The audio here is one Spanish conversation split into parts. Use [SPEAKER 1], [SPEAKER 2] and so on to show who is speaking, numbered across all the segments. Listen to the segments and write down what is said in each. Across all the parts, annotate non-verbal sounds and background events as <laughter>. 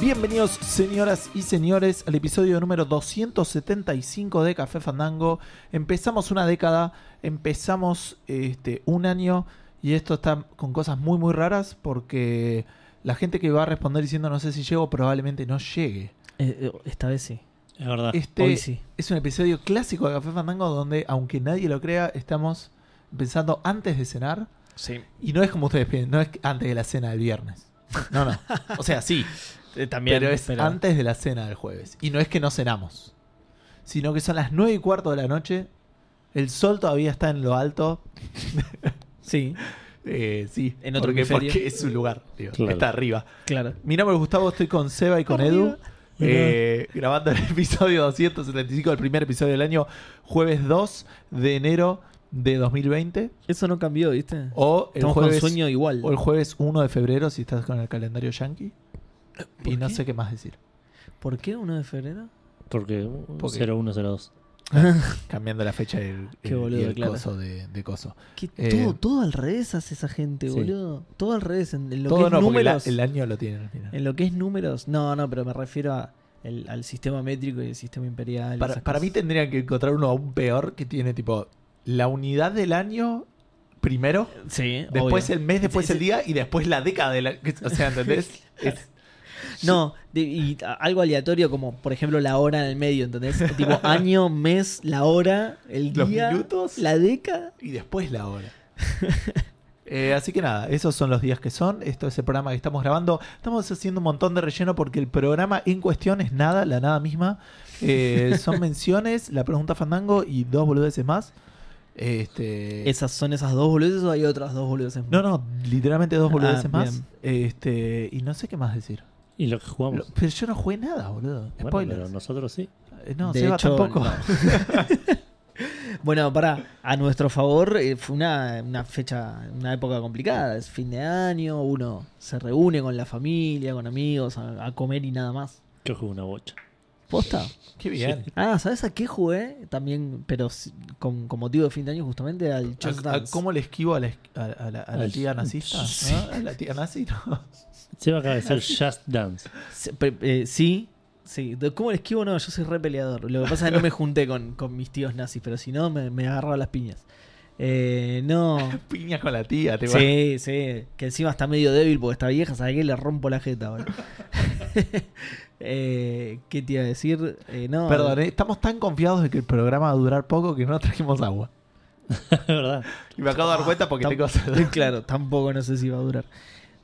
[SPEAKER 1] Bienvenidos, señoras y señores, al episodio número 275 de Café Fandango. Empezamos una década, empezamos este, un año y esto está con cosas muy, muy raras porque la gente que va a responder diciendo no sé si llego probablemente no llegue.
[SPEAKER 2] Eh, eh, esta vez sí.
[SPEAKER 3] Es verdad.
[SPEAKER 1] Este
[SPEAKER 2] Ah, Hoy sí.
[SPEAKER 1] es un episodio clásico de Café Fandango donde, aunque nadie lo crea, estamos pensando antes de cenar.
[SPEAKER 3] Sí.
[SPEAKER 1] Y no es como ustedes piensan, no es antes de la cena del viernes. No, no. O sea, sí,
[SPEAKER 3] Eh, también.
[SPEAKER 1] pero es antes de la cena del jueves. Y no es que no cenamos, sino que son las 9 y cuarto de la noche. El sol todavía está en lo alto.
[SPEAKER 2] Sí,
[SPEAKER 1] Eh, sí,
[SPEAKER 2] En otro
[SPEAKER 1] porque,
[SPEAKER 2] hemisferio.
[SPEAKER 1] porque es su lugar. digo,
[SPEAKER 3] Claro.
[SPEAKER 1] Está arriba.
[SPEAKER 2] claro.
[SPEAKER 1] Mi nombre es Gustavo, estoy con Seba y con Edu. eh, grabando el <laughs> episodio 275, el primer episodio del año, jueves 2 de enero de 2020.
[SPEAKER 2] Eso no cambió, ¿viste?
[SPEAKER 1] O el
[SPEAKER 2] Estamos
[SPEAKER 1] jueves
[SPEAKER 2] con sueño igual.
[SPEAKER 1] O el jueves 1 de febrero si estás con el calendario yankee. Y no
[SPEAKER 2] qué?
[SPEAKER 1] sé qué más decir.
[SPEAKER 2] ¿Por qué 1
[SPEAKER 1] <laughs>
[SPEAKER 2] de febrero?
[SPEAKER 3] Porque
[SPEAKER 1] Porque-
[SPEAKER 3] 0102.
[SPEAKER 1] Cambiando la fecha del
[SPEAKER 2] Qué
[SPEAKER 1] el-
[SPEAKER 2] boludo,
[SPEAKER 1] y el
[SPEAKER 2] claro.
[SPEAKER 1] coso de, de coso.
[SPEAKER 2] Que
[SPEAKER 1] Eh,
[SPEAKER 2] todo, todo al revés hace esa gente,
[SPEAKER 3] sí.
[SPEAKER 2] boludo. Todo al revés. En, en lo que
[SPEAKER 1] Todo
[SPEAKER 2] es
[SPEAKER 1] no, porque la-
[SPEAKER 2] números.
[SPEAKER 1] el año lo tienen al final.
[SPEAKER 2] En lo que es números. No, no, pero me refiero a el- al sistema métrico y el sistema imperial. y
[SPEAKER 1] Para,
[SPEAKER 2] esas
[SPEAKER 1] para mí
[SPEAKER 2] cosas.
[SPEAKER 1] tendrían que encontrar uno aún peor que tiene tipo la unidad del año primero,
[SPEAKER 2] Sí,
[SPEAKER 1] después
[SPEAKER 2] obvio.
[SPEAKER 1] el mes, después
[SPEAKER 2] Sí,
[SPEAKER 1] el
[SPEAKER 2] sí.
[SPEAKER 1] día y después la década del año. <laughs> O sea,
[SPEAKER 2] <laughs>
[SPEAKER 1] ¿entendés? Es-
[SPEAKER 2] No, de- y a- algo aleatorio como, por ejemplo, la hora en el
[SPEAKER 1] <laughs>
[SPEAKER 2] medio, ¿entendés? tipo año, mes, la hora, el
[SPEAKER 1] Los
[SPEAKER 2] día,
[SPEAKER 1] minutos.
[SPEAKER 2] la década.
[SPEAKER 1] y después la hora. <laughs> Eh, así que nada, esos son los días que son. Esto es el programa que estamos grabando. Estamos haciendo un montón de relleno porque el programa en cuestión es nada, la nada misma. Eh, son menciones, la pregunta fandango y dos boludeces más. Este,
[SPEAKER 2] ¿Esas son esas dos boludeces o hay otras dos boludeces? más?
[SPEAKER 1] No, no, literalmente dos boludeces
[SPEAKER 2] Ah,
[SPEAKER 1] más. Este, y no sé qué más decir.
[SPEAKER 3] Y lo que jugamos.
[SPEAKER 1] Lo- pero yo no jugué nada, boludo.
[SPEAKER 3] Bueno, pero
[SPEAKER 1] Spoilers.
[SPEAKER 3] nosotros sí.
[SPEAKER 1] Eh, no,
[SPEAKER 2] De
[SPEAKER 1] Seba
[SPEAKER 2] hecho,
[SPEAKER 1] tampoco.
[SPEAKER 2] no. Bueno, para, a nuestro favor, eh, fue una, una fecha, una época complicada. Es fin de año, uno se reúne con la familia, con amigos, a, a comer y nada más.
[SPEAKER 3] Yo jugué una bocha.
[SPEAKER 2] ¿Posta?
[SPEAKER 1] <laughs> qué bien.
[SPEAKER 2] Ah, ¿sabes a qué jugué? También, pero si- con, con motivo de fin de año, justamente al Just
[SPEAKER 1] ¿A- a
[SPEAKER 2] Dance.
[SPEAKER 1] ¿Cómo le esquivo a la, es- a- a la- a la
[SPEAKER 3] Al-
[SPEAKER 1] tía nazista?
[SPEAKER 3] Sí.
[SPEAKER 1] ¿Ah? ¿A la tía nazi? <laughs> No.
[SPEAKER 3] Se va a acabar
[SPEAKER 2] <laughs>
[SPEAKER 3] de hacer Just Dance. <laughs>
[SPEAKER 2] Se- pe- eh, sí, sí. De- ¿Cómo le esquivo? No, yo soy re peleador. Lo que pasa es que no me junté con, con mis tíos nazis, pero si no, me, me agarraba las piñas. Eh, no.
[SPEAKER 1] Piñas con la tía, te va.
[SPEAKER 2] Sí, sí, que encima está medio débil porque está vieja, ¿sabes qué? Le rompo la jeta, boludo. <laughs> Eh, ¿Qué te iba a decir? Eh, no,
[SPEAKER 1] Perdón, eh, estamos tan confiados de que el programa va a durar poco que no trajimos agua.
[SPEAKER 3] Es verdad.
[SPEAKER 1] Y me acabo de dar cuenta porque
[SPEAKER 2] tam-
[SPEAKER 1] tengo
[SPEAKER 2] <laughs> eh, claro, tampoco no sé si va a durar.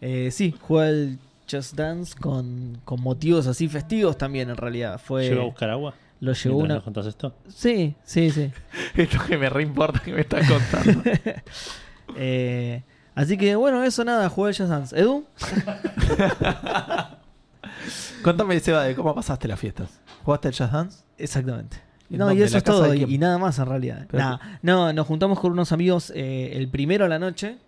[SPEAKER 2] Eh, sí, jugué al Just Dance con, con motivos así festivos también, en realidad. Fue,
[SPEAKER 3] ¿Lleva a buscar agua?
[SPEAKER 2] Pues lo llevó
[SPEAKER 3] mientras
[SPEAKER 2] una...
[SPEAKER 3] nos contás esto?
[SPEAKER 2] Sí, sí, sí.
[SPEAKER 1] <laughs> Esto que me reimporta que me estás
[SPEAKER 2] <laughs>
[SPEAKER 1] contando.
[SPEAKER 2] Eh, así que, bueno, eso nada, jugué al Just Dance. ¿Edu?
[SPEAKER 1] Contame, Seba, de cómo pasaste las fiestas. ¿Jugaste al Jazz Dance?
[SPEAKER 2] Exactamente.
[SPEAKER 1] ¿En
[SPEAKER 2] No, y
[SPEAKER 1] dónde? ¿En
[SPEAKER 2] eso
[SPEAKER 1] la
[SPEAKER 2] es
[SPEAKER 1] casa
[SPEAKER 2] todo,
[SPEAKER 1] de
[SPEAKER 2] y,
[SPEAKER 1] quién?
[SPEAKER 2] y nada más en realidad.
[SPEAKER 1] Pero-
[SPEAKER 2] Nah, no, nos juntamos con unos amigos eh, el primero a la noche,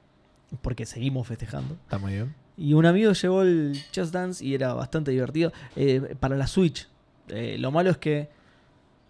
[SPEAKER 2] porque seguimos festejando.
[SPEAKER 1] Está muy bien.
[SPEAKER 2] Y un amigo llevó el Just Dance y era bastante divertido eh, para la Switch. Eh, lo malo es que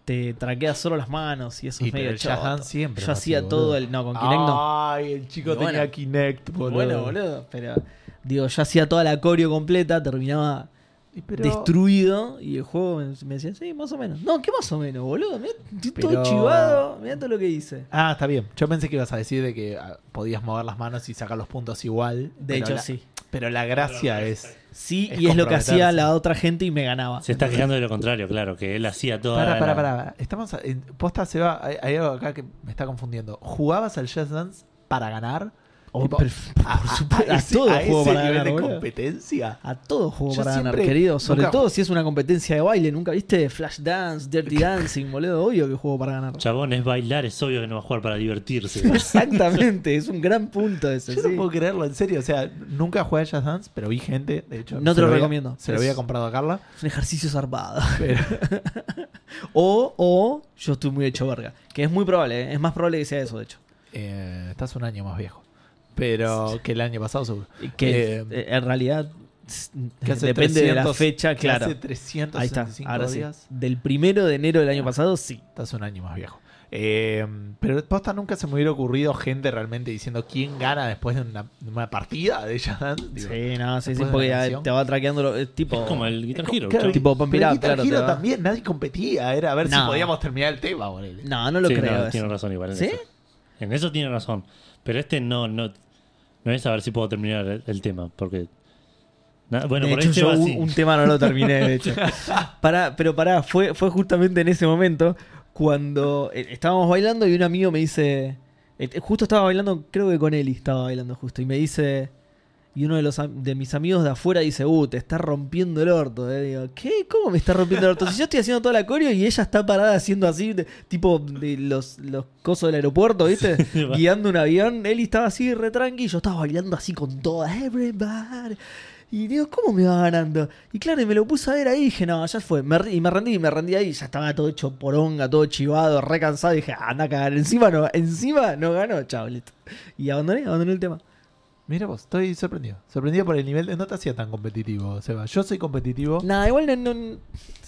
[SPEAKER 2] te traqueas solo las manos y eso
[SPEAKER 1] Y
[SPEAKER 2] es medio
[SPEAKER 1] pero el Just
[SPEAKER 2] choto.
[SPEAKER 1] Dance siempre
[SPEAKER 2] Yo
[SPEAKER 1] fue así,
[SPEAKER 2] hacía
[SPEAKER 1] boludo.
[SPEAKER 2] todo el. No, con Kinect no.
[SPEAKER 1] Ay, el chico
[SPEAKER 2] Y bueno.
[SPEAKER 1] tenía Kinect, boludo.
[SPEAKER 2] Bueno, boludo, pero. Digo, yo hacía toda la coreo completa, terminaba
[SPEAKER 1] Y pero-
[SPEAKER 2] destruido y el juego me, me decía, sí, más o menos. No, ¿qué más o menos, boludo? Mirá, estoy
[SPEAKER 1] Pero-
[SPEAKER 2] todo chivado, mirá todo lo que hice.
[SPEAKER 1] Ah, está bien. Yo pensé que ibas a decir de que ah, podías mover las manos y sacar los puntos igual.
[SPEAKER 2] De
[SPEAKER 1] pero
[SPEAKER 2] hecho,
[SPEAKER 1] la-
[SPEAKER 2] sí.
[SPEAKER 1] Pero la gracia es.
[SPEAKER 2] Sí,
[SPEAKER 1] Es
[SPEAKER 2] y es lo que hacía
[SPEAKER 1] comprometerse.
[SPEAKER 2] la otra gente y me ganaba.
[SPEAKER 3] Se está quejando de lo contrario, claro, que él hacía toda.
[SPEAKER 1] Pará, pará,
[SPEAKER 3] la-
[SPEAKER 1] pará. Estamos. a- en- posta se va. Hay, hay algo acá que me está confundiendo. ¿Jugabas al Jazz Dance para ganar?
[SPEAKER 2] Oh,
[SPEAKER 1] Tipo,
[SPEAKER 2] pero-
[SPEAKER 1] a- a-
[SPEAKER 2] por supuesto,
[SPEAKER 1] a
[SPEAKER 2] a
[SPEAKER 1] ese-
[SPEAKER 2] todo
[SPEAKER 1] a
[SPEAKER 2] juego
[SPEAKER 1] ese
[SPEAKER 2] para
[SPEAKER 1] nivel
[SPEAKER 2] ganar,
[SPEAKER 1] de
[SPEAKER 2] boludo.
[SPEAKER 1] competencia.
[SPEAKER 2] A todo juego
[SPEAKER 1] Yo
[SPEAKER 2] para ganar,
[SPEAKER 1] siempre-
[SPEAKER 2] querido. Sobre
[SPEAKER 1] nunca-
[SPEAKER 2] todo si es una competencia de baile. Nunca viste Flash Dance, <laughs> Dirty Dancing, boludo. Obvio que juego para ganar. <laughs>
[SPEAKER 3] Chabón, es bailar, es obvio que no va a jugar para divertirse.
[SPEAKER 2] Exactamente, es un gran punto ese.
[SPEAKER 1] Yo
[SPEAKER 2] sí.
[SPEAKER 1] no puedo creerlo, en serio. O sea, nunca jugué a Jazz Dance, pero vi gente. De hecho,
[SPEAKER 2] No te
[SPEAKER 1] se
[SPEAKER 2] lo
[SPEAKER 1] había-
[SPEAKER 2] recomiendo.
[SPEAKER 1] Se lo
[SPEAKER 2] Es-
[SPEAKER 1] había comprado a Carla.
[SPEAKER 2] Es un ejercicio zarpado.
[SPEAKER 1] Pero,
[SPEAKER 2] O, o yo estoy muy hecho verga. Que es muy probable, ¿eh? es más probable que sea eso, de hecho.
[SPEAKER 1] <laughs> eh, estás un año más viejo. Pero que el año pasado, seguro.
[SPEAKER 2] Y Que
[SPEAKER 1] Eh,
[SPEAKER 2] eh, en realidad s-
[SPEAKER 1] Que hace
[SPEAKER 2] Eh, depende de la
[SPEAKER 1] 300,
[SPEAKER 2] fecha,
[SPEAKER 1] que
[SPEAKER 2] claro.
[SPEAKER 1] Hace
[SPEAKER 2] Ahí está,
[SPEAKER 1] 365
[SPEAKER 2] ahora sí.
[SPEAKER 1] días. Ah.
[SPEAKER 2] Del primero de enero del año pasado, sí.
[SPEAKER 1] Estás un año más viejo. Eh, pero posta nunca se me hubiera ocurrido gente realmente diciendo quién gana después de una, de una partida de Just Dance. <laughs> Digo,
[SPEAKER 2] Sí, no, sí, sí,
[SPEAKER 1] después de la
[SPEAKER 2] porque ya
[SPEAKER 1] canción.
[SPEAKER 2] te va traqueando. lo- es tipo.
[SPEAKER 3] Es como el Guitar Hero.
[SPEAKER 1] Claro,
[SPEAKER 3] chabón.
[SPEAKER 2] Tipo Pump It
[SPEAKER 1] pero
[SPEAKER 2] Up,
[SPEAKER 1] Guitar
[SPEAKER 2] claro, te
[SPEAKER 1] Hero
[SPEAKER 2] va.
[SPEAKER 1] también, nadie competía, era a ver si
[SPEAKER 2] No.
[SPEAKER 1] podíamos terminar el tema, ponele.
[SPEAKER 2] No, no lo
[SPEAKER 3] Sí,
[SPEAKER 2] creo.
[SPEAKER 3] no,
[SPEAKER 2] eso.
[SPEAKER 3] tiene razón igual. En
[SPEAKER 2] ¿Sí?
[SPEAKER 3] Eso. En eso tiene razón. Pero este no, no, no es a ver si puedo terminar el, el tema. Porque. Na- bueno,
[SPEAKER 2] de
[SPEAKER 3] por
[SPEAKER 2] hecho,
[SPEAKER 3] ahí se
[SPEAKER 2] yo
[SPEAKER 3] va
[SPEAKER 2] un,
[SPEAKER 3] así.
[SPEAKER 2] un tema no lo terminé, de
[SPEAKER 3] <laughs>
[SPEAKER 2] hecho. Pará, pero pará, fue, fue justamente en ese momento cuando eh, estábamos bailando y un amigo me dice. eh, Justo estaba bailando, creo que con Eli estaba bailando justo, y me dice. Y uno de, los, am- de mis amigos de afuera dice, uh, te está rompiendo el orto. eh". Digo, ¿qué? ¿Cómo me está rompiendo el orto? Si yo estoy haciendo toda la coreo y ella está parada haciendo así, de- tipo de los, los cosos del aeropuerto, ¿viste?
[SPEAKER 3] va.
[SPEAKER 2] Guiando un avión. Eli estaba así, re tranqui, y yo estaba bailando así con toda. Everybody. Y digo, ¿cómo me va ganando? Y claro, y me lo puse a ver ahí y dije, no, ya fue. Me, ri- y me rendí, y me rendí ahí. Ya estaba todo hecho poronga, todo chivado, re cansado. Y dije, "Ah, anda a cagar. Encima no, encima no ganó, chao, listo. Y abandoné, abandoné el tema.
[SPEAKER 1] Mira vos, estoy sorprendido. Sorprendido por el nivel de. No te hacía tan competitivo, Seba. Yo soy competitivo.
[SPEAKER 2] Nada, igual no. no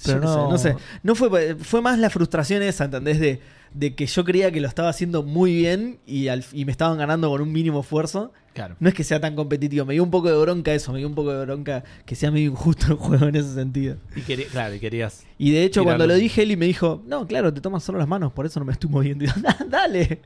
[SPEAKER 1] Pero
[SPEAKER 2] yo no,
[SPEAKER 1] no-
[SPEAKER 2] sé, no sé. No fue, fue más la frustración esa, ¿entendés? De, de que yo creía que lo estaba haciendo muy bien y, al- y me estaban ganando con un mínimo esfuerzo.
[SPEAKER 1] Claro.
[SPEAKER 2] No es que sea tan competitivo. Me dio un poco de bronca eso. Me dio un poco de bronca que sea medio injusto el juego en ese sentido.
[SPEAKER 1] Y quería- claro, y querías.
[SPEAKER 2] Y de hecho,
[SPEAKER 1] Tirarlo.
[SPEAKER 2] cuando lo dije, Eli me dijo: No, claro, te tomas solo las manos, por eso no me estoy moviendo. <laughs> Y yo, "Ah, dale,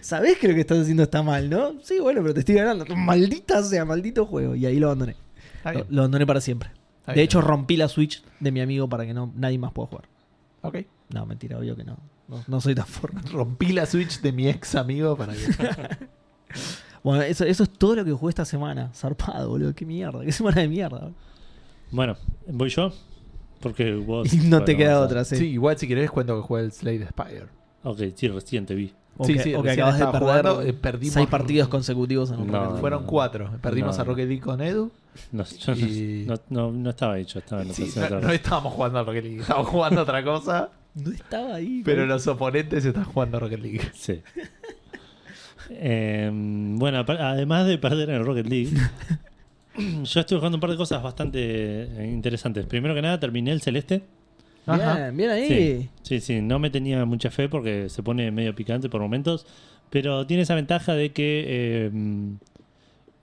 [SPEAKER 2] sabés que lo que estás haciendo está mal, ¿no? Sí, bueno, pero te estoy ganando. Maldita sea, maldito juego. Y ahí lo abandoné.
[SPEAKER 1] Está
[SPEAKER 2] Lo,
[SPEAKER 1] bien.
[SPEAKER 2] lo abandoné para siempre.
[SPEAKER 1] Está
[SPEAKER 2] de
[SPEAKER 1] bien.
[SPEAKER 2] hecho, rompí la Switch de mi amigo para que no, nadie más pueda jugar.
[SPEAKER 1] Ok.
[SPEAKER 2] No, mentira, obvio que no. No, no soy tan forro.
[SPEAKER 1] Rompí la Switch de mi ex amigo para que.
[SPEAKER 2] Bueno, eso, eso es todo lo que jugué esta semana. Zarpado, boludo. Qué mierda. Qué semana de mierda. boludo.
[SPEAKER 3] Bueno, voy yo. Porque vos.
[SPEAKER 2] <laughs> Y no te
[SPEAKER 3] Oh, bueno,
[SPEAKER 2] queda
[SPEAKER 3] vas a-
[SPEAKER 2] otra, <laughs> sí.
[SPEAKER 1] sí. igual si querés cuento que jugué el Slade Spire.
[SPEAKER 3] Ok, sí, recién te vi.
[SPEAKER 2] O
[SPEAKER 1] sí,
[SPEAKER 2] que-
[SPEAKER 1] sí,
[SPEAKER 2] o que
[SPEAKER 1] recién
[SPEAKER 2] acabas de
[SPEAKER 1] estaba
[SPEAKER 2] perder
[SPEAKER 1] jugando, eh, perdimos-
[SPEAKER 2] seis partidos consecutivos en un
[SPEAKER 3] No,
[SPEAKER 2] momento.
[SPEAKER 1] Fueron cuatro. Perdimos
[SPEAKER 3] No.
[SPEAKER 1] a Rocket League con Edu.
[SPEAKER 3] No, <laughs> yo no-
[SPEAKER 1] Y-
[SPEAKER 3] no, no- no estaba hecho. Estaba en
[SPEAKER 1] Sí,
[SPEAKER 3] otra-
[SPEAKER 1] no,
[SPEAKER 3] otra-
[SPEAKER 1] no estábamos jugando a Rocket League, estábamos jugando a otra cosa.
[SPEAKER 2] No estaba ahí.
[SPEAKER 1] Pero
[SPEAKER 2] boludo.
[SPEAKER 1] los oponentes están jugando a Rocket League.
[SPEAKER 3] Sí. Em, bueno, apa- además de perder en el
[SPEAKER 2] <laughs>
[SPEAKER 3] Rocket League, yo estuve jugando un par de cosas bastante eh, interesantes. Primero que nada, terminé el Celeste.
[SPEAKER 1] Ajá.
[SPEAKER 2] Bien, bien ahí.
[SPEAKER 3] Sí, sí, sí, no me tenía mucha fe porque se pone medio picante por momentos, pero tiene esa ventaja de que eh, mm,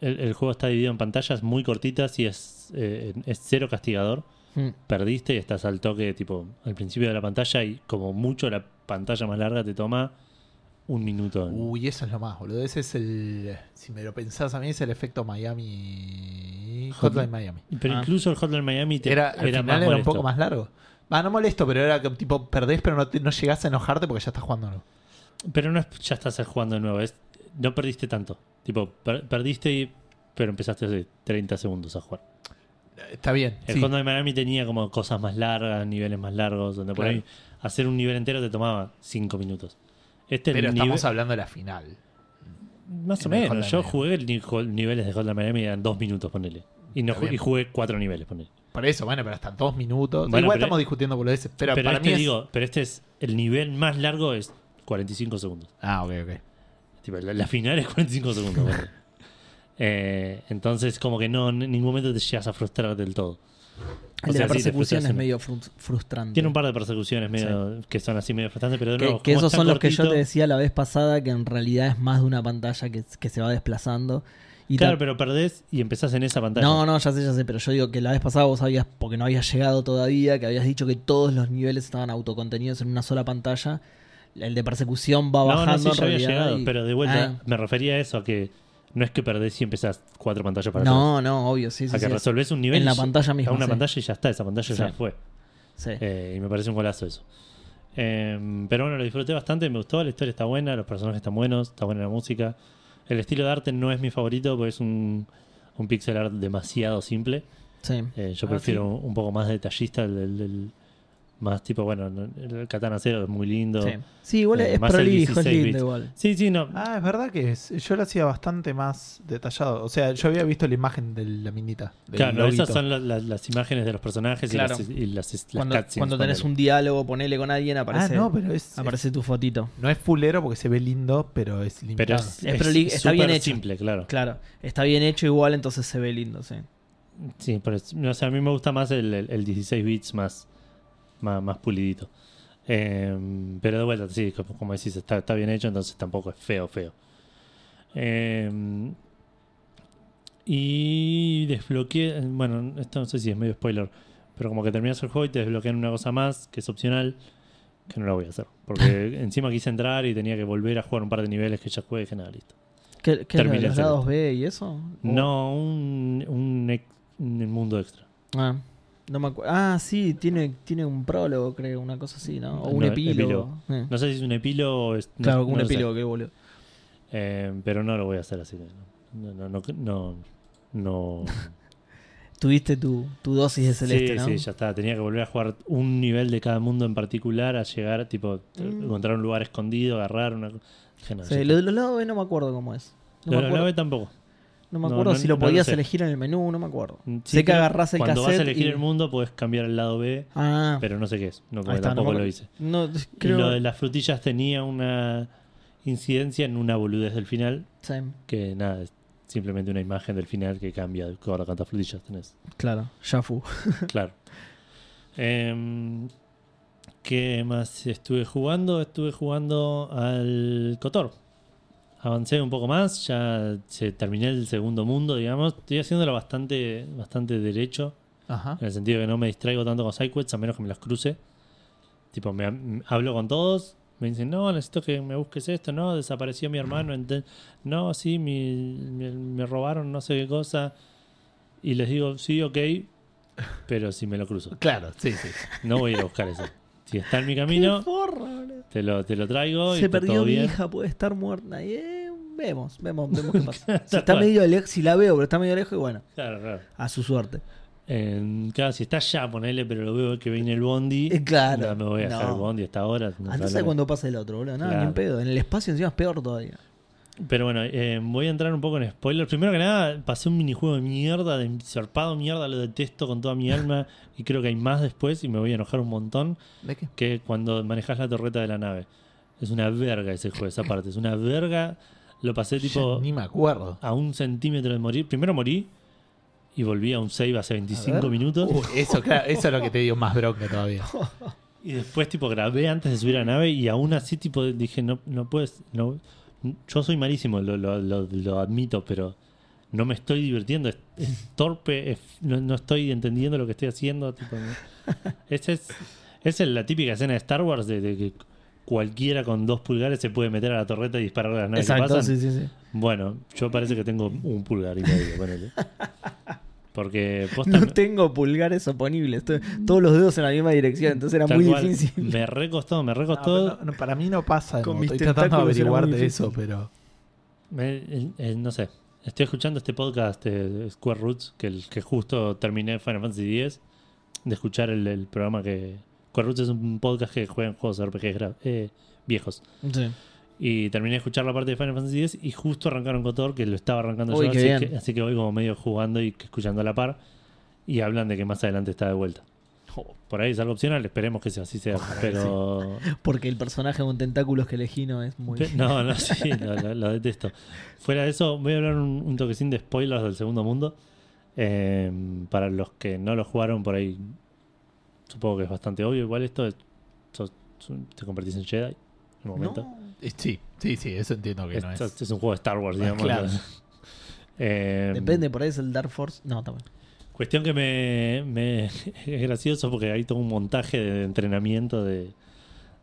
[SPEAKER 3] el, el juego está dividido en pantallas muy cortitas y es, eh, es cero castigador.
[SPEAKER 2] Mm.
[SPEAKER 3] Perdiste y estás al toque, tipo, al principio de la pantalla y como mucho la pantalla más larga te toma un minuto.
[SPEAKER 1] Uy, eso es lo más, boludo. Ese es el. Si me lo pensás a mí, es el efecto Miami. Hotline Miami.
[SPEAKER 3] Pero
[SPEAKER 2] Ah.
[SPEAKER 3] incluso el Hotline Miami te,
[SPEAKER 1] Era, al final era un
[SPEAKER 3] molesto.
[SPEAKER 1] poco más largo. Va, no molesto, pero era que tipo perdés, pero no, te- no llegás a enojarte porque ya estás jugando. ¿no?
[SPEAKER 3] Pero no es, ya estás jugando de nuevo. Es, no perdiste tanto. Tipo, per- perdiste y- pero empezaste hace 30 segundos a jugar.
[SPEAKER 1] Está bien.
[SPEAKER 3] El
[SPEAKER 1] sí.
[SPEAKER 3] Hotline Miami tenía como cosas más largas, niveles más largos, donde por
[SPEAKER 1] Claro.
[SPEAKER 3] ahí hacer un nivel entero te tomaba 5 minutos. Este
[SPEAKER 1] Pero
[SPEAKER 3] el
[SPEAKER 1] estamos
[SPEAKER 3] nivel-
[SPEAKER 1] hablando de la final.
[SPEAKER 3] Más o
[SPEAKER 1] en el
[SPEAKER 3] menos.
[SPEAKER 1] Hotline
[SPEAKER 3] Yo
[SPEAKER 1] Miami.
[SPEAKER 3] jugué el ni- jo- niveles de Hotline Miami eran 2 minutos, ponele. Y, no
[SPEAKER 1] Está
[SPEAKER 3] ju-
[SPEAKER 1] bien.
[SPEAKER 3] y jugué 4 niveles, ponele.
[SPEAKER 1] Por eso, bueno, pero hasta dos minutos.
[SPEAKER 3] Bueno,
[SPEAKER 1] Igual
[SPEAKER 3] pero-
[SPEAKER 1] estamos discutiendo por lo ese. Pero,
[SPEAKER 3] Pero,
[SPEAKER 1] para
[SPEAKER 3] este
[SPEAKER 1] mí es-
[SPEAKER 3] digo, pero este es. El nivel más largo es 45 segundos.
[SPEAKER 1] Ah, ok, ok.
[SPEAKER 3] Tipo, la, la final es 45
[SPEAKER 1] <laughs>
[SPEAKER 3] segundos. ponele. Eh, entonces, como que no, en ningún momento te llegas a frustrar del todo.
[SPEAKER 2] El
[SPEAKER 3] O
[SPEAKER 2] de
[SPEAKER 3] sea,
[SPEAKER 2] la
[SPEAKER 3] sí, te
[SPEAKER 2] persecución
[SPEAKER 3] frustras
[SPEAKER 2] es
[SPEAKER 3] en-
[SPEAKER 2] medio frus- frustrante.
[SPEAKER 3] Tiene un par de persecuciones medio, que son así medio frustrantes, pero de
[SPEAKER 2] que,
[SPEAKER 3] nuevo,
[SPEAKER 2] que
[SPEAKER 3] como
[SPEAKER 2] esos
[SPEAKER 3] es tan
[SPEAKER 2] son los que yo
[SPEAKER 3] cortito-
[SPEAKER 2] te decía la vez pasada, que en realidad es más de una pantalla que, que se va desplazando. Y
[SPEAKER 3] Claro,
[SPEAKER 2] ta-
[SPEAKER 3] pero perdés y empezás en esa pantalla.
[SPEAKER 2] No, no, ya sé, ya sé, pero yo digo que la vez pasada vos sabías, porque no habías llegado todavía, que habías dicho que todos los niveles estaban autocontenidos en una sola pantalla. El de persecución va
[SPEAKER 3] No,
[SPEAKER 2] bajando
[SPEAKER 3] no,
[SPEAKER 2] en
[SPEAKER 3] sí, yo había
[SPEAKER 2] realidad
[SPEAKER 3] llegado,
[SPEAKER 2] y-
[SPEAKER 3] pero de vuelta
[SPEAKER 2] Ah.
[SPEAKER 3] me refería a eso, a que no es que perdés y empezás cuatro pantallas para atrás.
[SPEAKER 2] No, no, obvio, sí, sí.
[SPEAKER 3] a que
[SPEAKER 2] sí.
[SPEAKER 3] resolvés un nivel
[SPEAKER 2] En la
[SPEAKER 3] y-
[SPEAKER 2] pantalla misma,
[SPEAKER 3] a una
[SPEAKER 2] sí.
[SPEAKER 3] pantalla y ya está, esa pantalla ya
[SPEAKER 2] Sí.
[SPEAKER 3] fue.
[SPEAKER 2] Sí.
[SPEAKER 3] Eh, y me parece un golazo eso. Eh, pero bueno, lo disfruté bastante, me gustó, la historia está buena, los personajes están buenos, está buena la música. El estilo de arte no es mi favorito, porque es un, un pixel art demasiado simple.
[SPEAKER 2] sí.
[SPEAKER 3] Eh, yo
[SPEAKER 1] Ah,
[SPEAKER 3] prefiero un- un poco más detallista, el, el- el- más tipo, bueno, el Katana Zero es muy lindo.
[SPEAKER 2] Sí. Sí, igual
[SPEAKER 3] Eh,
[SPEAKER 2] es
[SPEAKER 3] más el
[SPEAKER 2] prolijo, es
[SPEAKER 3] 16
[SPEAKER 2] lindo
[SPEAKER 3] bits.
[SPEAKER 2] igual.
[SPEAKER 3] Sí, sí, no.
[SPEAKER 1] Ah, es verdad que es- yo lo hacía bastante más detallado. O sea, yo había visto la imagen de la minita. del
[SPEAKER 3] Claro,
[SPEAKER 1] lobito.
[SPEAKER 3] esas son la- la- las imágenes de los personajes y
[SPEAKER 2] Claro.
[SPEAKER 3] las, y las, las
[SPEAKER 2] Cuando,
[SPEAKER 3] cutscenes,
[SPEAKER 2] cuando tenés
[SPEAKER 3] ponele.
[SPEAKER 2] un diálogo, ponele con alguien,
[SPEAKER 1] Ah,
[SPEAKER 2] aparece,
[SPEAKER 1] no, pero es,
[SPEAKER 2] aparece tu fotito.
[SPEAKER 1] es- No es fulero porque se ve lindo, pero es
[SPEAKER 3] Pero
[SPEAKER 1] limitado.
[SPEAKER 3] es,
[SPEAKER 2] Es
[SPEAKER 3] es
[SPEAKER 2] proli- está bien
[SPEAKER 3] súper
[SPEAKER 2] hecho.
[SPEAKER 3] simple, claro.
[SPEAKER 2] Claro, está bien hecho igual, entonces se ve lindo, sí.
[SPEAKER 3] Sí, pero es- no, o sea, a mí me gusta más el, el- el 16 bits más, más, más pulidito. Eh, pero de vuelta, sí, como, como decís, está, está bien hecho, entonces tampoco es feo, feo. Eh, y desbloqueé, bueno, esto no sé si es medio spoiler, pero como que terminas el juego y te desbloquean una cosa más que es opcional, que no la voy a hacer. Porque encima quise entrar y tenía que volver a jugar un par de niveles que ya jugué y dije, nada, listo.
[SPEAKER 2] ¿Qué, qué
[SPEAKER 3] Terminé
[SPEAKER 2] los
[SPEAKER 3] el
[SPEAKER 2] lados B y eso? ¿O-
[SPEAKER 3] No, un, un, ex- un mundo extra.
[SPEAKER 2] Ah, no me acuerdo. Ah, sí, tiene, tiene un prólogo, creo, una cosa así, ¿no? O un
[SPEAKER 3] No,
[SPEAKER 2] epílogo. Eh.
[SPEAKER 3] No sé si es un epílogo o es- no-
[SPEAKER 2] Claro, un
[SPEAKER 3] no lo sé.
[SPEAKER 2] epílogo, qué boludo.
[SPEAKER 3] Eh, pero no lo voy a hacer así. que No, no, no. no, no.
[SPEAKER 2] Tuviste tu, tu dosis de <laughs> celeste,
[SPEAKER 3] sí,
[SPEAKER 2] ¿no?
[SPEAKER 3] sí, ya está. Tenía que volver a jugar un nivel de cada mundo en particular, a llegar, tipo, encontrar un lugar escondido, agarrar una. co- Dije, no, ya
[SPEAKER 2] Mm. Sí,
[SPEAKER 3] está.
[SPEAKER 2] lo de los lados B no me acuerdo cómo es. No me
[SPEAKER 3] Lo- lo
[SPEAKER 2] acuerdo,
[SPEAKER 3] grabé tampoco.
[SPEAKER 2] no me
[SPEAKER 3] no,
[SPEAKER 2] acuerdo
[SPEAKER 3] no,
[SPEAKER 2] si lo
[SPEAKER 3] no lo
[SPEAKER 2] podías
[SPEAKER 3] sé.
[SPEAKER 2] elegir en el menú, no me acuerdo.
[SPEAKER 3] Mm,
[SPEAKER 2] sé
[SPEAKER 3] Sí,
[SPEAKER 2] que
[SPEAKER 3] creo-
[SPEAKER 2] agarrás el
[SPEAKER 3] Cuando vas
[SPEAKER 2] cassette
[SPEAKER 3] a elegir
[SPEAKER 2] y-
[SPEAKER 3] el mundo, podés cambiar el lado B,
[SPEAKER 2] Ah,
[SPEAKER 3] pero no sé qué es. No,
[SPEAKER 2] ahí
[SPEAKER 3] porque
[SPEAKER 2] está, no me
[SPEAKER 3] tampoco lo
[SPEAKER 2] acuerdo.
[SPEAKER 3] hice.
[SPEAKER 2] No,
[SPEAKER 3] Y lo
[SPEAKER 2] creo...
[SPEAKER 3] de las frutillas tenía una incidencia en una boludez del final,
[SPEAKER 2] sí,
[SPEAKER 3] que nada, es simplemente una imagen del final que cambia de acuerdo a cuántas frutillas tenés.
[SPEAKER 2] claro, ya fu.
[SPEAKER 3] Claro. Em, ¿Qué más estuve jugando? Estuve jugando al Cotor. Avancé un poco más, ya se- terminé el segundo mundo, digamos. Estoy haciéndolo bastante, bastante derecho,
[SPEAKER 1] Ajá.
[SPEAKER 3] en el sentido que no me distraigo tanto con sidequests, a menos que me los cruce. Tipo, me, me- hablo con todos, me dicen, no, necesito que me busques esto, no, desapareció mi hermano,
[SPEAKER 2] Mm.
[SPEAKER 3] ente- no, sí, mi- me, me robaron no sé qué cosa. Y les digo, sí, ok, pero si me lo cruzo.
[SPEAKER 1] Claro, sí, sí.
[SPEAKER 3] No voy a ir a buscar eso. Si está
[SPEAKER 2] <laughs>
[SPEAKER 3] en mi camino, te lo, te lo traigo y
[SPEAKER 2] Se
[SPEAKER 3] está
[SPEAKER 2] perdió
[SPEAKER 3] todo
[SPEAKER 2] mi
[SPEAKER 3] bien.
[SPEAKER 2] hija, puede estar muerta. Y, eh, vemos, vemos,
[SPEAKER 3] <laughs>
[SPEAKER 2] vemos qué pasa. Si
[SPEAKER 3] Tal
[SPEAKER 2] está
[SPEAKER 3] cual.
[SPEAKER 2] medio lejos, si la veo, pero está medio lejos, y bueno,
[SPEAKER 3] Claro, claro.
[SPEAKER 2] a su suerte.
[SPEAKER 3] En- claro, si está allá, ponele, pero lo veo que viene el bondi.
[SPEAKER 2] Eh, claro.
[SPEAKER 3] No me voy a dejar
[SPEAKER 2] No.
[SPEAKER 3] el bondi hasta ahora. no
[SPEAKER 2] Antes
[SPEAKER 3] sé
[SPEAKER 2] de
[SPEAKER 3] lo
[SPEAKER 2] cuando pasa el otro, boludo. No, ni
[SPEAKER 3] Claro.
[SPEAKER 2] un pedo. En el espacio encima es peor todavía.
[SPEAKER 3] que- Pero bueno, eh, voy a entrar un poco en spoilers. Primero que nada, pasé un minijuego de mierda, de zarpado mierda, lo detesto con toda mi alma. y creo que hay más después y me voy a enojar un montón.
[SPEAKER 1] ¿De qué?
[SPEAKER 3] que cuando manejas la torreta de la nave. Es una verga ese juego, esa parte. Es una verga. Lo pasé tipo
[SPEAKER 1] Ya ni me acuerdo.
[SPEAKER 3] a un centímetro de morir. Primero morí y volví a un save hace 25
[SPEAKER 2] ver.
[SPEAKER 3] minutos.
[SPEAKER 1] Uy, eso, claro, eso es lo que te dio más bronca todavía.
[SPEAKER 3] <laughs> Y después tipo grabé antes de subir a la nave y aún así tipo dije, no, no puedes... No, yo soy malísimo, lo, lo- lo- lo admito, pero no me estoy divirtiendo. Es, es torpe, es- no, no estoy entendiendo lo que estoy haciendo. tipo,
[SPEAKER 2] <laughs>
[SPEAKER 3] no. Esa es, esa es la típica escena de Star Wars de, de que cualquiera con dos pulgares se puede meter a la torreta y disparar a las naves que pasan.
[SPEAKER 2] sí, sí, sí.
[SPEAKER 3] Bueno, yo parece que tengo un pulgar y
[SPEAKER 2] <laughs>
[SPEAKER 3] medio, ponele. Porque posta
[SPEAKER 2] No tengo pulgares oponibles. to- Todos los dedos en la misma dirección, entonces era
[SPEAKER 3] tal
[SPEAKER 2] muy
[SPEAKER 3] cual,
[SPEAKER 2] difícil.
[SPEAKER 3] me recostó, me
[SPEAKER 1] No,
[SPEAKER 3] recostó.
[SPEAKER 1] pero no, no, para mí no pasa. de
[SPEAKER 2] Con
[SPEAKER 1] moto.
[SPEAKER 2] mis
[SPEAKER 1] Estoy tratando de
[SPEAKER 2] tentáculos era muy
[SPEAKER 1] averiguar de
[SPEAKER 2] difícil.
[SPEAKER 1] eso, pero.
[SPEAKER 3] Me- el- el- Eh, no sé. Estoy escuchando este podcast de Square Roots, que, el, que justo terminé Final Fantasy X, de escuchar el, el programa que... Square Roots es un podcast que juega en juegos RPG gra- eh, viejos.
[SPEAKER 2] Sí.
[SPEAKER 3] Y terminé de escuchar la parte de Final Fantasy X y justo arrancaron Cotor, que lo estaba arrancando
[SPEAKER 2] Uy,
[SPEAKER 3] yo,
[SPEAKER 2] qué
[SPEAKER 3] así
[SPEAKER 2] bien.
[SPEAKER 3] que, así que voy como medio jugando y que escuchando a la par. Y hablan de que más adelante está de vuelta.
[SPEAKER 2] Oh.
[SPEAKER 3] Por ahí es algo opcional, esperemos que sea así sea. pero <laughs>
[SPEAKER 2] Porque el personaje con tentáculos que elegí no es muy.
[SPEAKER 3] Pe- <laughs>
[SPEAKER 2] <laughs>
[SPEAKER 3] No, no, sí, lo, lo- lo detesto. Fuera de eso, voy a hablar un, un toquecín de spoilers del segundo mundo. Eh, para los que no lo jugaron por ahí, supongo que es bastante obvio. Igual esto es- sos- sos- te convertís en Jedi en un momento.
[SPEAKER 1] eh, Sí, sí, sí, eso entiendo que no
[SPEAKER 3] Esto-
[SPEAKER 1] es.
[SPEAKER 3] es un juego de Star Wars,
[SPEAKER 1] Ah,
[SPEAKER 3] digamos.
[SPEAKER 1] claro.
[SPEAKER 3] Eh,
[SPEAKER 2] Depende, por ahí es el Dark Force. No, está bueno.
[SPEAKER 3] Cuestión que me, me- <laughs> es gracioso porque hay todo un montaje de entrenamiento de,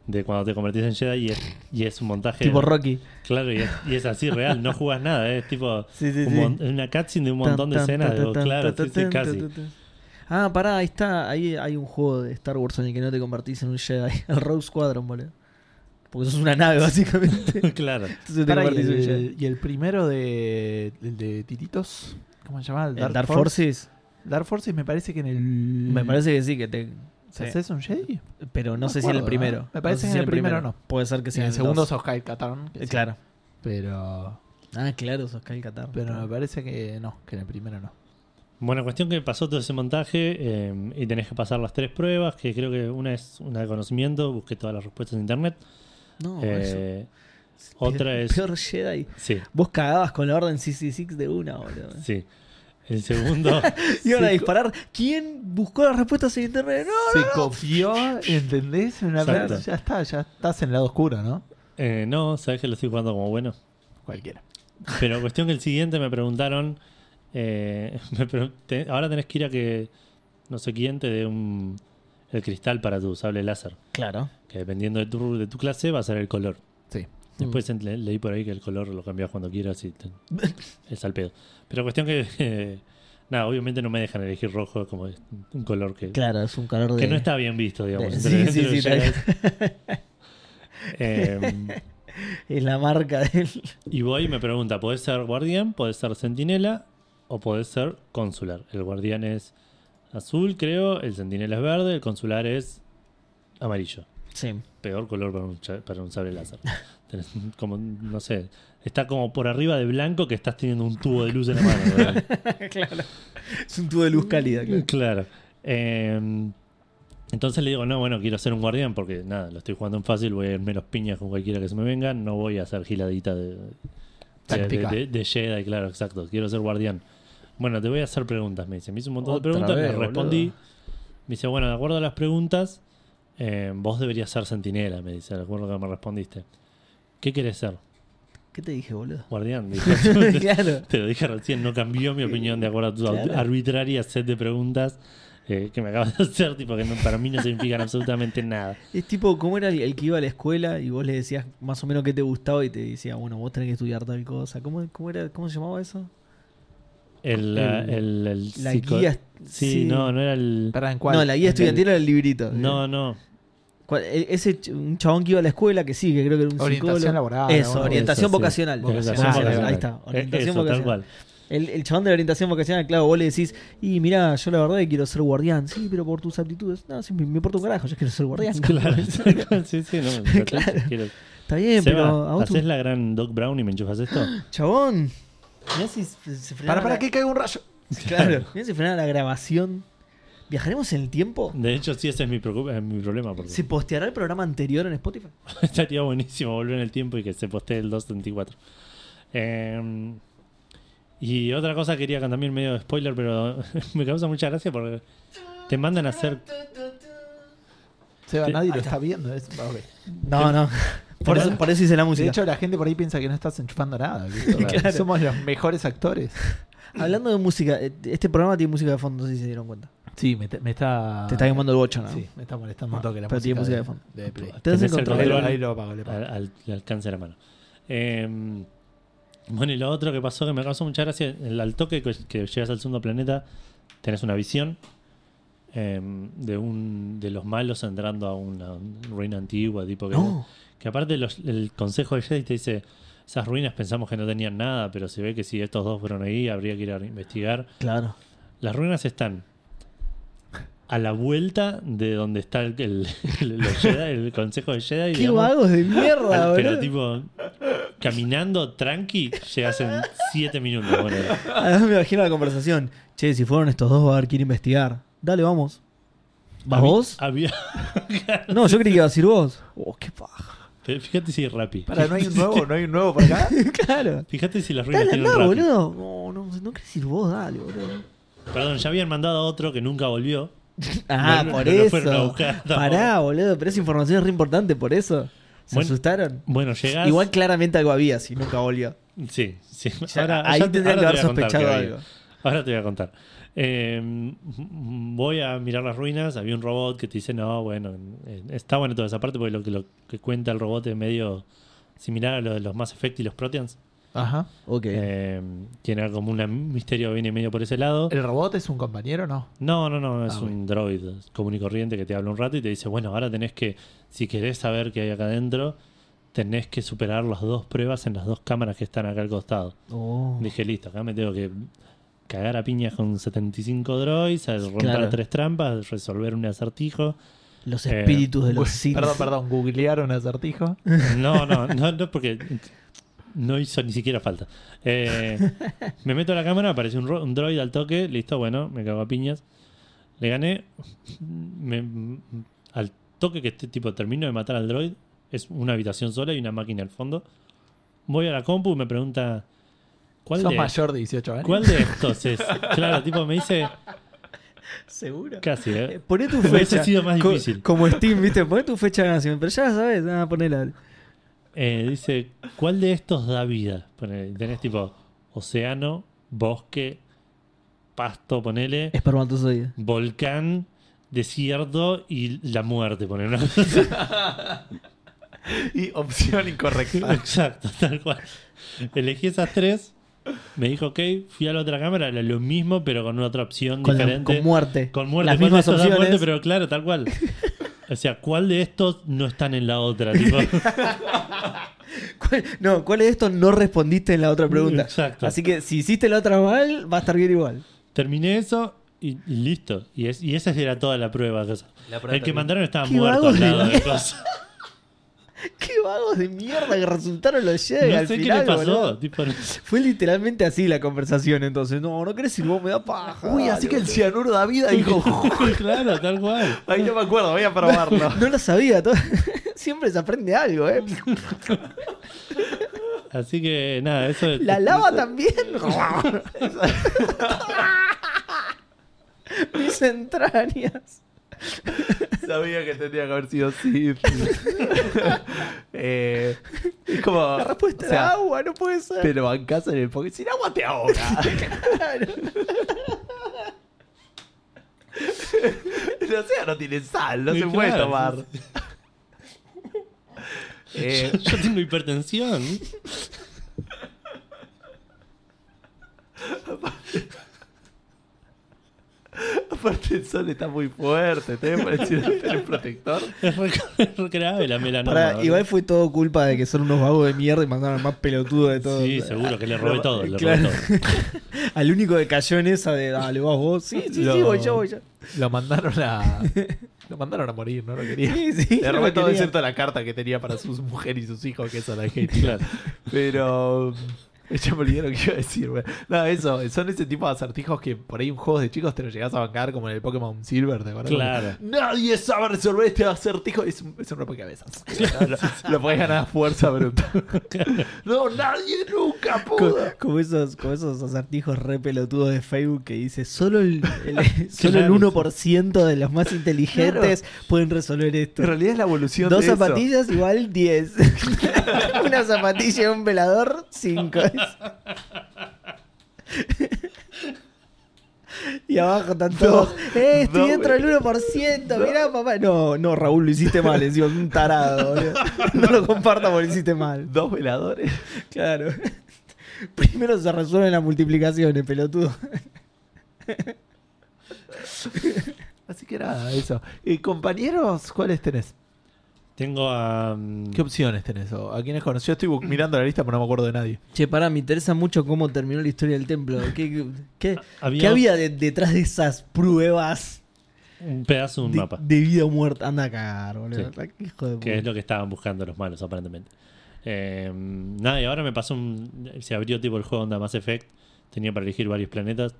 [SPEAKER 3] de cuando te convertís en Jedi y es, y es un montaje.
[SPEAKER 2] Tipo Rocky.
[SPEAKER 3] Claro, y es, y es así real, no jugás nada, ¿eh? es tipo
[SPEAKER 2] Sí, sí,
[SPEAKER 3] un
[SPEAKER 2] sí.
[SPEAKER 3] mon- una cutscene de un montón de
[SPEAKER 2] Tan, tan,
[SPEAKER 3] escenas,
[SPEAKER 2] tan,
[SPEAKER 3] digo,
[SPEAKER 2] tan,
[SPEAKER 3] claro,
[SPEAKER 2] tan,
[SPEAKER 3] sí, sí,
[SPEAKER 2] tan,
[SPEAKER 3] casi.
[SPEAKER 2] tan, tan. Ah, pará, ahí está. Ahí hay un juego de Star Wars en el que no te convertís en un Jedi. <laughs> El Rogue Squadron, boludo. Porque sos una nave, <laughs> básicamente.
[SPEAKER 3] <laughs> claro.
[SPEAKER 2] Entonces te
[SPEAKER 1] Pará, y,
[SPEAKER 2] convertís en un Jedi.
[SPEAKER 1] el, y el primero de, el de Tititos, ¿cómo se llama?
[SPEAKER 2] El Dark Forces,
[SPEAKER 1] Dark Forces me parece que en el.
[SPEAKER 2] me parece que sí, que te.
[SPEAKER 1] ¿Se
[SPEAKER 2] sí.
[SPEAKER 1] haces un Jedi?
[SPEAKER 2] Pero no
[SPEAKER 1] Mm. No
[SPEAKER 2] sé si en el
[SPEAKER 1] acuerdo,
[SPEAKER 2] primero.
[SPEAKER 1] ¿eh? Me parece
[SPEAKER 2] No sé
[SPEAKER 1] que
[SPEAKER 2] si
[SPEAKER 1] en el primero no.
[SPEAKER 2] Puede ser que
[SPEAKER 1] Sí,
[SPEAKER 2] sea
[SPEAKER 1] en
[SPEAKER 2] en
[SPEAKER 1] el segundo
[SPEAKER 2] dos.
[SPEAKER 1] sos Kyle Katarn. que
[SPEAKER 2] Eh,
[SPEAKER 1] sí.
[SPEAKER 2] Claro.
[SPEAKER 1] Pero.
[SPEAKER 2] Ah, claro, sos Kyle Katarn.
[SPEAKER 1] Pero me parece que no, que en el primero no.
[SPEAKER 3] Bueno, cuestión que pasó todo ese montaje eh, y tenés que pasar las tres pruebas, que creo que una es una de conocimiento, busqué todas las respuestas en internet.
[SPEAKER 2] No, Oh, eso.
[SPEAKER 3] Eh, otra
[SPEAKER 2] Peor-
[SPEAKER 3] es...
[SPEAKER 2] Peor Jedi.
[SPEAKER 3] Sí,
[SPEAKER 2] Vos cagabas con la orden CC6 de una, boludo.
[SPEAKER 3] sí. El
[SPEAKER 2] <laughs>
[SPEAKER 3] segundo.
[SPEAKER 2] Iban a disparar. ¿Quién buscó las respuestas en internet? No,
[SPEAKER 1] Se
[SPEAKER 2] no, no.
[SPEAKER 1] copió, ¿entendés? Una
[SPEAKER 3] Exacto.
[SPEAKER 1] vez- ya está, ya estás en el lado oscuro, ¿no?
[SPEAKER 3] eh, no, sabes que lo estoy jugando como bueno.
[SPEAKER 1] Cualquiera.
[SPEAKER 3] Pero cuestión que el siguiente me preguntaron. eh, <laughs> me pregun- te- ahora tenés que ir a que no sé quién te dé un, el cristal para tu sable láser.
[SPEAKER 2] Claro.
[SPEAKER 3] Que dependiendo de tu, de tu clase va a ser el color.
[SPEAKER 1] Sí.
[SPEAKER 2] Mm.
[SPEAKER 3] Después en- le- leí por ahí que el color lo cambias cuando quieras
[SPEAKER 2] <laughs>
[SPEAKER 3] y te- es al pedo. Pero cuestión que. <laughs> eh, nada, obviamente no me dejan elegir rojo como es un color que,
[SPEAKER 2] Claro, es un calor de.
[SPEAKER 3] que no está bien visto, digamos.
[SPEAKER 2] de-
[SPEAKER 3] entre-
[SPEAKER 2] sí,
[SPEAKER 3] entre
[SPEAKER 2] sí, sí,
[SPEAKER 3] los
[SPEAKER 2] tal-
[SPEAKER 3] Jedi.
[SPEAKER 2] <laughs>
[SPEAKER 3] Em,
[SPEAKER 2] Es la marca del.
[SPEAKER 3] y voy y me pregunta: ¿podés ser guardián, podés ser centinela o podés ser consular? El guardián es azul, creo, el centinela es verde, el consular es amarillo.
[SPEAKER 2] Sí.
[SPEAKER 3] peor color para un, cha- para un sable láser. <laughs> Tenés un- como, un- no sé, está como por arriba de blanco que estás teniendo un tubo de luz en la mano. ¿verdad?
[SPEAKER 2] claro. Es un tubo de luz cálida, claro.
[SPEAKER 3] claro. Eh, entonces le digo, no, bueno, quiero ser un guardián porque nada, lo estoy jugando en fácil, voy a ir menos piñas con cualquiera que se me venga, no voy a hacer giladita de, de,
[SPEAKER 1] Táctica.
[SPEAKER 3] de- de Jedi, claro, exacto, quiero ser guardián. Bueno, te voy a hacer preguntas, me dice. Me hizo un montón de
[SPEAKER 2] Otra
[SPEAKER 3] preguntas,
[SPEAKER 2] vez,
[SPEAKER 3] le respondí.
[SPEAKER 2] boludo.
[SPEAKER 3] Me dice, bueno, de acuerdo a las preguntas, eh, vos deberías ser centinela, me dice, de acuerdo a lo que me respondiste. ¿Qué querés ser?
[SPEAKER 2] ¿Qué te dije, boludo?
[SPEAKER 3] Guardián. me dijo.
[SPEAKER 2] <laughs> claro.
[SPEAKER 3] Te lo dije recién, no cambió mi opinión de acuerdo a tu
[SPEAKER 2] Claro.
[SPEAKER 3] arbitraria set de preguntas eh, que me acabas de hacer, tipo que no- para mí no significan absolutamente nada.
[SPEAKER 2] Es tipo, ¿cómo era el, el que iba a la escuela y vos le decías más o menos qué te gustaba y te decía, bueno, vos tenés que estudiar tal cosa? ¿Cómo, cómo, era, cómo se llamaba eso?
[SPEAKER 3] El,
[SPEAKER 2] El-
[SPEAKER 3] eh, el- el
[SPEAKER 2] la
[SPEAKER 3] psico-
[SPEAKER 2] guía-
[SPEAKER 3] Sí,
[SPEAKER 2] sí.
[SPEAKER 3] no, no era el.
[SPEAKER 1] Pará, ¿en cuál?
[SPEAKER 2] No, la guía
[SPEAKER 1] ¿En
[SPEAKER 2] estudiantil era el librito.
[SPEAKER 3] No, no.
[SPEAKER 2] ¿Cuál? E- Ese ch- un chabón que iba a la escuela que sí, que creo que era un
[SPEAKER 1] Orientación
[SPEAKER 2] psicólogo.
[SPEAKER 1] laboral,
[SPEAKER 2] Eso,
[SPEAKER 1] ¿no?
[SPEAKER 2] orientación
[SPEAKER 3] Eso, sí.
[SPEAKER 2] vocacional.
[SPEAKER 3] Orientación
[SPEAKER 2] Ah,
[SPEAKER 3] vocacional.
[SPEAKER 2] Ahí está,
[SPEAKER 3] Eh,
[SPEAKER 2] orientación
[SPEAKER 3] eso,
[SPEAKER 2] vocacional.
[SPEAKER 3] Tal cual.
[SPEAKER 2] El, el chabón de la orientación vocacional, claro, vos le decís, y mirá, yo la verdad que quiero ser guardián. Sí, pero por tus aptitudes. No, sí, me, me importa un carajo, yo quiero ser guardián. <laughs>
[SPEAKER 3] <laughs> Claro, sí, sí, no. me
[SPEAKER 2] Claro.
[SPEAKER 3] parece, quiero-
[SPEAKER 2] Está bien,
[SPEAKER 3] Seba,
[SPEAKER 2] pero a vos tu-
[SPEAKER 3] ¿haces la gran Doc Brown y me enchufas esto?
[SPEAKER 2] Chabón, mirá si se se frenaba
[SPEAKER 1] Para, para
[SPEAKER 2] la-
[SPEAKER 1] que caiga un rayo.
[SPEAKER 2] <laughs> Claro, mirá si frenaba la grabación. ¿Viajaremos en el tiempo?
[SPEAKER 3] De hecho, sí, ese es mi, preocup- es mi problema. Porque
[SPEAKER 2] ¿Se posteará el programa anterior en Spotify?
[SPEAKER 3] <laughs> Estaría buenísimo volver en el tiempo y que se postee el 2.34. Eh, y otra cosa quería que también medio de spoiler, pero <laughs> me causa mucha gracia porque te mandan a hacer.
[SPEAKER 1] Seba,
[SPEAKER 3] Sí.
[SPEAKER 1] nadie
[SPEAKER 2] Ahí
[SPEAKER 1] lo
[SPEAKER 2] está.
[SPEAKER 1] está viendo. es- ok.
[SPEAKER 2] No, no. Por eso, por eso hice la
[SPEAKER 1] De
[SPEAKER 2] música.
[SPEAKER 1] hecho, la gente por ahí piensa que no estás enchufando nada.
[SPEAKER 2] <laughs>
[SPEAKER 1] ¿viste?
[SPEAKER 2] Claro.
[SPEAKER 1] Somos los mejores actores.
[SPEAKER 2] Hablando de música, eh, este programa tiene música de fondo, no sé si se dieron cuenta.
[SPEAKER 1] Sí, me, te- me está.
[SPEAKER 2] Te está quemando el bocho, ¿no?
[SPEAKER 1] Sí, me está molestando un toque la
[SPEAKER 2] Pero tiene música de fondo.
[SPEAKER 1] de Play.
[SPEAKER 2] Te das
[SPEAKER 3] Tenés
[SPEAKER 2] el
[SPEAKER 3] el
[SPEAKER 2] control.
[SPEAKER 1] Ahí lo-
[SPEAKER 3] control.
[SPEAKER 1] Ahí lo apago, le apago.
[SPEAKER 3] Al, al- le alcance la mano. Eh, bueno, y lo otro que pasó que me causó mucha gracia, el- al toque que, que llegas al segundo planeta, tenés una visión eh, de un de los malos entrando a una ruina antigua, tipo que.
[SPEAKER 2] No.
[SPEAKER 3] Que aparte los- el consejo de Jedi te dice, esas ruinas pensamos que no tenían nada, pero se ve que si estos dos fueron ahí, habría que ir a investigar.
[SPEAKER 2] Claro.
[SPEAKER 3] Las ruinas están a la vuelta de donde está el, el- el- los Jedi, el consejo de
[SPEAKER 2] <laughs>
[SPEAKER 3] Jedi.
[SPEAKER 2] Qué
[SPEAKER 3] digamos.
[SPEAKER 2] vagos de mierda,
[SPEAKER 3] Al- pero
[SPEAKER 2] Ah, boludo.
[SPEAKER 3] tipo, caminando tranqui, llegas en 7 minutos. ponele.
[SPEAKER 2] Además me imagino la conversación. Che, si fueron estos dos va a haber que ir a investigar. Dale, vamos. ¿Vas
[SPEAKER 3] Habí-
[SPEAKER 2] vos?
[SPEAKER 3] había- <laughs>
[SPEAKER 2] No, yo creí que ibas a ir vos. Oh, qué paja.
[SPEAKER 3] pero fíjate si es Rappi.
[SPEAKER 1] Para, ¿no hay un nuevo? ¿No hay un nuevo por acá?
[SPEAKER 2] <laughs> claro.
[SPEAKER 3] Fíjate si las ruinas
[SPEAKER 2] Dale,
[SPEAKER 3] tienen
[SPEAKER 2] andá,
[SPEAKER 3] Rappi.
[SPEAKER 2] boludo. No, no, no querés ir vos, dale, boludo.
[SPEAKER 3] Perdón, ya habían mandado a otro que nunca volvió.
[SPEAKER 2] <laughs> Ah,
[SPEAKER 3] No, no,
[SPEAKER 2] por
[SPEAKER 3] no lo fueron a
[SPEAKER 2] eso.
[SPEAKER 3] buscar, tampoco.
[SPEAKER 2] Pará, boludo. Pero esa información es re importante, por eso. Se
[SPEAKER 3] Bueno,
[SPEAKER 2] asustaron.
[SPEAKER 3] Bueno, llegas.
[SPEAKER 2] Igual claramente algo había si nunca volvió.
[SPEAKER 3] Sí, sí.
[SPEAKER 2] Ya,
[SPEAKER 3] Ahora-
[SPEAKER 2] ahí
[SPEAKER 3] ya te-
[SPEAKER 2] tendrían que haber
[SPEAKER 3] ahora te voy a contar
[SPEAKER 2] sospechado
[SPEAKER 3] qué había.
[SPEAKER 2] algo.
[SPEAKER 3] Ahora te voy a contar. Eh, m- m- voy a mirar las ruinas. Había un robot que te dice, no, bueno, eh, está bueno toda esa parte porque lo que, lo que cuenta el robot es medio similar a lo de los Mass Effect y los Proteans.
[SPEAKER 1] Ajá.
[SPEAKER 2] Ok.
[SPEAKER 3] Eh, tiene como un misterio que viene medio por ese lado.
[SPEAKER 1] ¿El robot es un compañero no?
[SPEAKER 3] No, no, no, es
[SPEAKER 1] Ah,
[SPEAKER 3] un droid común y corriente que te habla un rato y te dice, bueno, ahora tenés que, si querés saber qué hay acá adentro, tenés que superar las dos pruebas en las dos cámaras que están acá al costado.
[SPEAKER 2] Oh.
[SPEAKER 3] Dije, listo, acá me tengo que cagar a piñas con 75 droids, a romper
[SPEAKER 2] Claro.
[SPEAKER 3] tres trampas, resolver un acertijo.
[SPEAKER 2] Los
[SPEAKER 3] Eh, <laughs>
[SPEAKER 2] espíritus de los
[SPEAKER 1] Gu-
[SPEAKER 2] Sith.
[SPEAKER 1] Perdón, perdón, googlear un acertijo.
[SPEAKER 3] No, no, no, no, porque no hizo ni siquiera falta.
[SPEAKER 1] <laughs>
[SPEAKER 3] Eh, me meto a la cámara, aparece un, ro- un droid al toque, listo, bueno, me cago a piñas. Le gané. Me- al toque que este tipo termino de matar al droid, es una habitación sola y una máquina al fondo. Voy a la compu y me pregunta, ¿Cuál
[SPEAKER 1] Sos
[SPEAKER 3] de,
[SPEAKER 1] mayor de 18 años.
[SPEAKER 3] ¿Cuál de
[SPEAKER 1] <laughs>
[SPEAKER 3] estos es? Claro, tipo, me dice
[SPEAKER 2] ¿Seguro?
[SPEAKER 3] casi, ¿eh?
[SPEAKER 2] Poné tu
[SPEAKER 3] Hubiese
[SPEAKER 2] fecha.
[SPEAKER 3] sido más
[SPEAKER 2] Co-
[SPEAKER 3] difícil.
[SPEAKER 2] como Steam, ¿viste? Poné tu fecha de nacimiento. Pero ya la sabes, ah, ponela.
[SPEAKER 3] Eh, dice, ¿cuál de estos da vida? Pone, tenés tipo océano, bosque, pasto, ponele,
[SPEAKER 2] Espermatozoide.
[SPEAKER 3] volcán, desierto y la muerte, ponele. ¿no? <laughs>
[SPEAKER 1] Y opción
[SPEAKER 3] <laughs>
[SPEAKER 1] incorrecta.
[SPEAKER 3] Exacto, tal cual. Elegí esas tres, me dijo, ok, fui a la otra cámara, era lo mismo, pero con una otra opción
[SPEAKER 2] Con, la-
[SPEAKER 3] diferente.
[SPEAKER 2] con muerte.
[SPEAKER 3] Con muerte,
[SPEAKER 2] Las
[SPEAKER 3] ¿cuál de
[SPEAKER 2] mismas
[SPEAKER 3] estos da
[SPEAKER 2] opciones.
[SPEAKER 3] muerte? pero claro, tal cual. O sea, ¿cuál de estos no están en la
[SPEAKER 2] <laughs>
[SPEAKER 3] otra? Tipo,
[SPEAKER 2] ¿Cuál- no, ¿cuál de estos no respondiste en la otra pregunta?
[SPEAKER 3] Exacto.
[SPEAKER 2] Así que si hiciste la otra mal, va a estar bien igual.
[SPEAKER 3] terminé eso y, y listo. Y, es, y esa era toda la prueba. cosa.
[SPEAKER 4] La prueba
[SPEAKER 3] El que
[SPEAKER 4] termina.
[SPEAKER 3] mandaron estaba
[SPEAKER 2] Qué
[SPEAKER 3] muerto
[SPEAKER 2] vagos
[SPEAKER 3] al lado
[SPEAKER 2] de <laughs>
[SPEAKER 3] de cosas.
[SPEAKER 2] Qué vagos de mierda que resultaron los Jedi
[SPEAKER 3] No
[SPEAKER 2] Eh, al
[SPEAKER 3] sé qué
[SPEAKER 2] final,
[SPEAKER 3] le pasó.
[SPEAKER 2] boludo.
[SPEAKER 3] tipo, no-
[SPEAKER 2] Fue literalmente así la conversación entonces. No, no crees si vos me da paja.
[SPEAKER 1] Uy, así
[SPEAKER 2] dale,
[SPEAKER 1] que el
[SPEAKER 2] boludo.
[SPEAKER 1] cianuro da vida, dijo.
[SPEAKER 3] <laughs> claro, tal cual.
[SPEAKER 1] Ahí no me acuerdo, voy a probarlo.
[SPEAKER 2] No lo sabía. todo- <laughs> Siempre se aprende algo, ¿eh?
[SPEAKER 3] Así que nada, eso es- <laughs>
[SPEAKER 2] La lava también. Mis entrañas.
[SPEAKER 1] <laughs> Sabía que tendría que haber sido Sith. <laughs> eh, es como.
[SPEAKER 2] La respuesta
[SPEAKER 1] o sea,
[SPEAKER 2] era agua, no
[SPEAKER 1] <laughs>
[SPEAKER 2] puede ser.
[SPEAKER 1] Te lo bancás en el porque sin agua te ahoga. <laughs>
[SPEAKER 2] Claro.
[SPEAKER 1] El océano tiene sal, no
[SPEAKER 3] Sí,
[SPEAKER 1] se puede
[SPEAKER 3] claro.
[SPEAKER 1] tomar. Eh,
[SPEAKER 3] <laughs> Yo, yo tengo hipertensión.
[SPEAKER 1] <laughs> aparte el sol está muy fuerte, te debe parecer el protector.
[SPEAKER 3] Es re, es re grave la melanoma.
[SPEAKER 2] Pará,
[SPEAKER 3] boludo.
[SPEAKER 2] igual fue todo culpa de que son unos vagos de mierda y mandaron al más pelotudo de todos.
[SPEAKER 3] Sí, seguro que le robé
[SPEAKER 2] Lo-
[SPEAKER 3] todo. Le
[SPEAKER 2] claro. <laughs>
[SPEAKER 3] robé todo.
[SPEAKER 2] Al único que cayó en esa de dale, vas vos. Sí, sí, sí,
[SPEAKER 1] Lo-
[SPEAKER 2] voy yo, voy yo.
[SPEAKER 1] Lo mandaron a. Lo mandaron a morir, no lo quería.
[SPEAKER 2] Sí, sí,
[SPEAKER 1] Le
[SPEAKER 2] no
[SPEAKER 1] robé
[SPEAKER 2] lo
[SPEAKER 1] todo
[SPEAKER 2] quería.
[SPEAKER 1] excepto la carta que tenía para su mujer y sus hijos, que es la gente.
[SPEAKER 2] <laughs>
[SPEAKER 3] Claro.
[SPEAKER 1] Pero. um, Ya me olvidé lo que iba a decir, güey. No, eso, son ese tipo de acertijos que por ahí en juegos de chicos te lo llegás a bancar, como en el Pokémon Silver, ¿te acordás?
[SPEAKER 3] Claro.
[SPEAKER 1] Como, Nadie sabe resolver este acertijo. Es un, es un rompecabezas. Lo, lo podés ganar a fuerza bruta. no, nadie nunca
[SPEAKER 2] Co-
[SPEAKER 1] pudo.
[SPEAKER 2] Como esos, como esos acertijos re pelotudos de Facebook que dice solo el, el- solo el
[SPEAKER 3] Claro.
[SPEAKER 2] 1% de los más inteligentes pueden resolver esto.
[SPEAKER 1] En realidad es la evolución de
[SPEAKER 2] Dos
[SPEAKER 1] eso.
[SPEAKER 2] zapatillas igual 10. <laughs> Una zapatilla y un velador, 5. y abajo están todos. ¡Eh, estoy
[SPEAKER 1] dos-
[SPEAKER 2] dentro del 1%! Mirá, papá. No, no, Raúl, lo hiciste mal. Encima, un tarado. boludo. No lo compartas porque lo hiciste mal.
[SPEAKER 1] Dos veladores.
[SPEAKER 2] Claro. <laughs> Primero se resuelven las multiplicaciones, pelotudo.
[SPEAKER 1] Así que nada, eso. Eh, compañeros, ¿cuáles tenés?
[SPEAKER 3] Tengo a. mm,
[SPEAKER 1] ¿Qué opciones tenés? ¿O ¿A quiénes conocí? Yo estoy bu- mirando la lista, pero no me acuerdo de nadie.
[SPEAKER 2] Che, pará, me interesa mucho cómo terminó la historia del templo. ¿Qué, qué-
[SPEAKER 3] Había-
[SPEAKER 2] qué había de- detrás de esas pruebas
[SPEAKER 3] un pedazo de un
[SPEAKER 2] de,
[SPEAKER 3] mapa.
[SPEAKER 2] de vida o muerte? Anda a cagar, boludo. Hijo de
[SPEAKER 3] Que es
[SPEAKER 2] puta.
[SPEAKER 3] lo que estaban buscando los malos, aparentemente. Eh, nada, y ahora me pasó un. Se abrió tipo el juego Onda Mass Effect. Tenía para elegir varios planetas.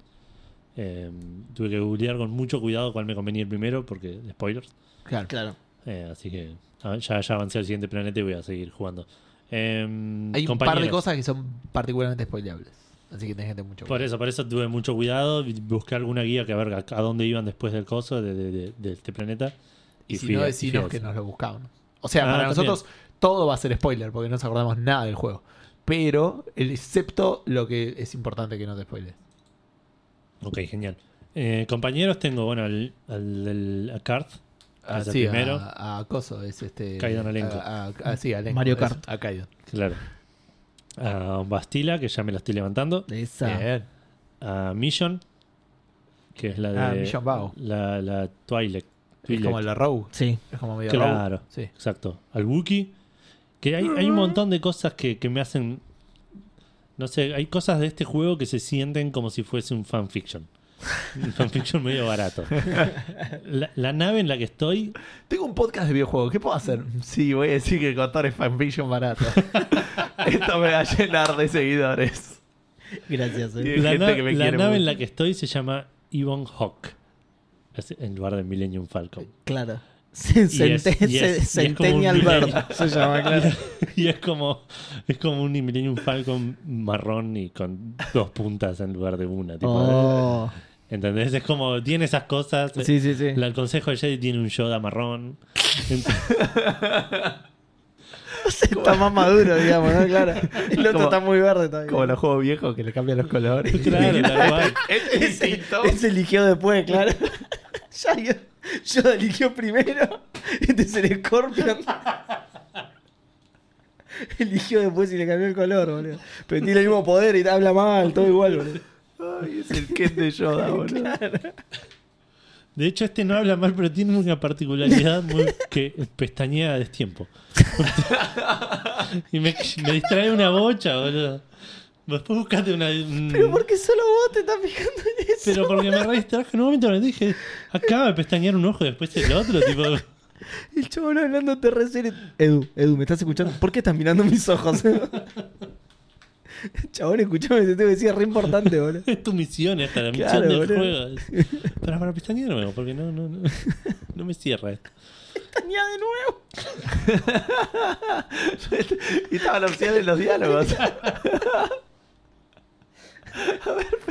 [SPEAKER 3] Eh, tuve que googlear con mucho cuidado cuál me convenía el primero, porque spoilers.
[SPEAKER 1] Claro.
[SPEAKER 2] Claro.
[SPEAKER 3] Eh, así que ah, ya, ya avancé al siguiente planeta y voy a seguir jugando. Eh,
[SPEAKER 1] Hay un par de
[SPEAKER 3] compañeros.
[SPEAKER 1] cosas que son particularmente spoileables. Así que tenés gente mucho.
[SPEAKER 3] Por eso, por eso tuve mucho cuidado. y Busqué alguna guía que a ver a, a dónde iban después del coso de, de- de- de este planeta.
[SPEAKER 1] y si
[SPEAKER 3] fui
[SPEAKER 1] no,
[SPEAKER 3] a- y fui a
[SPEAKER 1] decinos que
[SPEAKER 3] eso.
[SPEAKER 1] nos lo buscaban. O sea,
[SPEAKER 3] Ah,
[SPEAKER 1] para
[SPEAKER 3] también.
[SPEAKER 1] nosotros todo va a ser spoiler porque no nos acordamos nada del juego. Pero, el- excepto lo que es importante que no te spoiles.
[SPEAKER 3] Ok, genial. Eh, compañeros, tengo, bueno, al, al, al- a Karth. que Ah, es el
[SPEAKER 1] Así,
[SPEAKER 3] primero.
[SPEAKER 1] a, a Coso, es este.
[SPEAKER 3] Kaidan Alenko.
[SPEAKER 1] A, a- a- sí, Alenko,
[SPEAKER 2] Mario
[SPEAKER 1] es-
[SPEAKER 2] Kart.
[SPEAKER 1] A Kaidan.
[SPEAKER 3] Claro. A Bastila, que ya me la estoy levantando.
[SPEAKER 2] Esa.
[SPEAKER 1] Bien.
[SPEAKER 3] A Mission, que es la de.
[SPEAKER 1] Ah, Mission Bao.
[SPEAKER 3] La, la Twilight.
[SPEAKER 1] Es como la Row.
[SPEAKER 2] Sí.
[SPEAKER 1] Es como medio
[SPEAKER 3] Claro.
[SPEAKER 1] Row. Sí.
[SPEAKER 3] Exacto. Al Wookiee. Que hay, hay un montón de cosas que, que me hacen. No sé, hay cosas de este juego que se sienten como si fuese un fanfiction. Un fanfiction medio
[SPEAKER 1] <laughs>
[SPEAKER 3] barato. La, la nave en la que estoy.
[SPEAKER 1] Tengo un podcast de videojuegos, ¿qué puedo hacer? Sí, voy a decir que Cotor es fanfiction <laughs> barata. Esto me va a llenar de seguidores.
[SPEAKER 2] Gracias. eh.
[SPEAKER 1] Bien. Hay
[SPEAKER 3] La,
[SPEAKER 1] gente
[SPEAKER 3] na-
[SPEAKER 1] que me
[SPEAKER 3] la
[SPEAKER 1] quiere
[SPEAKER 3] nave en
[SPEAKER 1] mucho.
[SPEAKER 3] la que estoy se llama Yvonne Hawk. Es- En lugar de Millennium Falcon. <laughs>
[SPEAKER 2] Claro. Se-
[SPEAKER 3] Y es-
[SPEAKER 2] centen-
[SPEAKER 3] y
[SPEAKER 2] se-
[SPEAKER 3] es- y es como un
[SPEAKER 2] Centennial Bird
[SPEAKER 3] millennial.
[SPEAKER 2] se llama, claro.
[SPEAKER 3] Y es como, es como un Millennium Falcon marrón y con dos puntas en lugar de una. <laughs> Tipo,
[SPEAKER 2] Oh.
[SPEAKER 3] ¿Entendés? Es como, tiene esas cosas.
[SPEAKER 2] Sí, sí, sí.
[SPEAKER 3] La- el consejo de Jedi tiene un Yoda marrón. Ent-
[SPEAKER 2] <laughs> Está más maduro, digamos, ¿no? Claro. El otro
[SPEAKER 1] Como-
[SPEAKER 2] está muy verde todavía.
[SPEAKER 1] Como los juegos viejos que le cambian los <laughs> colores.
[SPEAKER 3] claro, tal cual.
[SPEAKER 1] Este es distinto.
[SPEAKER 2] <laughs> Ese eligió después, claro. <laughs> ya, yo, yo eligió primero. <laughs> Este es el Scorpion. <laughs> eligió después y le cambió el color, boludo. Pero tiene el mismo poder y te habla mal, todo igual, boludo.
[SPEAKER 1] Ay, es el Ken de <laughs> Yoda, boludo.
[SPEAKER 3] De hecho, este no habla mal, pero tiene una particularidad muy que pestañea a destiempo. <laughs> y me, me distrae una bocha, boludo. Después buscate una. un-
[SPEAKER 2] Pero porque solo vos te estás fijando en eso.
[SPEAKER 3] Pero porque me re distraje en un momento le dije, acaba de pestañear un ojo y después el otro, tipo.
[SPEAKER 2] <laughs>
[SPEAKER 3] <laughs>
[SPEAKER 2] El chabón hablando te re serio. Edu, Edu, ¿me estás escuchando? ¿Por qué estás mirando mis ojos? <laughs> chabón, escuchame, te tengo que decir, es re importante, boludo.
[SPEAKER 3] Es tu misión esta, la misión
[SPEAKER 2] Claro,
[SPEAKER 3] del
[SPEAKER 2] boludo.
[SPEAKER 3] juego. Para, para pestañearme, porque no, no, <laughs> no, no me cierra esto.
[SPEAKER 2] Tenía de nuevo.
[SPEAKER 1] Y estaba la opción de los
[SPEAKER 3] <laughs>
[SPEAKER 1] diálogos.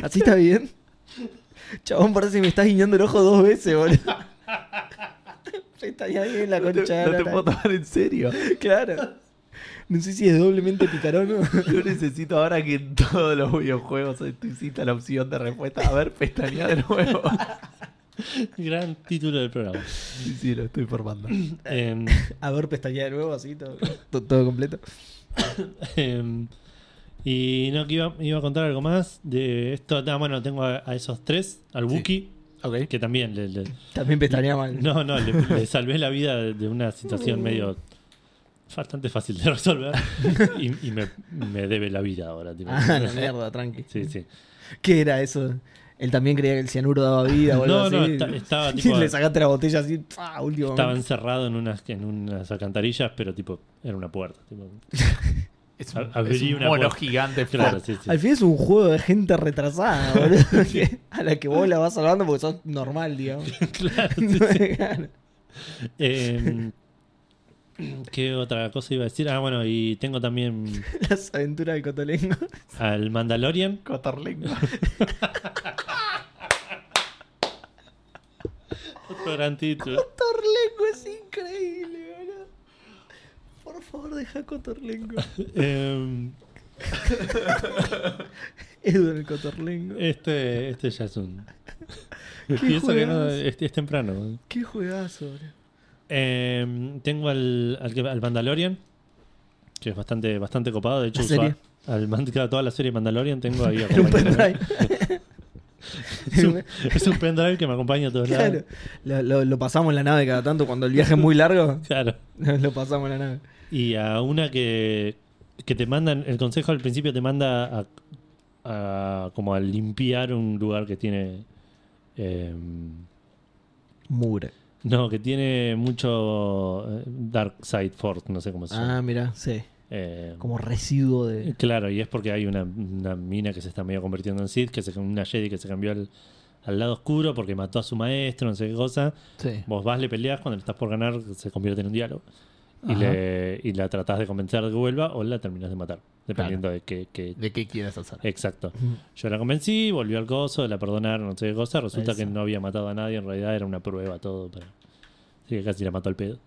[SPEAKER 2] ¿Así está bien? Chabón, parece que me estás guiñando el ojo dos veces,
[SPEAKER 1] <laughs>
[SPEAKER 2] boludo. Está ya bien la
[SPEAKER 1] No
[SPEAKER 2] concha.
[SPEAKER 1] te,
[SPEAKER 2] de
[SPEAKER 1] no
[SPEAKER 2] la
[SPEAKER 1] te
[SPEAKER 2] lora.
[SPEAKER 1] puedo tomar en serio.
[SPEAKER 2] Claro. No sé si es doblemente picarón o...
[SPEAKER 1] Yo necesito ahora que en todos los videojuegos exista la opción de respuesta. A ver, pestañea de nuevo.
[SPEAKER 3] Gran título del programa.
[SPEAKER 1] Sí, sí, lo estoy formando.
[SPEAKER 3] Em, <laughs>
[SPEAKER 2] A ver, pestañea de nuevo, así, todo, to- todo completo.
[SPEAKER 3] Em, y no, que iba, iba a contar algo más de esto. Ah, bueno, tengo a, a esos tres,
[SPEAKER 1] Sí.
[SPEAKER 3] al
[SPEAKER 1] ¿Eh?
[SPEAKER 3] Wookiee,
[SPEAKER 1] Ok.
[SPEAKER 3] que también le, le-
[SPEAKER 2] También pestañea mal.
[SPEAKER 3] no, no, le, le salvé la vida de, de una
[SPEAKER 2] Uh.
[SPEAKER 3] situación medio bastante fácil de resolver y, y me, me debe la vida
[SPEAKER 2] <laughs>
[SPEAKER 3] ahora. tipo.
[SPEAKER 2] Ah, la mierda, tranqui.
[SPEAKER 3] Sí, sí.
[SPEAKER 2] ¿Qué era eso? Él también creía que el cianuro daba vida o algo
[SPEAKER 3] No,
[SPEAKER 2] así.
[SPEAKER 3] no, esta- estaba,
[SPEAKER 2] Y <laughs>
[SPEAKER 3] tipo,
[SPEAKER 2] le sacaste la botella así, ¡pah! último
[SPEAKER 3] Estaba
[SPEAKER 2] momento.
[SPEAKER 3] encerrado en unas, en unas alcantarillas, pero tipo, era una puerta. tipo.
[SPEAKER 2] <laughs>
[SPEAKER 1] Es
[SPEAKER 3] A-
[SPEAKER 1] un,
[SPEAKER 3] abrí
[SPEAKER 1] es un
[SPEAKER 3] una
[SPEAKER 1] mono
[SPEAKER 3] puerta.
[SPEAKER 1] gigante.
[SPEAKER 3] Claro,
[SPEAKER 1] fuerte.
[SPEAKER 3] sí, sí.
[SPEAKER 2] Al fin es un juego de gente
[SPEAKER 3] <laughs>
[SPEAKER 2] retrasada, boludo. que- a la que vos la vas salvando porque sos normal, digamos.
[SPEAKER 3] Claro, <laughs> sí,
[SPEAKER 2] No
[SPEAKER 3] sí.
[SPEAKER 2] es- <laughs> claro.
[SPEAKER 3] Em, ¿Qué otra cosa iba a decir? Ah, bueno, y tengo también
[SPEAKER 2] Las aventuras del Cotolengo. <laughs>
[SPEAKER 3] al Mandalorian.
[SPEAKER 1] Cotorlengua.
[SPEAKER 3] Otro gran título.
[SPEAKER 2] Cotorlengo es increíble, boludo. Por favor, deja Cotorlengo. <laughs>
[SPEAKER 3] Em,
[SPEAKER 2] Edu en el Cotorlengo.
[SPEAKER 3] este, este ya es un.
[SPEAKER 2] ¿Qué
[SPEAKER 3] Y eso que no,
[SPEAKER 2] juegas?
[SPEAKER 3] es, es temprano.
[SPEAKER 2] Qué juegazo,
[SPEAKER 3] <laughs>
[SPEAKER 2] boludo.
[SPEAKER 3] Em, tengo al, al, que- al Mandalorian, que es bastante, bastante copado. De hecho,
[SPEAKER 2] La
[SPEAKER 3] uso
[SPEAKER 2] serie.
[SPEAKER 3] a- al, man- claro, toda la serie Mandalorian
[SPEAKER 2] <laughs>
[SPEAKER 3] tengo ahí.
[SPEAKER 2] Era un
[SPEAKER 3] acompañada.
[SPEAKER 2] pendrive.
[SPEAKER 3] <laughs> es, un, es un pendrive que me acompaña a todos lados.
[SPEAKER 2] Claro. Lo, lo- lo pasamos en la nave cada tanto. Cuando el viaje es muy
[SPEAKER 3] <laughs>
[SPEAKER 2] largo, <laughs>
[SPEAKER 3] Claro.
[SPEAKER 2] lo pasamos en la nave.
[SPEAKER 3] Y a una que, que te mandan, el consejo al principio te manda a, a- como a limpiar un lugar que tiene em,
[SPEAKER 2] Mugre.
[SPEAKER 3] no, que tiene mucho eh, Dark Side Force, no sé cómo se llama.
[SPEAKER 2] Ah, mirá, sí.
[SPEAKER 3] Eh,
[SPEAKER 2] Como residuo de.
[SPEAKER 3] Claro, y es porque hay una, una mina que se está medio convirtiendo en Sith, que se, una Jedi que se cambió al, al lado oscuro porque mató a su maestro, no sé qué cosa.
[SPEAKER 2] Sí.
[SPEAKER 3] Vos vas, le peleas, cuando le estás por ganar se convierte en un diálogo. Y,
[SPEAKER 1] Ajá.
[SPEAKER 3] le, y la tratás de convencer de que vuelva o la terminás de matar, dependiendo de qué... qué-
[SPEAKER 1] ¿De qué quieres hacer?
[SPEAKER 3] Exacto. Yo la convencí, volvió al coso, la perdonaron, no sé qué cosa. Resulta
[SPEAKER 2] Eso.
[SPEAKER 3] que no había matado a nadie, en realidad era una prueba todo. Para... Así que casi la mató
[SPEAKER 1] <laughs>
[SPEAKER 3] al pedo.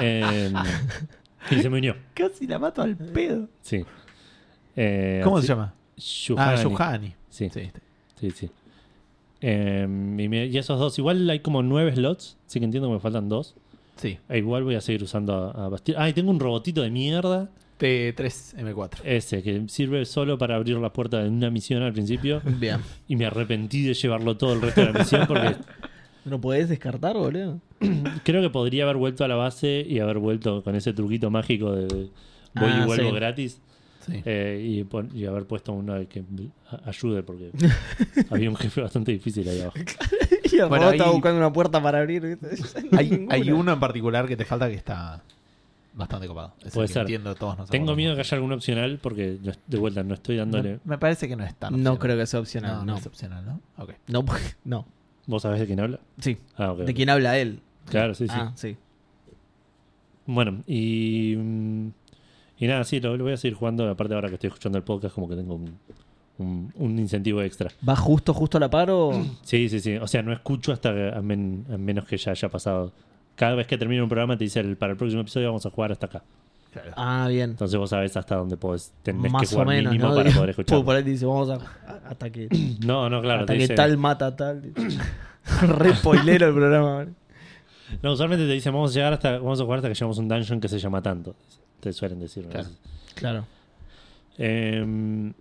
[SPEAKER 3] Em, y se me unió,
[SPEAKER 1] Casi la mato al pedo.
[SPEAKER 3] sí. Eh,
[SPEAKER 1] ¿Cómo
[SPEAKER 3] así-
[SPEAKER 1] se llama?
[SPEAKER 3] Shuhani.
[SPEAKER 1] Ah, Yuhani.
[SPEAKER 3] Sí,
[SPEAKER 1] Sí.
[SPEAKER 3] sí, sí. Em, y, me- y esos dos, igual hay como nueve slots, así que entiendo que me faltan dos.
[SPEAKER 1] sí.
[SPEAKER 3] E igual voy a seguir usando a, a Bastille. Ah, y tengo un robotito de mierda,
[SPEAKER 1] T3M4.
[SPEAKER 3] ese, que sirve solo para abrir la puerta de una misión al principio. <laughs>
[SPEAKER 2] Bien.
[SPEAKER 3] Y me arrepentí de llevarlo todo el resto de la misión porque
[SPEAKER 2] ¿No podés descartar, boludo?
[SPEAKER 3] creo que podría haber vuelto a la base y haber vuelto con ese truquito mágico de voy
[SPEAKER 2] Ah,
[SPEAKER 3] y vuelvo
[SPEAKER 2] sí.
[SPEAKER 3] gratis.
[SPEAKER 1] Sí.
[SPEAKER 3] eh, y, pon- y haber puesto uno que a- ayude porque había un jefe bastante difícil ahí abajo.
[SPEAKER 2] <laughs> Y el
[SPEAKER 1] Bueno,
[SPEAKER 2] robot estaba
[SPEAKER 1] ahí-
[SPEAKER 2] buscando una puerta para abrir. <laughs> ¿viste?
[SPEAKER 1] Hay,
[SPEAKER 2] Ninguna.
[SPEAKER 1] hay uno en particular que te falta que está bastante copado. Es el
[SPEAKER 3] Puede
[SPEAKER 1] que
[SPEAKER 3] ser.
[SPEAKER 1] Entiendo todos nosotros.
[SPEAKER 3] Tengo miedo que haya algún opcional porque no es- de vuelta no estoy dándole.
[SPEAKER 1] Me, me parece que no es tan
[SPEAKER 2] No
[SPEAKER 1] opcional.
[SPEAKER 2] creo que sea
[SPEAKER 1] No,
[SPEAKER 2] opcional.
[SPEAKER 1] no
[SPEAKER 2] No,
[SPEAKER 1] es opcional, ¿no? Ok.
[SPEAKER 2] no. porque- no.
[SPEAKER 3] ¿Vos sabés de quién habla?
[SPEAKER 2] Sí.
[SPEAKER 3] Ah, ok.
[SPEAKER 2] ¿De quién habla él?
[SPEAKER 3] Claro, sí, sí.
[SPEAKER 2] Ah, sí.
[SPEAKER 3] Bueno, y. mm, Y nada, sí, lo, lo voy a seguir jugando. Aparte, ahora que estoy escuchando el podcast, como que tengo un, un- un incentivo extra.
[SPEAKER 2] ¿Va justo, justo a la par o...?
[SPEAKER 3] Sí, sí, sí. O sea, no escucho hasta que- a, men- a menos que ya haya pasado. Cada vez que termina un programa te dice el- para el próximo episodio vamos a jugar hasta acá.
[SPEAKER 2] <clears throat> Ah, bien.
[SPEAKER 3] Entonces vos sabés hasta dónde podés, tenés que
[SPEAKER 2] Más o
[SPEAKER 3] jugar
[SPEAKER 2] menos,
[SPEAKER 3] mínimo
[SPEAKER 2] ¿no? <laughs>
[SPEAKER 3] para poder
[SPEAKER 2] Porque por
[SPEAKER 3] escuchar.
[SPEAKER 2] ahí te dice, vamos a... Hasta que,
[SPEAKER 3] No, no, claro,
[SPEAKER 2] hasta
[SPEAKER 3] te
[SPEAKER 2] que
[SPEAKER 3] dice.
[SPEAKER 2] tal mata a tal. <laughs> Re spoilero el programa. ¿eh?
[SPEAKER 3] No, usualmente te dicen vamos a llegar hasta, vamos a jugar hasta que llegamos a un dungeon que se llama tanto. Te suelen decir. ¿no?
[SPEAKER 1] Claro.
[SPEAKER 2] Claro.
[SPEAKER 3] Eh,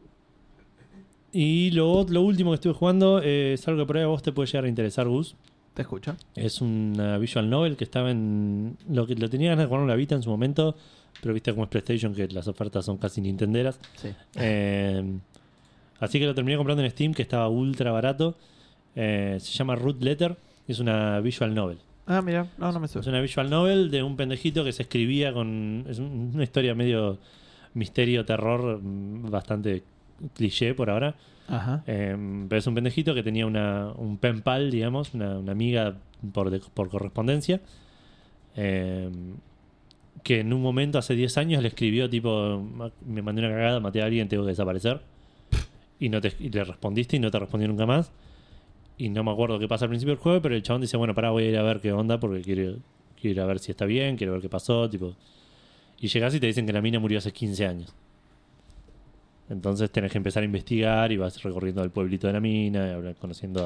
[SPEAKER 3] y lo, ot- lo último que estuve jugando eh, es algo que por ahí a vos te puede llegar a interesar, Gus.
[SPEAKER 1] Te escucho.
[SPEAKER 3] Es una visual novel que estaba en. Lo que lo tenía ganas de jugar en la Vita en su momento, pero viste como es PlayStation que las ofertas son casi nintenderas.
[SPEAKER 1] Sí.
[SPEAKER 3] Eh, así que lo terminé comprando en Steam, que estaba ultra barato. Eh, se llama Root Letter. Es una visual novel.
[SPEAKER 1] Ah, mira, no, no me
[SPEAKER 3] Es
[SPEAKER 1] suena.
[SPEAKER 3] una visual novel de un pendejito que se escribía con. Es un- una historia medio misterio, terror, mm, bastante cliché por ahora.
[SPEAKER 1] Ajá.
[SPEAKER 3] Eh, pero es un pendejito que tenía una, un pen pal, digamos, una, una amiga por, de- por correspondencia. eh, que en un momento, hace 10 años, le escribió tipo: Me mandé una cagada, maté a alguien, tengo que desaparecer. Y, no te, y le respondiste y no te respondió nunca más. Y no me acuerdo qué pasa al principio del juego, pero el chabón dice: Bueno, pará, voy a ir a ver qué onda porque quiero, quiero ir a ver si está bien, quiero ver qué pasó. tipo Y llegas y te dicen que la mina murió hace 15 años. Entonces tenés que empezar a investigar y vas recorriendo el pueblito de la mina, y habla- conociendo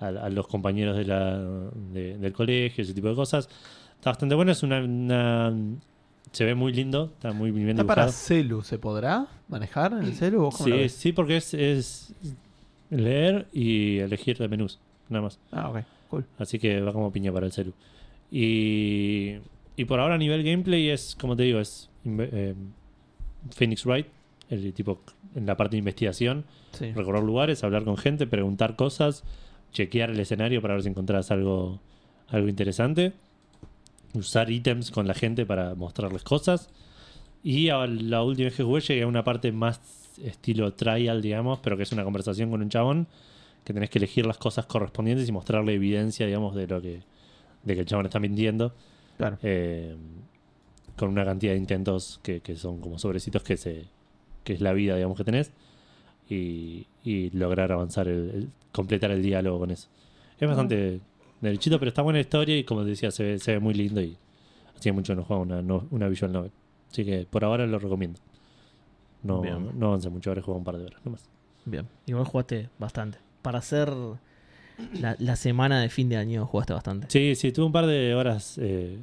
[SPEAKER 3] a, a- a los compañeros de la, de- del colegio, ese tipo de cosas. Está bastante bueno, es una, una- se ve muy lindo, está muy bien
[SPEAKER 1] ¿Está
[SPEAKER 3] dibujado.
[SPEAKER 1] para celu? ¿Se podrá manejar en el celu? ¿Vos cómo la
[SPEAKER 3] sí,
[SPEAKER 1] ves?
[SPEAKER 3] sí, porque es, es leer y elegir de menús, nada más.
[SPEAKER 1] Ah, ok, cool.
[SPEAKER 3] Así que va como piña para el celu. Y, y por ahora a nivel gameplay es, como te digo, es inve- eh, Phoenix Wright, el tipo en la parte de investigación
[SPEAKER 1] Sí.
[SPEAKER 3] recorrer lugares, hablar con gente, preguntar cosas, chequear el escenario para ver si encontrás algo, algo interesante, usar ítems con la gente para mostrarles cosas. Y a la última vez que jugué llegué a una parte más estilo trial, digamos, pero que es una conversación con un chabón que tenés que elegir las cosas correspondientes y mostrarle evidencia, digamos, de lo que de que el chabón está mintiendo
[SPEAKER 1] Claro.
[SPEAKER 3] eh, con una cantidad de intentos que, que son como sobrecitos que se que es la vida digamos que tenés y, y lograr avanzar el, el- completar el diálogo con eso es bastante derechito pero está buena la historia y como te decía se ve, se ve muy lindo y hacía mucho que no jugaba una, no- una visual novel así que por ahora lo recomiendo no,
[SPEAKER 1] Bien.
[SPEAKER 3] no avance mucho ahora juego un par de horas nomás
[SPEAKER 1] Bien.
[SPEAKER 2] Igual jugaste bastante. Para hacer la, la semana de fin de año jugaste bastante.
[SPEAKER 3] sí sí tuve un par de horas eh,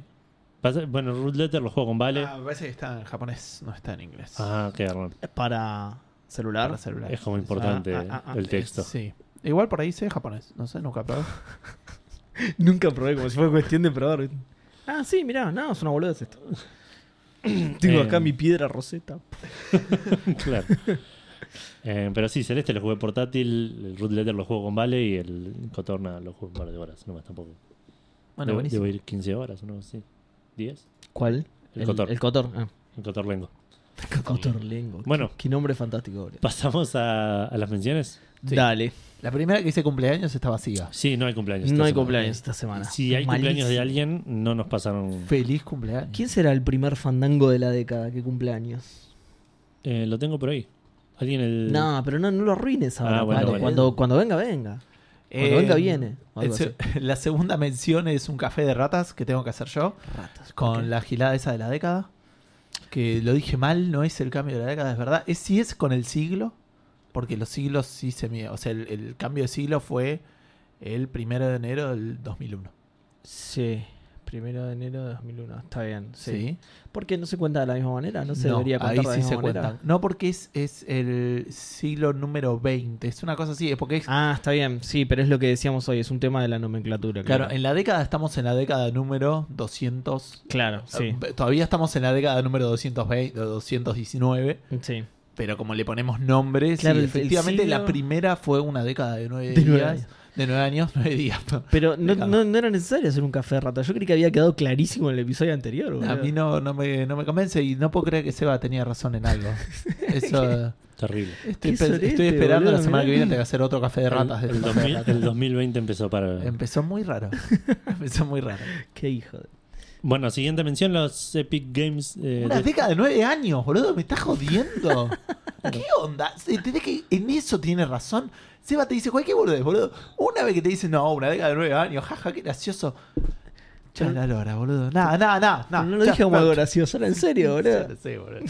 [SPEAKER 3] pasa- bueno Root Letter lo juego con Vale
[SPEAKER 1] Ah, me parece que está en japonés, no está en inglés.
[SPEAKER 3] ah qué garrón.
[SPEAKER 2] Para celular.
[SPEAKER 1] Para celular.
[SPEAKER 3] es como
[SPEAKER 1] Sí,
[SPEAKER 3] importante
[SPEAKER 2] ah, ah, ah,
[SPEAKER 3] el texto
[SPEAKER 1] Sí. Igual por ahí sé japonés, no sé, nunca probé.
[SPEAKER 2] Nunca probé, como si fuera cuestión de probar. ¿viste? Ah, sí, mirá, no, es una boludez esto. <clears throat> Tengo acá
[SPEAKER 3] Em.
[SPEAKER 2] mi piedra roseta.
[SPEAKER 1] <laughs>
[SPEAKER 3] Claro. Eh, pero sí, Celeste lo jugué portátil, el Root Letter lo juego con Vale y el Cotorna lo juego un par de horas, no más tampoco.
[SPEAKER 1] Bueno,
[SPEAKER 3] Debo-
[SPEAKER 1] buenísimo.
[SPEAKER 3] Debo ir 15 horas, ¿no? Sí. ¿10?
[SPEAKER 2] ¿Cuál?
[SPEAKER 3] El Cotor.
[SPEAKER 2] El Cotor. Ah.
[SPEAKER 3] El Cotorlengo.
[SPEAKER 2] Cotorlengo.
[SPEAKER 3] Bueno.
[SPEAKER 2] Qué nombre fantástico, boludo.
[SPEAKER 3] ¿Pasamos a, a las menciones?
[SPEAKER 1] Sí.
[SPEAKER 2] Dale.
[SPEAKER 1] La primera que hice cumpleaños está
[SPEAKER 2] Ah,
[SPEAKER 1] vacía.
[SPEAKER 3] Sí, no hay cumpleaños. esta
[SPEAKER 2] No hay
[SPEAKER 3] semana.
[SPEAKER 2] cumpleaños esta semana.
[SPEAKER 3] Si hay cumpleaños de
[SPEAKER 2] Malísimo.
[SPEAKER 3] alguien, no nos pasaron.
[SPEAKER 1] Feliz cumpleaños.
[SPEAKER 2] ¿Quién será el primer fandango de la década que cumpleaños?
[SPEAKER 3] Eh, lo tengo por ahí. ¿Alguien el.?
[SPEAKER 2] No, pero no, no lo arruines ahora.
[SPEAKER 3] Ah, bueno,
[SPEAKER 2] Pablo.
[SPEAKER 3] bueno.
[SPEAKER 2] Cuando, cuando venga, venga. Cuando
[SPEAKER 1] Eh,
[SPEAKER 2] venga, viene. o
[SPEAKER 1] el
[SPEAKER 2] algo
[SPEAKER 1] se- <laughs> La segunda mención es un café de ratas que tengo que hacer yo.
[SPEAKER 2] así. Ratas, ¿por
[SPEAKER 1] Con
[SPEAKER 2] qué?
[SPEAKER 1] la gilada esa de la década. Que lo dije mal, no es el cambio de la década, es verdad. Es, sí es con el siglo. Porque los siglos sí se miden. O sea, el, el cambio de siglo fue el primero de enero del 2001.
[SPEAKER 2] Sí. Primero de enero de 2001. Está bien.
[SPEAKER 1] Sí.
[SPEAKER 2] Sí. Porque no se cuenta de la misma manera. No se
[SPEAKER 1] No,
[SPEAKER 2] debería contar
[SPEAKER 1] ahí
[SPEAKER 2] de la
[SPEAKER 1] sí
[SPEAKER 2] misma
[SPEAKER 1] se
[SPEAKER 2] manera.
[SPEAKER 1] cuentan. No porque es, es el siglo número 20. Es una cosa así. Es porque es
[SPEAKER 2] Ah, está bien. Sí, pero es lo que decíamos hoy. Es un tema de la nomenclatura.
[SPEAKER 1] Claro, en la década estamos en la década número 200.
[SPEAKER 2] Claro, sí.
[SPEAKER 1] Eh, Todavía estamos en la década número 220, o 219,
[SPEAKER 2] Sí.
[SPEAKER 1] pero como le ponemos nombres,
[SPEAKER 2] Claro, el- el
[SPEAKER 1] efectivamente la
[SPEAKER 2] siglo-
[SPEAKER 1] primera fue una década de nueve
[SPEAKER 2] De nueve
[SPEAKER 1] días.
[SPEAKER 2] años.
[SPEAKER 1] De nueve años, <laughs> nueve días.
[SPEAKER 2] Pero no,
[SPEAKER 1] Déjalo.
[SPEAKER 2] no- no era necesario hacer un café de rata. Yo creí que había quedado clarísimo en el episodio anterior.
[SPEAKER 1] A
[SPEAKER 2] boludo. <laughs>
[SPEAKER 1] mí no, no, me, no me convence y no puedo creer que Seba tenía razón en algo. Eso
[SPEAKER 3] Terrible.
[SPEAKER 1] Estoy,
[SPEAKER 2] Qué
[SPEAKER 1] pe-
[SPEAKER 2] sorete,
[SPEAKER 1] estoy esperando
[SPEAKER 2] boludo,
[SPEAKER 1] la semana que
[SPEAKER 2] mirá.
[SPEAKER 1] viene tengo que hacer otro café de ratas. de
[SPEAKER 3] el, el
[SPEAKER 1] café
[SPEAKER 3] 2000
[SPEAKER 1] de ratas. Em.
[SPEAKER 3] el 2020 empezó para...
[SPEAKER 1] Empezó muy <laughs> raro. Empezó muy raro.
[SPEAKER 2] Qué hijo de.
[SPEAKER 3] Bueno, siguiente mención, los Epic Games... eh,
[SPEAKER 1] Una
[SPEAKER 3] de-
[SPEAKER 1] década de nueve años, boludo, me estás <laughs> jodiendo. ¿Qué onda? Se- ¿Entendés que en eso tiene razón? Seba te dice cualquier boludez, boludo. Una vez que te dice, no, una década de nueve años, jaja, qué gracioso. Ya la lora, boludo. Nada, nada, nada.
[SPEAKER 2] Pero no lo dije como algo gracioso, era en serio, boludo.
[SPEAKER 1] Sí, boludo.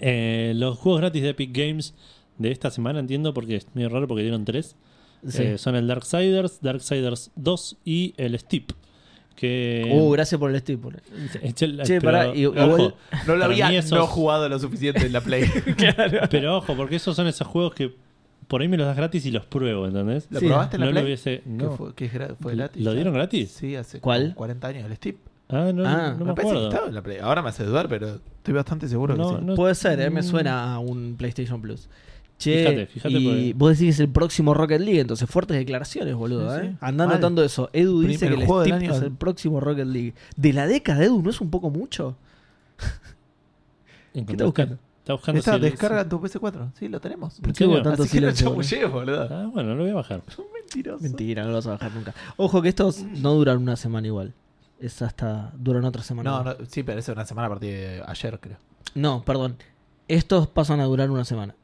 [SPEAKER 3] eh, los juegos gratis de Epic Games de esta semana, entiendo, porque es medio raro porque dieron tres.
[SPEAKER 2] Sí.
[SPEAKER 3] Eh, son el Darksiders, Darksiders 2 y el Steep. Que...
[SPEAKER 2] Uh, gracias por el Steam. por-
[SPEAKER 3] Che,
[SPEAKER 2] Che,
[SPEAKER 3] pero-
[SPEAKER 2] pará, y-
[SPEAKER 3] ojo,
[SPEAKER 2] igual-
[SPEAKER 1] No lo
[SPEAKER 3] para
[SPEAKER 1] había
[SPEAKER 3] mí
[SPEAKER 1] no
[SPEAKER 3] esos-
[SPEAKER 1] jugado lo suficiente en la <laughs> Play.
[SPEAKER 3] <laughs> Pero ojo, porque esos son esos juegos que por ahí me los das gratis y los pruebo, ¿entendés?
[SPEAKER 1] ¿Lo
[SPEAKER 2] Sí.
[SPEAKER 1] probaste en la
[SPEAKER 3] No lo
[SPEAKER 1] Play?
[SPEAKER 3] hubiese.
[SPEAKER 1] ¿Qué
[SPEAKER 3] no.
[SPEAKER 1] fue, que es gra- fue gratis?
[SPEAKER 3] ¿Lo dieron gratis?
[SPEAKER 1] Sí, hace
[SPEAKER 2] ¿Cuál?
[SPEAKER 1] como 40 años, el Steam.
[SPEAKER 3] Ah, no,
[SPEAKER 2] Ah,
[SPEAKER 3] no me,
[SPEAKER 1] me parece que
[SPEAKER 3] acuerdo.
[SPEAKER 1] estaba en la Play. Ahora me hace dudar, pero estoy bastante seguro
[SPEAKER 3] No,
[SPEAKER 1] que sí.
[SPEAKER 3] no-
[SPEAKER 2] Puede ser,
[SPEAKER 1] mm.
[SPEAKER 2] eh, me suena a un PlayStation Plus. Che,
[SPEAKER 3] Fíjate, fíjate
[SPEAKER 2] y
[SPEAKER 3] porque-
[SPEAKER 2] vos decís que es el próximo Rocket League, entonces fuertes declaraciones, boludo,
[SPEAKER 1] Sí, sí.
[SPEAKER 2] ¿eh? Andá
[SPEAKER 1] Mal.
[SPEAKER 2] anotando eso. Edu dice
[SPEAKER 1] Primer
[SPEAKER 2] que el
[SPEAKER 1] juego del
[SPEAKER 2] Steam
[SPEAKER 1] año.
[SPEAKER 2] es el próximo Rocket League. De la década, Edu, ¿no es un poco mucho?
[SPEAKER 3] ¿Qué
[SPEAKER 2] estás buscando?
[SPEAKER 3] Está este- buscando
[SPEAKER 1] Está,
[SPEAKER 3] si el-
[SPEAKER 1] descarga tu PC4. Sí, lo tenemos.
[SPEAKER 3] ¿En
[SPEAKER 2] ¿Por qué hubo
[SPEAKER 3] serio?
[SPEAKER 2] tanto
[SPEAKER 1] Así que no
[SPEAKER 2] silencio, boludo?
[SPEAKER 1] chamullees, boludo.
[SPEAKER 3] Ah, bueno, lo voy a bajar.
[SPEAKER 1] Mentiroso.
[SPEAKER 2] Mentira, no lo vas a bajar nunca. Ojo que estos no duran una semana igual. Es hasta. duran otra semana.
[SPEAKER 1] No, no, sí, pero eso es una semana a partir de ayer, creo.
[SPEAKER 2] No, perdón. Estos pasan a durar una semana.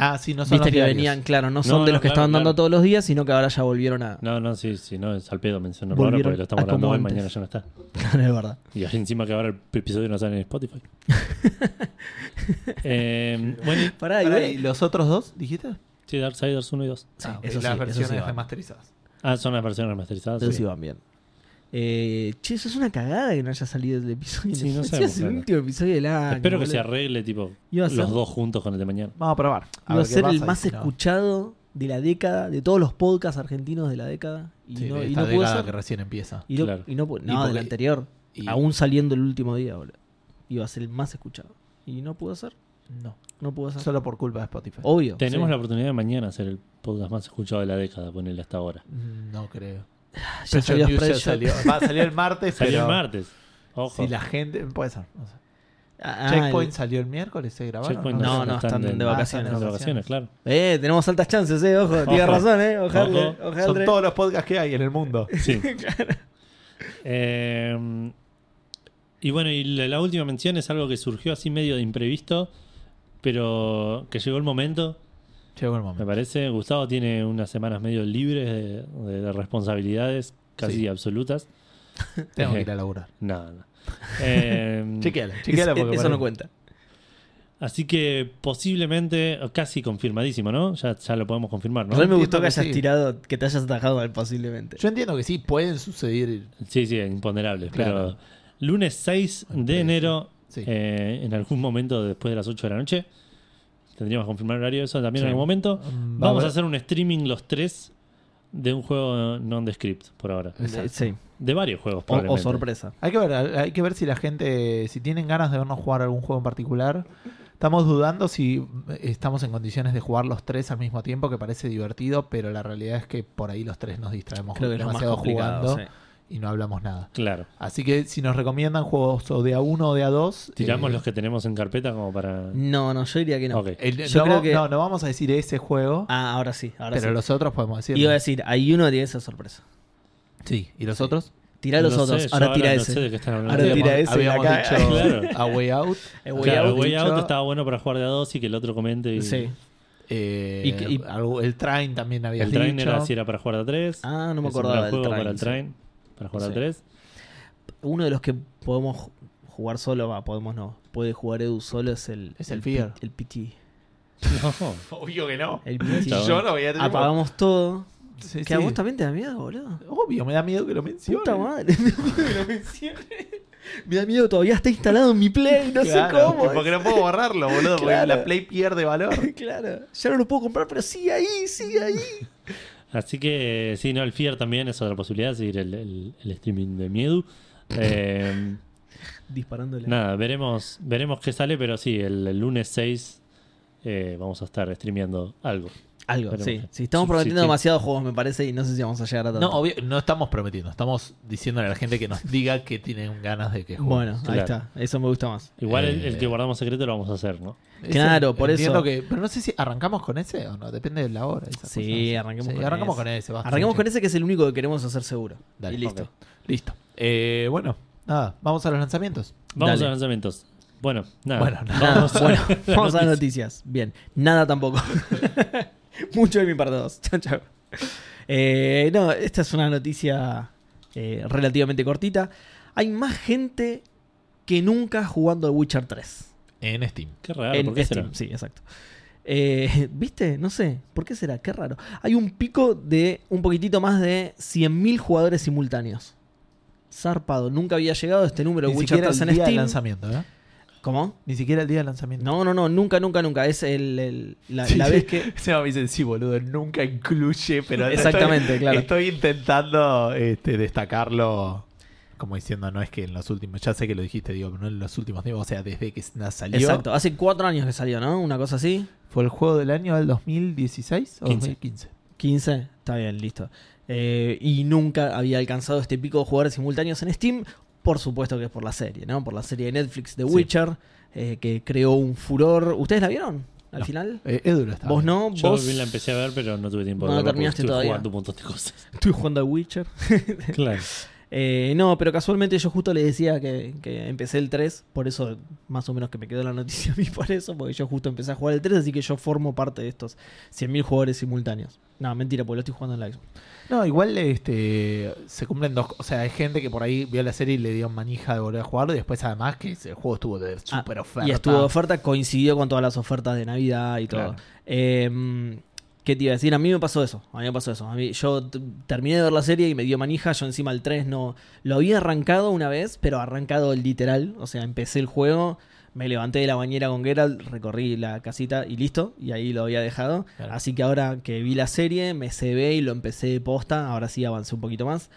[SPEAKER 1] Ah, sí, no son
[SPEAKER 2] Viste
[SPEAKER 1] los
[SPEAKER 2] que
[SPEAKER 1] diarios.
[SPEAKER 2] venían, claro, no
[SPEAKER 3] No,
[SPEAKER 2] son de
[SPEAKER 3] no,
[SPEAKER 2] los que
[SPEAKER 3] claro,
[SPEAKER 2] estaban dando
[SPEAKER 3] claro.
[SPEAKER 2] todos los días, sino que ahora ya volvieron a.
[SPEAKER 3] No, no, sí, sí, no, es al pedo mencionarlo ahora
[SPEAKER 2] Volvieron
[SPEAKER 3] porque lo estamos
[SPEAKER 2] a como
[SPEAKER 3] grabando hoy,
[SPEAKER 2] antes.
[SPEAKER 3] mañana ya no
[SPEAKER 2] <laughs>
[SPEAKER 3] está.
[SPEAKER 2] Claro, es verdad.
[SPEAKER 3] Y ahí encima que ahora el episodio no sale en Spotify. eh, bueno, y-
[SPEAKER 1] Pará,
[SPEAKER 2] Pará, igual-
[SPEAKER 1] ¿Y los otros dos, dijiste?
[SPEAKER 3] sí, Darksiders 1 y 2.
[SPEAKER 2] Sí,
[SPEAKER 1] Ah, ok,
[SPEAKER 2] eso
[SPEAKER 1] las
[SPEAKER 2] sí, eso
[SPEAKER 1] versiones
[SPEAKER 2] sí van.
[SPEAKER 1] remasterizadas.
[SPEAKER 3] Ah, son las versiones remasterizadas.
[SPEAKER 2] Entonces
[SPEAKER 3] sí.
[SPEAKER 2] iban bien. Eh, che, eso es una cagada que no haya salido el episodio.
[SPEAKER 3] Sí,
[SPEAKER 2] <laughs>
[SPEAKER 3] no
[SPEAKER 2] Sí,
[SPEAKER 3] sabemos,
[SPEAKER 2] es el
[SPEAKER 3] claro.
[SPEAKER 2] último episodio del año.
[SPEAKER 3] Espero que
[SPEAKER 2] boludo.
[SPEAKER 3] se arregle, tipo,
[SPEAKER 2] Ah, Iba a
[SPEAKER 3] los
[SPEAKER 2] ser-
[SPEAKER 3] dos juntos con el de mañana.
[SPEAKER 1] Vamos a probar.
[SPEAKER 2] Iba a
[SPEAKER 1] ver qué
[SPEAKER 2] ser el
[SPEAKER 1] pasa,
[SPEAKER 2] más
[SPEAKER 1] y si no-
[SPEAKER 2] escuchado de la década, de todos los podcasts argentinos de la década. Y
[SPEAKER 1] Sí,
[SPEAKER 2] no,
[SPEAKER 1] de
[SPEAKER 2] y
[SPEAKER 1] esta
[SPEAKER 2] no pudo
[SPEAKER 1] década
[SPEAKER 2] ser.
[SPEAKER 1] que recién empieza.
[SPEAKER 2] Y no,
[SPEAKER 3] Claro.
[SPEAKER 2] y no pudo-
[SPEAKER 1] Y
[SPEAKER 2] no, del
[SPEAKER 1] porque-
[SPEAKER 2] anterior.
[SPEAKER 1] Y-
[SPEAKER 2] Aún saliendo el último día, boludo. Iba a ser el más escuchado. Y no pudo ser.
[SPEAKER 1] No,
[SPEAKER 2] No Oh. pudo ser.
[SPEAKER 1] solo por culpa de Spotify.
[SPEAKER 2] Obvio.
[SPEAKER 3] Tenemos
[SPEAKER 2] sí.
[SPEAKER 3] la oportunidad de mañana hacer el podcast más escuchado de la década, ponerle hasta ahora.
[SPEAKER 1] No creo.
[SPEAKER 2] Ah, Ya
[SPEAKER 1] Pero
[SPEAKER 2] salió
[SPEAKER 1] News ya
[SPEAKER 2] Spreadshot.
[SPEAKER 1] salió. Va a salir el
[SPEAKER 2] <laughs>
[SPEAKER 1] martes,
[SPEAKER 3] Salió
[SPEAKER 1] pero
[SPEAKER 3] el martes. Ojo.
[SPEAKER 1] Si la gente... Puede ser. no sé.
[SPEAKER 2] Ah,
[SPEAKER 1] Checkpoint salió el miércoles, se grabaron.
[SPEAKER 3] Checkpoint
[SPEAKER 2] No, no, están de vacaciones.
[SPEAKER 3] están de vacaciones, claro.
[SPEAKER 2] el- Eh, tenemos altas chances, eh. Ojo, tienes
[SPEAKER 3] Ojo.
[SPEAKER 2] razón, eh. Ojalá.
[SPEAKER 3] Ojo.
[SPEAKER 2] ojalá.
[SPEAKER 1] Son todos los podcasts que hay en el mundo.
[SPEAKER 2] <laughs>
[SPEAKER 3] Sí. Eh, y bueno, y la, la última mención es algo que surgió así medio de imprevisto, pero que llegó el momento.
[SPEAKER 1] Llegó el
[SPEAKER 3] Me
[SPEAKER 1] momento.
[SPEAKER 3] parece, Gustavo tiene unas semanas medio libres de, de- de responsabilidades casi
[SPEAKER 1] Sí.
[SPEAKER 3] absolutas.
[SPEAKER 1] <laughs> Tengo
[SPEAKER 2] <laughs>
[SPEAKER 1] que ir a
[SPEAKER 3] <laughs>
[SPEAKER 1] laburar.
[SPEAKER 3] No,
[SPEAKER 1] <laughs>
[SPEAKER 3] no. Eh,
[SPEAKER 1] Chequeala, chequeala
[SPEAKER 2] Mm. Eso-
[SPEAKER 1] porque
[SPEAKER 2] Eso
[SPEAKER 1] parece-
[SPEAKER 2] no cuenta.
[SPEAKER 3] así que posiblemente, o casi confirmadísimo, ¿no? Ya, ya lo podemos confirmar, ¿no?
[SPEAKER 2] Real me
[SPEAKER 1] Entiendo
[SPEAKER 2] gustó que
[SPEAKER 1] que
[SPEAKER 2] hayas
[SPEAKER 1] sí.
[SPEAKER 2] tirado, que te hayas atajado mal posiblemente.
[SPEAKER 1] Yo entiendo que sí, pueden suceder.
[SPEAKER 3] Sí, sí, imponderables.
[SPEAKER 1] Claro.
[SPEAKER 3] Pero lunes 6 de
[SPEAKER 1] sí.
[SPEAKER 3] enero,
[SPEAKER 1] Sí.
[SPEAKER 3] eh, en algún momento después de las 8 de la noche, tendríamos que confirmar el horario de eso también
[SPEAKER 1] Sí.
[SPEAKER 3] en algún momento.
[SPEAKER 1] Mm,
[SPEAKER 3] Vamos
[SPEAKER 1] va-
[SPEAKER 3] a hacer un streaming los tres de un juego non-descript por ahora.
[SPEAKER 1] Exacto.
[SPEAKER 2] Sí.
[SPEAKER 3] De varios juegos,
[SPEAKER 2] O, o
[SPEAKER 3] probablemente.
[SPEAKER 2] sorpresa.
[SPEAKER 1] Hay que ver, hay que ver si la gente, si tienen ganas de vernos jugar algún juego en particular. Estamos dudando si eh, estamos en condiciones de jugar los tres al mismo tiempo, que parece divertido, pero la realidad es que por ahí los tres nos distraemos
[SPEAKER 2] Creo que es lo más
[SPEAKER 1] demasiado
[SPEAKER 2] complicado.
[SPEAKER 1] jugando
[SPEAKER 2] sí.
[SPEAKER 1] y no hablamos nada.
[SPEAKER 3] Claro.
[SPEAKER 1] Así que si nos recomiendan juegos o de a uno o de a dos,
[SPEAKER 3] Tiramos
[SPEAKER 1] eh,
[SPEAKER 3] los que tenemos en carpeta como para...
[SPEAKER 2] No, no, yo diría que no.
[SPEAKER 3] Ok.
[SPEAKER 1] el-
[SPEAKER 2] Yo
[SPEAKER 1] no,
[SPEAKER 2] creo
[SPEAKER 1] va-
[SPEAKER 2] que-
[SPEAKER 1] no, no vamos a decir ese juego,
[SPEAKER 2] Ah, ahora sí, ahora
[SPEAKER 1] pero
[SPEAKER 2] sí.
[SPEAKER 1] los otros podemos decir.
[SPEAKER 2] Iba a decir, hay uno que tiene esa sorpresa.
[SPEAKER 1] Sí, ¿y los otros?
[SPEAKER 2] Tirá los
[SPEAKER 3] No sé,
[SPEAKER 2] otros,
[SPEAKER 3] yo
[SPEAKER 2] ahora tira
[SPEAKER 3] no
[SPEAKER 2] ese.
[SPEAKER 3] sé de qué están hablando.
[SPEAKER 2] Ahora
[SPEAKER 1] Habíamos-
[SPEAKER 2] tira ese y
[SPEAKER 1] Habíamos
[SPEAKER 2] acá-
[SPEAKER 1] <laughs> dicho
[SPEAKER 3] Claro.
[SPEAKER 1] A Way Out.
[SPEAKER 2] El
[SPEAKER 3] Claro,
[SPEAKER 2] Way
[SPEAKER 3] Way
[SPEAKER 2] Out,
[SPEAKER 3] Out,
[SPEAKER 1] dicho-
[SPEAKER 3] estaba bueno para jugar de a dos y que el otro comente. Y...
[SPEAKER 2] Sí.
[SPEAKER 1] Eh,
[SPEAKER 2] Y que- y-
[SPEAKER 1] algo- el train también había
[SPEAKER 3] El train
[SPEAKER 1] dicho.
[SPEAKER 3] era si era para jugar de a tres.
[SPEAKER 2] Ah, no me
[SPEAKER 3] Es un
[SPEAKER 2] acordaba del
[SPEAKER 3] gran juego
[SPEAKER 2] train,
[SPEAKER 3] para el
[SPEAKER 2] sí.
[SPEAKER 3] train. Para jugar
[SPEAKER 2] Sí.
[SPEAKER 3] a tres.
[SPEAKER 2] Uno de los que podemos ju- jugar solo, va, podemos no. Puede jugar Edu solo es el.
[SPEAKER 1] Es el
[SPEAKER 2] P-
[SPEAKER 1] Fear.
[SPEAKER 2] El PT.
[SPEAKER 3] <laughs> No.
[SPEAKER 1] Obvio que no. <laughs>
[SPEAKER 3] <laughs>
[SPEAKER 2] El PT.
[SPEAKER 3] Chabón.
[SPEAKER 1] Yo no voy a tener. <laughs>
[SPEAKER 2] Apagamos todo.
[SPEAKER 1] Sí,
[SPEAKER 2] que a
[SPEAKER 1] sí.
[SPEAKER 2] vos también te da miedo, boludo.
[SPEAKER 1] Obvio, me da miedo que lo mencione. <laughs>
[SPEAKER 2] Puta madre. Me da miedo que lo mencione. <laughs> Me da miedo, todavía está instalado en mi play, no sé
[SPEAKER 1] Claro,
[SPEAKER 2] cómo.
[SPEAKER 1] Porque no puedo borrarlo, boludo. Porque
[SPEAKER 2] Claro.
[SPEAKER 1] la Play pierde valor.
[SPEAKER 2] <laughs> Claro, ya no lo puedo comprar, pero sigue ahí, sigue ahí.
[SPEAKER 3] Así que, sí, no, el Fear también es otra posibilidad, seguir el, el- el streaming de Miedu.
[SPEAKER 2] <coughs>
[SPEAKER 3] Eh,
[SPEAKER 2] Disparándole.
[SPEAKER 3] nada, veremos, veremos qué sale, pero sí, el, el lunes 6 eh, vamos a estar streameando algo.
[SPEAKER 2] Algo,
[SPEAKER 3] Pero
[SPEAKER 2] sí.
[SPEAKER 3] bueno.
[SPEAKER 2] Sí, estamos
[SPEAKER 3] Sí,
[SPEAKER 2] prometiendo
[SPEAKER 3] sí.
[SPEAKER 2] demasiados juegos, me parece, y no sé si vamos a llegar a tanto.
[SPEAKER 4] No, obvio- no estamos prometiendo, estamos diciéndole a la gente que nos diga que tienen ganas de que juegue.
[SPEAKER 2] bueno, ahí
[SPEAKER 3] Claro.
[SPEAKER 2] está. Eso me gusta más.
[SPEAKER 3] Igual el,
[SPEAKER 4] Eh.
[SPEAKER 3] el que guardamos secreto lo vamos a hacer, ¿no?
[SPEAKER 1] Ese,
[SPEAKER 2] Claro, por
[SPEAKER 1] entiendo
[SPEAKER 2] eso.
[SPEAKER 1] que- pero no sé si arrancamos con ese o no, depende de la hora. esas
[SPEAKER 2] Sí,
[SPEAKER 1] cosas.
[SPEAKER 2] arranquemos
[SPEAKER 1] Sí,
[SPEAKER 2] con
[SPEAKER 1] arrancamos
[SPEAKER 2] ese.
[SPEAKER 1] con ese. basta.
[SPEAKER 2] Arranquemos con ese que es el único que queremos hacer seguro.
[SPEAKER 4] Dale.
[SPEAKER 2] y listo.
[SPEAKER 3] Ok.
[SPEAKER 1] Listo. Eh, bueno, nada, vamos a los lanzamientos.
[SPEAKER 3] Vamos
[SPEAKER 2] Dale.
[SPEAKER 3] a los lanzamientos. Bueno,
[SPEAKER 2] Ah.
[SPEAKER 3] nada.
[SPEAKER 1] Bueno,
[SPEAKER 2] Nada,
[SPEAKER 3] vamos a-
[SPEAKER 2] bueno,
[SPEAKER 3] la
[SPEAKER 2] vamos a las
[SPEAKER 3] noticia.
[SPEAKER 2] noticias. Bien, nada tampoco. <laughs> Mucho de mi parte dos. <laughs> Chao, chao. Eh, no, esta es una noticia eh, relativamente cortita. Hay más gente que nunca jugando al Witcher 3.
[SPEAKER 4] En Steam.
[SPEAKER 3] Qué raro,
[SPEAKER 2] en
[SPEAKER 3] ¿por
[SPEAKER 1] este
[SPEAKER 3] qué
[SPEAKER 2] Steam,
[SPEAKER 3] será?
[SPEAKER 2] sí, exacto. Eh, <laughs> ¿Viste? No sé. ¿Por qué será? Qué raro. Hay un pico de un poquitito más de 100.000 jugadores simultáneos. Zarpado. Nunca había llegado este número de
[SPEAKER 1] Ni
[SPEAKER 2] Witcher
[SPEAKER 1] siquiera
[SPEAKER 2] 3
[SPEAKER 1] el
[SPEAKER 2] en
[SPEAKER 1] día del
[SPEAKER 2] Steam.
[SPEAKER 1] lanzamiento, ¿eh?
[SPEAKER 2] ¿Cómo?
[SPEAKER 1] Ni siquiera el día del lanzamiento.
[SPEAKER 2] No, no, no, nunca, nunca, nunca. Es el, el- la,
[SPEAKER 1] Sí,
[SPEAKER 2] la
[SPEAKER 1] sí.
[SPEAKER 2] vez que.
[SPEAKER 1] <laughs> Se me dicen, sí, boludo, nunca incluye, pero
[SPEAKER 2] Exactamente,
[SPEAKER 1] estoy,
[SPEAKER 2] claro.
[SPEAKER 1] estoy intentando este, destacarlo. Como diciendo, no es que en los últimos, ya sé que lo dijiste, digo, pero no en los últimos tiempos, o sea, desde que na- salió.
[SPEAKER 2] Exacto, hace cuatro años que salió, ¿no? Una cosa así.
[SPEAKER 1] ¿Fue el juego del año del 2016 o
[SPEAKER 3] 15.
[SPEAKER 1] 2015?
[SPEAKER 2] 15, está bien, listo. Eh, y nunca había alcanzado este pico de jugadores simultáneos en Steam. Por supuesto que es por la serie, ¿no? Por la serie de Netflix The
[SPEAKER 4] Sí.
[SPEAKER 2] Witcher, eh, que creó un furor. ¿Ustedes la vieron al
[SPEAKER 1] No.
[SPEAKER 2] final?
[SPEAKER 1] Eh, Edu lo estaba
[SPEAKER 2] ¿Vos
[SPEAKER 1] viendo.
[SPEAKER 2] no?
[SPEAKER 3] Yo
[SPEAKER 2] ¿Vos?
[SPEAKER 3] la
[SPEAKER 2] <laughs>
[SPEAKER 3] empecé a ver, pero no tuve tiempo
[SPEAKER 2] No
[SPEAKER 3] de
[SPEAKER 2] la
[SPEAKER 3] verla porque
[SPEAKER 2] terminaste
[SPEAKER 3] estuve
[SPEAKER 2] todavía.
[SPEAKER 3] jugando un montón
[SPEAKER 1] <laughs>
[SPEAKER 3] de cosas.
[SPEAKER 2] Estoy jugando a Witcher. <laughs>
[SPEAKER 3] Claro.
[SPEAKER 2] Eh, no, pero casualmente yo justo le decía que, que empecé el 3, por eso más o menos que me quedó la noticia a mí por eso, porque yo justo empecé a jugar el 3, así que yo formo parte de estos 100.000 jugadores simultáneos. No, mentira, porque lo estoy jugando en la Xbox.
[SPEAKER 1] No, igual este, se cumplen dos. O sea, hay gente que por ahí vio la serie y le dio manija de volver a jugarlo. Y después, además, que el juego estuvo de
[SPEAKER 2] Ah,
[SPEAKER 1] super oferta.
[SPEAKER 2] Y estuvo de oferta, coincidió con todas las ofertas de Navidad y todo.
[SPEAKER 1] Claro.
[SPEAKER 2] Eh, ¿Qué te iba a decir? A mí me pasó eso. A mí me pasó eso. A mí, yo t- terminé de ver la serie y me dio manija. Yo encima el 3 no. Lo había arrancado una vez, pero arrancado literal. O sea, empecé el juego, me levanté de la bañera con Geralt, recorrí la casita y listo. Y ahí lo había dejado.
[SPEAKER 1] Claro.
[SPEAKER 2] Así que ahora que vi la serie, me cebé y lo empecé de posta. Ahora sí avancé un poquito más.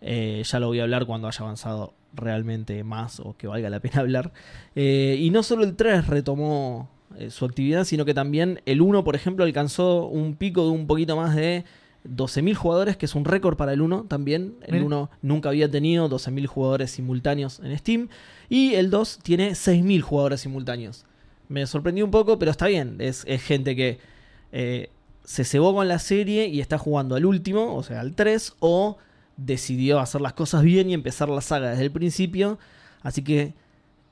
[SPEAKER 2] Eh, ya lo voy a hablar cuando haya avanzado realmente más o que valga la pena hablar. Eh, y no solo el 3 retomó eh, su actividad, sino que también el 1, por ejemplo, alcanzó un pico de un poquito más de 12.000 jugadores, que es un récord para el 1 también. El
[SPEAKER 1] Mira.
[SPEAKER 2] 1 nunca había tenido 12.000 jugadores simultáneos en Steam. Y el 2 tiene 6.000 jugadores simultáneos. Me sorprendió un poco, pero está bien. Es, es gente que eh, se cebó con la serie y está jugando al último, o sea, al 3, o decidió hacer las cosas bien y empezar la saga desde el principio. Así que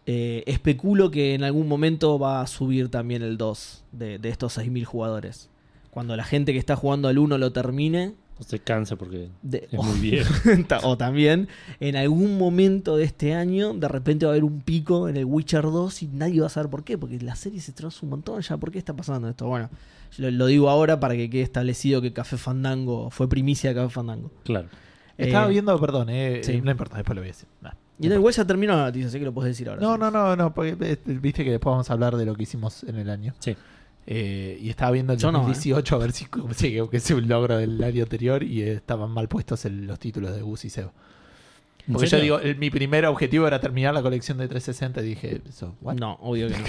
[SPEAKER 2] eh, especulo que en algún momento va a subir también el 2 de, de estos 6.000 jugadores. Cuando la gente que está jugando al 1 lo termine,
[SPEAKER 3] No se cansa porque
[SPEAKER 2] de-
[SPEAKER 3] es
[SPEAKER 1] Oh.
[SPEAKER 2] <laughs>
[SPEAKER 3] muy
[SPEAKER 1] <laughs>
[SPEAKER 3] viejo.
[SPEAKER 2] Ta- o también en algún momento de este año, de repente va a haber un pico en el Witcher 2 y nadie va a saber por qué, porque la serie se trazó un montón ya. ¿Por qué está pasando esto? Bueno, yo lo, lo digo ahora para que quede establecido que Café Fandango fue primicia de Café Fandango.
[SPEAKER 3] Claro.
[SPEAKER 1] Estaba
[SPEAKER 2] Eh,
[SPEAKER 1] viendo, perdón, eh,
[SPEAKER 2] sí. Ah,
[SPEAKER 1] no importa, después lo voy a decir. Nah,
[SPEAKER 2] Y no,
[SPEAKER 1] no importa.
[SPEAKER 2] igual ya terminó la noticia, así que lo puedes decir ahora.
[SPEAKER 1] No,
[SPEAKER 2] si
[SPEAKER 1] no, no, no, porque eh, viste que después vamos a hablar de lo que hicimos en el año.
[SPEAKER 3] Sí.
[SPEAKER 1] Eh, y estaba viendo el
[SPEAKER 2] Yo no,
[SPEAKER 1] 2018 a ver si consigue que sea un logro del año anterior y eh, estaban mal puestos el- los títulos de Gus y Seba.
[SPEAKER 3] ¿En
[SPEAKER 1] Porque yo
[SPEAKER 3] serio?
[SPEAKER 1] digo, el- mi primer objetivo era terminar la colección de 360 y dije, eso, what?
[SPEAKER 2] No, obvio que no.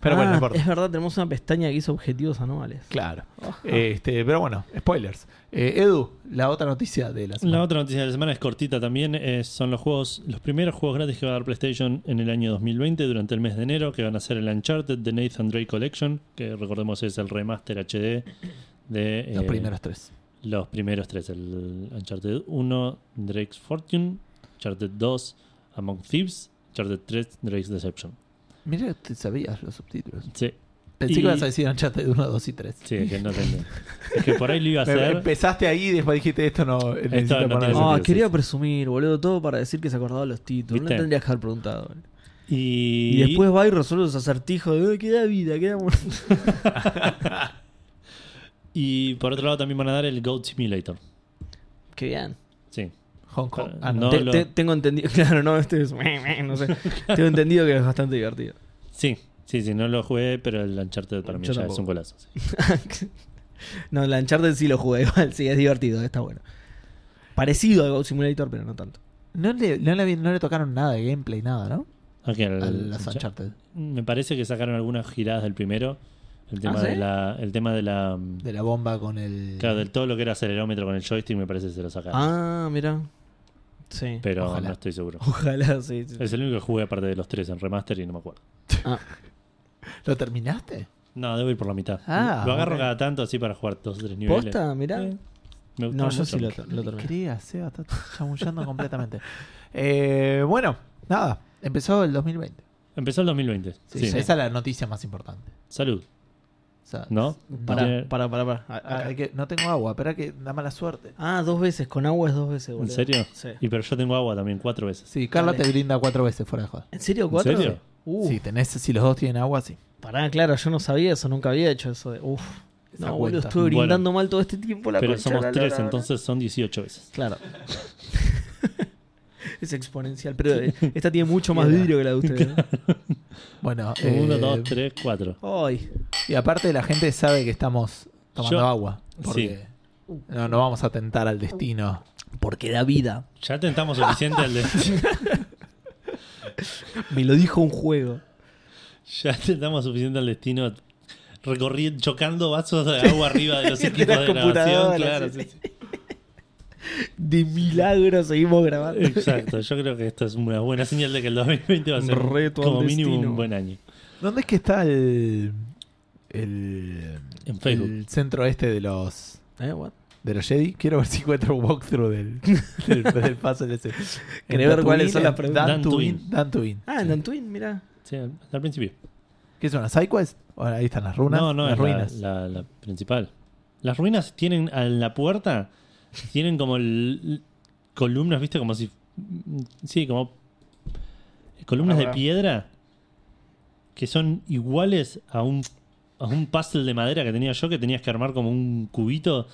[SPEAKER 1] Pero bueno,
[SPEAKER 2] Ah,
[SPEAKER 1] no importa.
[SPEAKER 2] es verdad, tenemos una pestaña que hizo objetivos anuales.
[SPEAKER 1] Claro. Este, pero bueno, spoilers. Eh, Edu, la otra noticia de la semana.
[SPEAKER 3] La otra noticia de la semana es cortita también. eh, son los juegos, los primeros juegos gratis que va a dar PlayStation en el año 2020 durante el mes de enero, que van a ser el Uncharted de Nathan Drake Collection, que recordemos es el remaster HD de
[SPEAKER 1] Los
[SPEAKER 3] eh,
[SPEAKER 1] primeros tres.
[SPEAKER 3] los primeros tres: el Uncharted 1, Drake's Fortune, Uncharted 2, Among Thieves, Uncharted 3, Drake's Deception.
[SPEAKER 1] Mira, te sabías los subtítulos.
[SPEAKER 3] Sí,
[SPEAKER 1] Pensé
[SPEAKER 3] Y-
[SPEAKER 1] que ibas a decir Uncharted 1, 2 y 3.
[SPEAKER 2] <laughs>
[SPEAKER 3] sí,
[SPEAKER 1] <laughs>
[SPEAKER 3] es que no entendí. es que por ahí lo iba a
[SPEAKER 1] Me-
[SPEAKER 3] hacer.
[SPEAKER 1] Empezaste ahí y después dijiste esto no. eh, necesito
[SPEAKER 3] no
[SPEAKER 1] poner-
[SPEAKER 3] tiene
[SPEAKER 2] Ah,
[SPEAKER 3] sentido,
[SPEAKER 2] quería
[SPEAKER 3] sí, sí.
[SPEAKER 2] presumir, boludo, todo para decir que se acordaba los títulos. No
[SPEAKER 3] ¿Viste?
[SPEAKER 2] tendrías que haber preguntado. boludo.
[SPEAKER 3] Y,
[SPEAKER 2] Y después va y resuelve los acertijos de "Ay, queda vida, queda muerte".
[SPEAKER 3] <laughs> y por otro lado también van a dar el Goat Simulator.
[SPEAKER 2] <laughs> Qué bien.
[SPEAKER 3] Sí.
[SPEAKER 1] Hong Kong.
[SPEAKER 3] Para-
[SPEAKER 1] Ah, no.
[SPEAKER 3] no.
[SPEAKER 2] Te-
[SPEAKER 3] lo-
[SPEAKER 2] te- tengo entendido, <laughs> claro, no, este es, no sé. tengo entendido que es bastante divertido. <laughs>
[SPEAKER 3] Sí, sí, sí, no lo jugué, pero el Uncharted para mí
[SPEAKER 2] Yo
[SPEAKER 3] ya
[SPEAKER 2] tampoco.
[SPEAKER 3] es un golazo. sí.
[SPEAKER 2] no, la Uncharted sí lo jugué igual, sí, es divertido, está bueno. Parecido a Goat Simulator, pero no tanto.
[SPEAKER 1] No le, no, le, no le tocaron nada de gameplay, nada, ¿no?
[SPEAKER 3] Ok, Ah, el-
[SPEAKER 1] A las
[SPEAKER 3] Uncha-
[SPEAKER 1] Uncharted.
[SPEAKER 3] Me parece que sacaron algunas giradas del primero. El tema,
[SPEAKER 2] ¿Ah, ¿sí?
[SPEAKER 3] de, la, el tema de la. mm,
[SPEAKER 4] De la bomba con el.
[SPEAKER 3] Claro, del todo lo que era acelerómetro con el joystick me parece que se lo sacaron.
[SPEAKER 2] Ah, mira. Sí.
[SPEAKER 3] pero
[SPEAKER 4] ojalá.
[SPEAKER 3] no estoy seguro.
[SPEAKER 2] Ojalá, sí. sí.
[SPEAKER 3] Es el único que jugué aparte de los tres en remaster y no me acuerdo.
[SPEAKER 2] Ah,
[SPEAKER 4] ¿Lo terminaste?
[SPEAKER 3] No, debo ir por la mitad.
[SPEAKER 4] Ah,
[SPEAKER 3] lo agarro
[SPEAKER 4] ok.
[SPEAKER 3] cada tanto así para jugar dos o tres <laughs> niveles.
[SPEAKER 2] ¿Posta? Mirá.
[SPEAKER 3] Eh, me gustó
[SPEAKER 2] No, yo
[SPEAKER 3] mucho.
[SPEAKER 2] sí lo, lo
[SPEAKER 1] No te
[SPEAKER 2] terminé.
[SPEAKER 1] creas, Seba, está <laughs> chamullando completamente. Eh, bueno, nada, empezó el 2020.
[SPEAKER 3] Empezó el 2020. Sí.
[SPEAKER 4] Sí, Esa es la noticia más importante.
[SPEAKER 3] Salud.
[SPEAKER 1] O sea,
[SPEAKER 3] ¿No?
[SPEAKER 2] Pará,
[SPEAKER 3] Tiene-
[SPEAKER 2] pará, pará. pará. Ah,
[SPEAKER 1] ah, hay que- no tengo agua, espera que da mala suerte.
[SPEAKER 2] Ah, dos veces. Con agua es dos veces, boludo.
[SPEAKER 3] ¿En serio?
[SPEAKER 2] Sí.
[SPEAKER 3] Y pero yo tengo agua también, cuatro veces.
[SPEAKER 1] Sí, Carla
[SPEAKER 2] Dale.
[SPEAKER 1] te brinda cuatro veces fuera de joda.
[SPEAKER 2] ¿En serio?
[SPEAKER 3] ¿En
[SPEAKER 2] ¿Cuatro?
[SPEAKER 3] serio?
[SPEAKER 2] Uh,
[SPEAKER 1] Si tenés, si los dos tienen agua, sí.
[SPEAKER 2] Pará, claro, yo no sabía eso. Nunca había hecho eso de... Uf.
[SPEAKER 1] Esa
[SPEAKER 2] No, boludo,
[SPEAKER 1] cuenta.
[SPEAKER 2] estuve
[SPEAKER 3] Bueno.
[SPEAKER 2] brindando mal todo este tiempo la
[SPEAKER 3] Pero
[SPEAKER 2] concha
[SPEAKER 3] somos
[SPEAKER 2] de la
[SPEAKER 3] tres,
[SPEAKER 2] lora.
[SPEAKER 3] entonces son 18 veces. <laughs>
[SPEAKER 2] <laughs> Claro. es exponencial, pero eh, esta tiene mucho más
[SPEAKER 1] Mierda.
[SPEAKER 2] vidrio que la de ustedes. ¿no?
[SPEAKER 1] Bueno,
[SPEAKER 3] Uno,
[SPEAKER 1] eh,
[SPEAKER 3] dos, tres, cuatro.
[SPEAKER 2] <laughs> Ay,
[SPEAKER 1] Y aparte la gente sabe que estamos tomando
[SPEAKER 3] Yo-
[SPEAKER 1] agua. Porque no, no vamos a tentar al destino.
[SPEAKER 2] porque da vida.
[SPEAKER 3] Ya tentamos suficiente el de... <laughs>
[SPEAKER 2] Me lo dijo un juego.
[SPEAKER 3] Ya <laughs> tentamos suficiente al destino recorriendo, chocando vasos de agua
[SPEAKER 2] <laughs>
[SPEAKER 3] arriba de los
[SPEAKER 2] De
[SPEAKER 3] equipos
[SPEAKER 2] las
[SPEAKER 3] de grabación.
[SPEAKER 2] computadoras,
[SPEAKER 3] Claro,
[SPEAKER 2] sí,
[SPEAKER 3] sí, sí.
[SPEAKER 2] De milagro seguimos grabando.
[SPEAKER 3] Exacto, yo creo que esto es una buena señal de que el 2020 va a ser
[SPEAKER 2] Reto al
[SPEAKER 3] como mínimo
[SPEAKER 2] destino.
[SPEAKER 3] un buen año.
[SPEAKER 1] ¿Dónde es que está el. el.
[SPEAKER 3] En Facebook.
[SPEAKER 1] el centro este de los.
[SPEAKER 2] ¿Eh? what?
[SPEAKER 1] de los Jedi? Quiero ver si encuentro un walkthrough
[SPEAKER 3] <laughs>
[SPEAKER 1] del. del, del paso del ese. En
[SPEAKER 2] ver
[SPEAKER 1] Tatooine,
[SPEAKER 2] cuáles son las
[SPEAKER 1] en
[SPEAKER 2] preguntas.
[SPEAKER 1] Dan
[SPEAKER 3] Dantooin.
[SPEAKER 1] Tuin. Dan Tuin.
[SPEAKER 2] Ah, en Antuin, mirá.
[SPEAKER 3] Sí, al al principio.
[SPEAKER 1] ¿Qué son las sidequests? Ahora ahí están las runas.
[SPEAKER 3] no, no,
[SPEAKER 1] las
[SPEAKER 3] es la,
[SPEAKER 1] ruinas.
[SPEAKER 3] la- la principal. Las ruinas tienen a la puerta, tienen como el- columnas, viste, como si. mm, Sí, como. Columnas de
[SPEAKER 2] Ahora.
[SPEAKER 3] piedra que son iguales a un, a un puzzle de madera que tenía yo, que tenías que armar como un cubito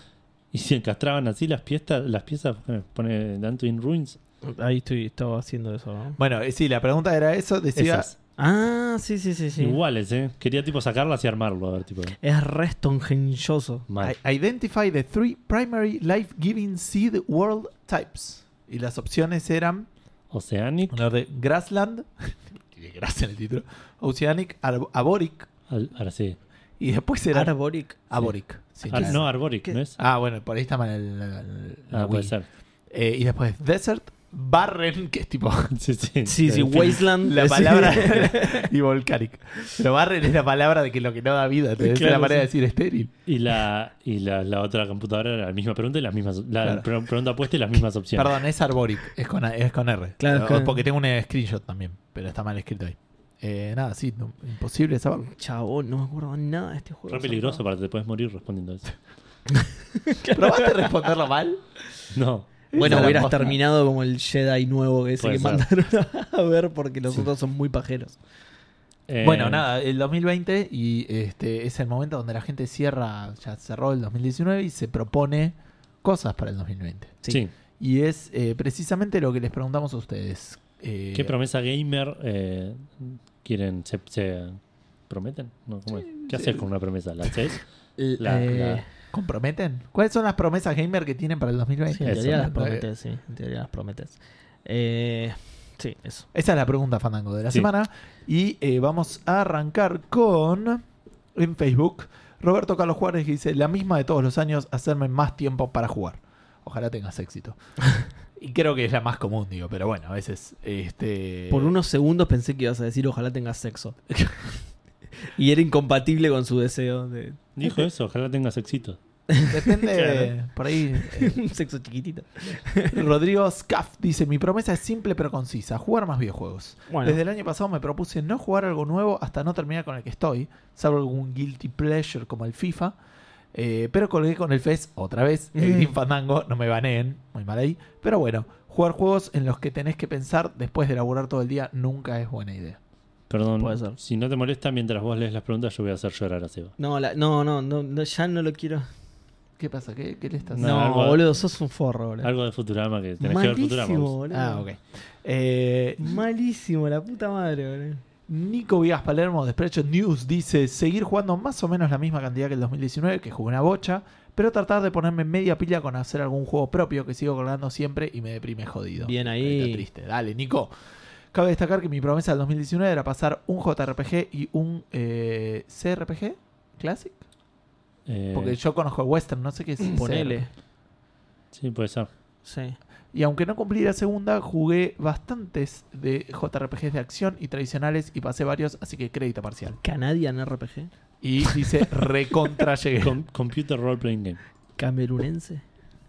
[SPEAKER 3] y se encastraban así las piezas. Las piezas eh, pone Danto in Ruins.
[SPEAKER 2] Ahí estoy, estaba haciendo eso. ¿no?
[SPEAKER 1] Bueno, eh, sí, la pregunta era eso. Decía.
[SPEAKER 3] Esas.
[SPEAKER 2] Ah, sí, sí, sí, sí.
[SPEAKER 3] Iguales, ¿eh? Quería tipo sacarlas y armarlo, a ver, tipo.
[SPEAKER 2] Es restongenioso.
[SPEAKER 3] mal.
[SPEAKER 1] I- Identify the three primary life-giving seed world types. Y las opciones eran
[SPEAKER 3] Oceanic,
[SPEAKER 1] un orden Grassland, <laughs> tiene gracia en el título, Oceanic, Ar- Arboric
[SPEAKER 3] al- ahora sí.
[SPEAKER 1] y después era
[SPEAKER 2] Arboric.
[SPEAKER 1] Arboric. sin
[SPEAKER 3] Ar-
[SPEAKER 1] S.
[SPEAKER 3] Ah, no, Arboric,
[SPEAKER 2] ¿Qué?
[SPEAKER 3] ¿no es?
[SPEAKER 1] Ah, bueno, por ahí está mal el, el- el
[SPEAKER 3] Ah, puede
[SPEAKER 1] Wii. <laughs>
[SPEAKER 3] ser.
[SPEAKER 1] Eh, y después Desert, Barren, <laughs> que es tipo
[SPEAKER 3] Sí, sí.
[SPEAKER 2] Sí, sí, Wasteland.
[SPEAKER 1] la
[SPEAKER 2] <laughs> Sí.
[SPEAKER 1] palabra
[SPEAKER 3] <laughs>
[SPEAKER 1] y Volcanic. Pero Barren es la palabra de que lo que no da vida, te es la
[SPEAKER 2] Claro,
[SPEAKER 1] manera de
[SPEAKER 2] sí.
[SPEAKER 1] decir estéril.
[SPEAKER 3] Y la, y la, la otra computadora era la misma pregunta y las mismas. La
[SPEAKER 1] Claro.
[SPEAKER 3] pre- pregunta puesta y las mismas opciones.
[SPEAKER 1] Perdón, es Arboric, es con, A- es con R.
[SPEAKER 2] Claro,
[SPEAKER 1] O-
[SPEAKER 2] claro.
[SPEAKER 1] Porque tengo un screenshot también, pero está mal escrito ahí. Eh, nada, sí, no- imposible saberlo.
[SPEAKER 2] Chabón, no me acuerdo nada de este juego.
[SPEAKER 3] Re peligroso para te puedes morir
[SPEAKER 1] <laughs>
[SPEAKER 3] respondiendo eso.
[SPEAKER 1] ¿Probaste responderlo mal?
[SPEAKER 3] No.
[SPEAKER 2] <laughs>
[SPEAKER 1] Esa
[SPEAKER 2] Bueno, hubieras
[SPEAKER 1] era posta.
[SPEAKER 2] terminado como el Jedi nuevo ese
[SPEAKER 3] Puede
[SPEAKER 2] que
[SPEAKER 3] ser.
[SPEAKER 2] mandaron <laughs> a ver porque los otros son muy pajeros.
[SPEAKER 3] Eh,
[SPEAKER 1] Bueno, nada, el 2020 y este es el momento donde la gente cierra, ya cerró el 2019 y se propone cosas para el 2020.
[SPEAKER 3] Sí.
[SPEAKER 1] Y es eh, precisamente lo que les preguntamos a ustedes. Eh,
[SPEAKER 3] ¿Qué promesa gamer eh, quieren? ¿Se, se prometen? No, ¿cómo es? ¿Qué haces con una promesa? ¿La haces?
[SPEAKER 2] L-
[SPEAKER 3] La- la-
[SPEAKER 1] eh, ¿Comprometen? ¿Cuáles son las promesas gamer que tienen para el 2020?
[SPEAKER 2] Sí, en
[SPEAKER 3] Eso,
[SPEAKER 2] teoría las
[SPEAKER 1] ¿no?
[SPEAKER 2] prometes, sí. En teoría las prometes. Eh, sí, eso.
[SPEAKER 1] Esa es la pregunta, Fandango, de la
[SPEAKER 3] Sí.
[SPEAKER 1] semana. Y eh, vamos a arrancar con. En Facebook, Roberto Carlos Juárez que dice: La misma de todos los años, hacerme más tiempo para jugar. Ojalá tengas éxito. y creo que es la más común, digo, pero bueno, a veces. Este...
[SPEAKER 2] Por unos segundos pensé que ibas a decir ojalá tengas sexo. <laughs> y era incompatible con su deseo de
[SPEAKER 1] eh,
[SPEAKER 3] Dijo eso, ojalá tengas éxito.
[SPEAKER 1] Depende.
[SPEAKER 2] Claro.
[SPEAKER 1] Por ahí. eh,
[SPEAKER 2] un sexo chiquitito.
[SPEAKER 1] <laughs> Rodrigo Scaff dice: Mi promesa es simple pero concisa: jugar más videojuegos.
[SPEAKER 2] Bueno.
[SPEAKER 1] Desde el año pasado me propuse no jugar algo nuevo hasta no terminar con el que estoy, salvo algún guilty pleasure como el FIFA. Eh, pero colgué con el FES otra vez, el
[SPEAKER 2] Mm.
[SPEAKER 1] Grim Fandango, no me baneen, muy mal ahí. Pero bueno, jugar juegos en los que tenés que pensar después de laburar todo el día nunca es buena idea.
[SPEAKER 3] Perdón.
[SPEAKER 2] Puede ser.
[SPEAKER 3] Si no te molesta, mientras vos lees las preguntas, yo voy a hacer llorar a Seba.
[SPEAKER 2] No, la- no, no, no, no, ya no lo quiero.
[SPEAKER 1] ¿Qué pasa? ¿Qué, qué le estás
[SPEAKER 3] No,
[SPEAKER 2] No,
[SPEAKER 3] algo-
[SPEAKER 2] boludo, sos un forro, boludo.
[SPEAKER 3] Algo de Futurama que tenés que ver Futurama.
[SPEAKER 2] Malísimo,
[SPEAKER 3] vos.
[SPEAKER 2] boludo.
[SPEAKER 1] Ah, ok. Eh,
[SPEAKER 2] Malísimo, la puta madre, boludo.
[SPEAKER 1] Nico Vigas Palermo de Spreadshot News dice seguir jugando más o menos la misma cantidad que el 2019, que jugué una bocha, pero tratar de ponerme media pila con hacer algún juego propio que sigo colgando siempre y me deprime jodido.
[SPEAKER 2] Bien ahí.
[SPEAKER 1] Carita triste. Dale, Nico. Cabe destacar que mi promesa del 2019 era pasar un JRPG y un eh, CRPG. Classic?
[SPEAKER 3] Eh,
[SPEAKER 1] Porque yo conozco Western, no sé qué es.
[SPEAKER 2] <clears throat> Ponele.
[SPEAKER 3] Sí, puede ser.
[SPEAKER 2] Sí.
[SPEAKER 1] Y aunque no cumplí la segunda, jugué bastantes de JRPGs de acción y tradicionales y pasé varios, así que crédito parcial.
[SPEAKER 2] Canadian RPG.
[SPEAKER 1] Y dice recontra
[SPEAKER 2] Eh.
[SPEAKER 1] llegué.
[SPEAKER 3] Com- computer Role Playing Game.
[SPEAKER 2] Camerunense.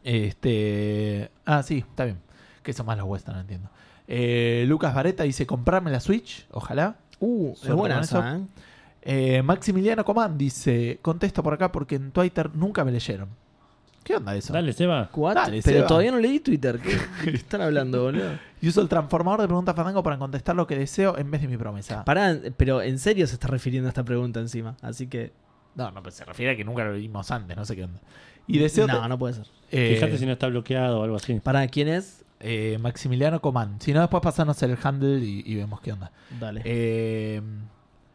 [SPEAKER 1] Este. Ah, sí, está bien. Que son más los western, entiendo. Eh, Lucas Vareta dice: comprarme la Switch, ojalá.
[SPEAKER 2] Uh,
[SPEAKER 1] Suerte
[SPEAKER 2] es buena
[SPEAKER 1] con
[SPEAKER 2] esa, ¿eh?
[SPEAKER 1] Eh, Maximiliano Comán dice: contesto por acá porque en Twitter nunca me leyeron. ¿Qué onda eso?
[SPEAKER 3] Dale, Seba.
[SPEAKER 2] What?
[SPEAKER 1] Dale,
[SPEAKER 2] Pero
[SPEAKER 1] Seba.
[SPEAKER 2] todavía no leí Twitter. <laughs> ¿Qué, qué están hablando, boludo?
[SPEAKER 1] Y uso el transformador de preguntas Fandango para contestar lo que deseo en vez de mi promesa.
[SPEAKER 2] Pará, pero en serio se está refiriendo a esta pregunta encima. Así que.
[SPEAKER 1] No, no, pero se refiere a que nunca lo vimos antes, no sé qué onda. Y deseo.
[SPEAKER 2] No, no puede ser.
[SPEAKER 1] eh,
[SPEAKER 3] Fíjate si no está bloqueado o algo así.
[SPEAKER 2] ¿Para quién es?
[SPEAKER 1] eh, Maximiliano Comán. Si no, después pasanos el handle y- y vemos qué onda.
[SPEAKER 2] Dale.
[SPEAKER 1] Eh,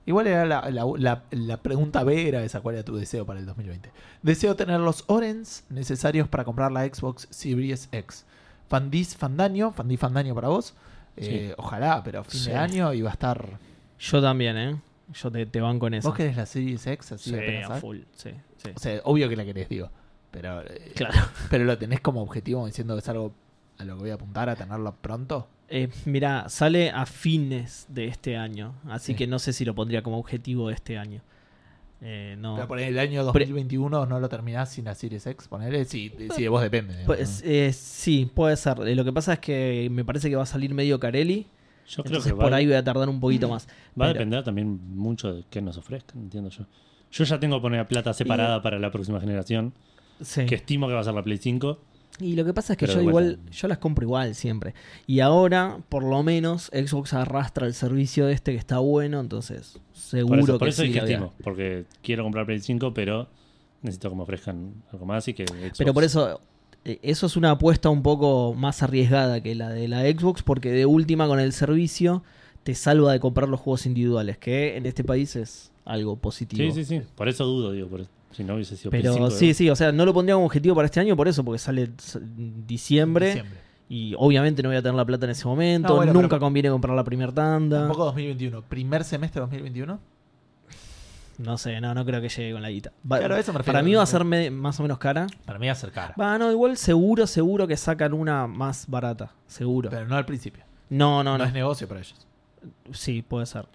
[SPEAKER 1] igual era la, la- la- la pregunta B era esa, ¿cuál era tu deseo para el 2020? Deseo tener los orens necesarios para comprar la Xbox Series X. Fandis Fandaño, Fandis Fandaño para vos. Eh, Ojalá, pero a fin
[SPEAKER 2] Sí.
[SPEAKER 1] de año iba a estar...
[SPEAKER 2] Yo también, ¿eh? Yo te, te banco en eso.
[SPEAKER 1] ¿Vos querés la Series X así
[SPEAKER 2] Sí,
[SPEAKER 1] apenas
[SPEAKER 2] a
[SPEAKER 1] sale?
[SPEAKER 2] full. Sí, sí.
[SPEAKER 1] O sea, obvio que la querés, digo. Pero, eh,
[SPEAKER 2] Claro.
[SPEAKER 1] pero lo tenés como objetivo diciendo que es algo a lo que voy a apuntar a tenerlo pronto.
[SPEAKER 2] Eh, mira, sale a fines de este año. Así
[SPEAKER 1] Sí.
[SPEAKER 2] que no sé si lo pondría como objetivo de este año. Eh, no.
[SPEAKER 1] Pero por el año 2021 no lo terminás sin la Series X, ponele, si, si de vos depende. digamos,
[SPEAKER 2] Pues, eh, sí, puede ser. Eh, Lo que pasa es que me parece que va a salir medio Carelli.
[SPEAKER 3] Yo creo
[SPEAKER 2] Entonces
[SPEAKER 3] que va, Mm.
[SPEAKER 2] por ahí voy a tardar un poquito más.
[SPEAKER 3] va a
[SPEAKER 2] Pero-
[SPEAKER 3] depender también mucho de qué nos ofrezcan, entiendo yo. Yo ya tengo que poner plata separada para la próxima generación,
[SPEAKER 2] Sí.
[SPEAKER 3] que estimo que va a ser la Play 5.
[SPEAKER 2] Y lo que pasa es que
[SPEAKER 3] Pero
[SPEAKER 2] yo
[SPEAKER 3] de
[SPEAKER 2] igual,
[SPEAKER 3] vuelta.
[SPEAKER 2] yo las compro igual siempre. Y ahora, por lo menos, Xbox arrastra el servicio de este que está bueno, entonces
[SPEAKER 3] Por
[SPEAKER 2] seguro
[SPEAKER 3] eso,
[SPEAKER 2] que
[SPEAKER 3] por eso
[SPEAKER 2] sí.
[SPEAKER 3] dije
[SPEAKER 2] había.
[SPEAKER 3] estimo, porque quiero comprar Play 5, pero necesito que me ofrezcan algo más y que Xbox-
[SPEAKER 2] Pero por eso, eh, eso es una apuesta un poco más arriesgada que la de la Xbox, porque de última con el servicio te salva de comprar los juegos individuales, que en este país es algo positivo.
[SPEAKER 3] Sí, sí, sí. Por eso dudo, digo, por- si no hubiese sido Play 5.
[SPEAKER 2] Pero sí, sí, o sea, no lo pondría como objetivo para este año por eso, porque sale s- en diciembre,
[SPEAKER 1] diciembre.
[SPEAKER 2] y obviamente no voy a tener la plata en ese momento,
[SPEAKER 1] No, bueno,
[SPEAKER 2] nunca
[SPEAKER 1] pero-
[SPEAKER 2] conviene comprar la primera tanda.
[SPEAKER 1] Tampoco 2021, primer semestre 2021.
[SPEAKER 2] No sé, no, no creo que llegue con la guita. Va-
[SPEAKER 1] Claro, a eso me refiero.
[SPEAKER 2] para mí va a ser me- más o menos cara.
[SPEAKER 1] Para mí acercar.
[SPEAKER 2] Va, no, igual seguro, seguro que sacan una más barata. Seguro.
[SPEAKER 1] Pero no al principio.
[SPEAKER 2] no,
[SPEAKER 1] No,
[SPEAKER 2] no, no.
[SPEAKER 1] es negocio para ellos.
[SPEAKER 2] Sí, puede ser.